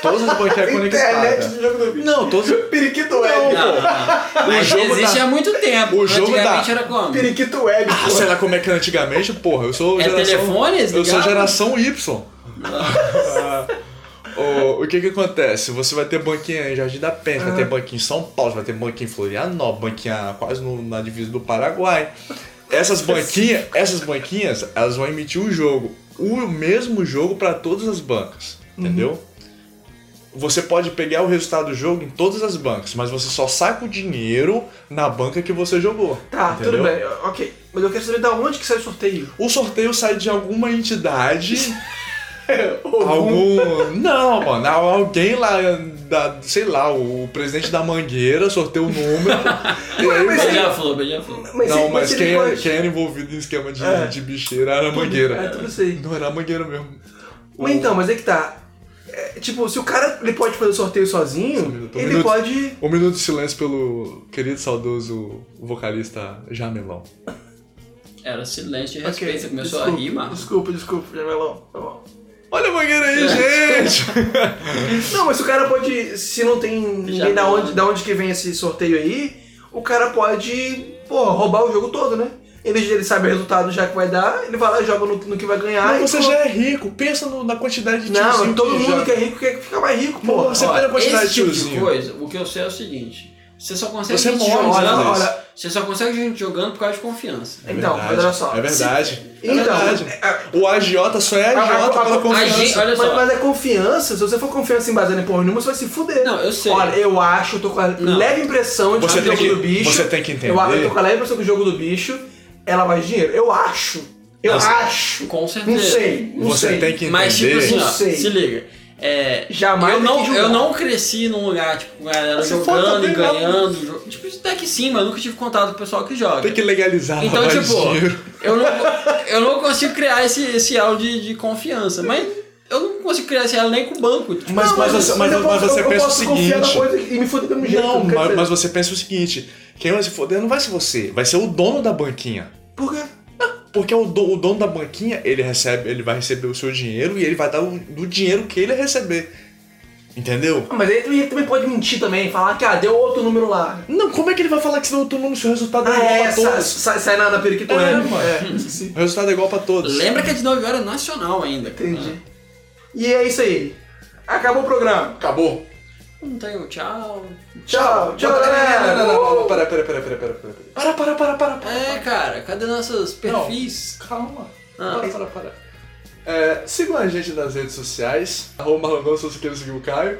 todas as banquinhas
Internet
conectadas.
do jogo do bicho.
Não, todos
Periquito é.
Não,
web.
pô.
Não, não, não. Mas
jogo
existe
da-
há muito tempo.
o jogo tá da-
Antigamente era como?
Periquito web.
Ah, sei lá como é que era antigamente, porra. Eu sou
É
geração.
telefone, eles
eu sou
ligavam?
geração Y. Ah, o, o que que acontece? Você vai ter banquinha em Jardim da Penha, vai
Ah.
ter banquinha em São Paulo, vai ter banquinha em Florianópolis, banquinha quase no- na divisa do Paraguai. Essas banquinhas, essas banquinhas, elas vão emitir o jogo, o mesmo jogo pra todas as bancas,
Uhum.
entendeu? Você pode pegar o resultado do jogo em todas as bancas, mas você só saca o dinheiro na banca que você jogou.
Tá, tudo
entendeu?
bem, ok. Mas eu quero saber da onde que sai o sorteio.
O sorteio sai de alguma entidade. algum. Não, mano. al- Alguém lá. Da, sei lá, o presidente da mangueira sorteou o número. E aí,
mas-
Beija-flor, beija-flor.
Mas,
não, mas
se
quem, é-
ele pode-
quem era envolvido em esquema de,
É.
de bicheira era a mangueira.
É, tudo isso aí.
Não era a mangueira mesmo.
Mas então, mas é que tá. É, tipo, se o cara ele pode fazer o sorteio sozinho,
um minuto, um
ele
minuto.
pode.
Um minuto de silêncio pelo querido saudoso vocalista Jamelão.
Era silêncio de
Ok,
respeito. Você começou
desculpa,
a rir, mano.
Desculpa, desculpa, Jamelão. Tá bom.
Olha a mangueira aí,
É.
gente!
Não, mas o cara pode. Se não tem ninguém da
Jamelão.
onde, da onde que vem esse sorteio aí, o cara pode, pô, roubar o jogo todo, né? Ele, ele sabe o resultado já que vai dar, ele vai lá e joga no, no que vai ganhar.
Mas
e
você
pô-
já é rico, pensa no- na quantidade de
Não,
tiozinho
todo
que
mundo
já-
que é rico quer ficar mais rico, pô.
Você
Ó,
pega a quantidade
esse tipo de
tiozinho.
coisa, o que eu sei é o seguinte. Você só consegue
Você
gente
morre,
jogando.
olha,
olha.
Você só consegue gente jogando por causa de confiança.
Então, mas olha só.
É verdade.
Se-
É
Então,
verdade.
é-
O agiota só é
a-
agiota
a-
pela
a-
confiança.
a gente- olha
mas,
só.
mas é confiança. Se você for confiança em baseada em porra nenhuma, você vai se fuder.
Não, eu sei.
Olha, eu acho, eu tô com a
Não.
leve impressão de
Você
que o
tem
jogo
que-
do bicho.
você tem que
Eu, acho- eu
entender.
tô com a leve impressão que o jogo do bicho ela vai de dinheiro. Eu acho. Eu acho.
Com
Não
certeza.
sei. Não
Você
sei.
tem que
Mas tipo assim,
entender.
ó,
Não sei.
se liga. É,
Jamais
eu
tem que
não,
julgar.
eu não cresci num lugar, tipo, com a galera
Se for
jogando
também,
e
não.
ganhando. jo- Tipo, isso até que sim, mas eu nunca tive contato com o pessoal que joga.
Tem que legalizar a
Então,
lavagem de
tipo,
dinheiro.
eu não, eu não consigo criar esse, esse elo de, de confiança. Mas eu não consigo criar esse elo nem com o banco. Tipo,
Mas,
Não,
mas, você, mas,
eu
mas
posso-
você
eu
pensa o
posso confiar na
seguinte.
coisa e me fuder do mesmo jeito.
Não,
quero
mas,
dizer-
mas você pensa o seguinte: quem vai se foder não vai ser você, vai ser o dono da banquinha.
Por quê?
Porque o, do- o dono da banquinha, ele recebe, ele vai receber o seu dinheiro e ele vai dar o, do dinheiro que ele receber. Entendeu?
Ah, Mas ele, ele também pode mentir também, falar que ah, deu outro número lá.
Não, como é que ele vai falar que você deu outro número se o resultado é
Ah,
igual
é,
pra
sa,
todos?
sa, sai na, na periquita
É,
web.
mano.
É, esqueci.
O resultado é igual pra todos.
Lembra que é de 9 horas nacional ainda. cara.
Entendi. E é isso aí. Acabou o programa.
Acabou.
Não tenho um tchau.
Tchau, tchau,
é, Não, não,
galera.
não, não, pera, pera, pera, pera, pera, pera. Para, para, para, para, para.
É, cara, cadê nossos perfis?
Calma.
Ah.
Para, para, para. É, sigam a gente nas redes sociais. Arroba Marlonão, se você queira seguir o Caio.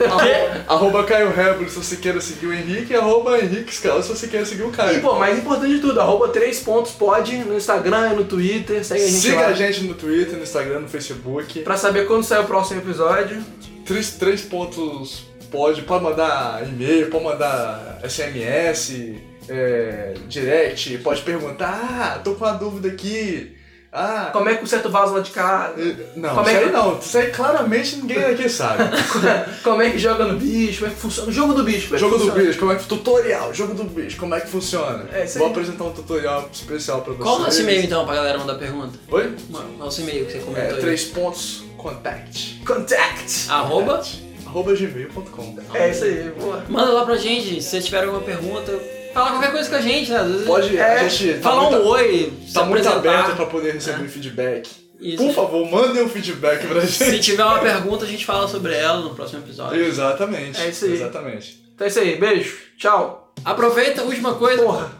Arroba, arroba Caio Rebro, se você queira seguir o Henrique. Arroba Henrique Scala, se você queira seguir o
E
Caio.
pô, mais importante de tudo, arroba 3 pontos pode no Instagram e no Twitter, segue a gente
Siga
lá.
a gente no Twitter, no Instagram, no Facebook.
Pra saber quando sai o próximo episódio.
Três, três pontos pode, pode mandar e-mail, pode mandar SMS, é, direct, pode perguntar, ah, tô com uma dúvida aqui, Ah,
Como é que conserta o vaso lá de casa?
não,
como é
isso
que-
aí não. Isso aí claramente ninguém aqui sabe.
Como é que joga no bicho? Como é que funciona? O jogo do bicho, velho.
jogo do
funciona.
bicho, como é que. Tutorial, jogo do bicho, como é que funciona?
É, isso aí.
Vou apresentar um tutorial especial pra vocês.
Qual o nosso e-mail então pra galera mandar pergunta?
Oi?
Mano, Nosso e-mail que você comentou
É,
aí.
três pontos, contact.
Contact!
Arroba.
Arroba gmail.com.
É isso aí, boa.
Manda lá pra gente, se vocês tiverem alguma pergunta, fala qualquer coisa com a gente, né? Às vezes
Pode,
É,
a gente. tá
Falar
muito-
um oi, se
Tá muito
apresentar. É.
aberto pra poder receber feedback.
Isso.
Por favor, mandem um feedback pra
Se
gente.
tiver uma pergunta, a gente fala sobre ela no próximo episódio.
Exatamente.
É isso aí.
Exatamente.
Então é isso aí, beijo, tchau.
Aproveita, última coisa.
Porra.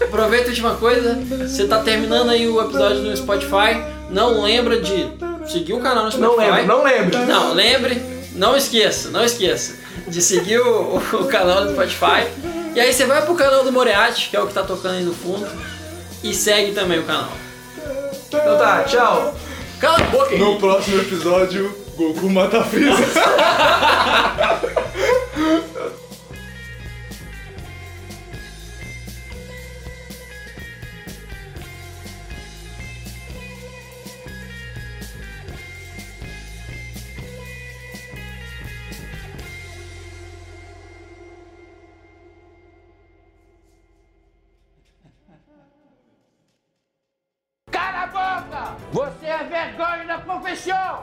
Aproveita, última coisa. Você tá terminando aí o episódio no Spotify. Não lembra de seguir o canal no Spotify.
Não lembro, não lembro.
Não, lembre, não esqueça, não esqueça de seguir o, o canal do Spotify. E aí você vai pro canal do Moriarty, que é o que tá tocando aí no fundo, e segue também o canal.
Então tá, tchau.
Cala a boca,
No próximo episódio, Goku mata a Freeza.
Cala a boca! Você é vergonha da profissão!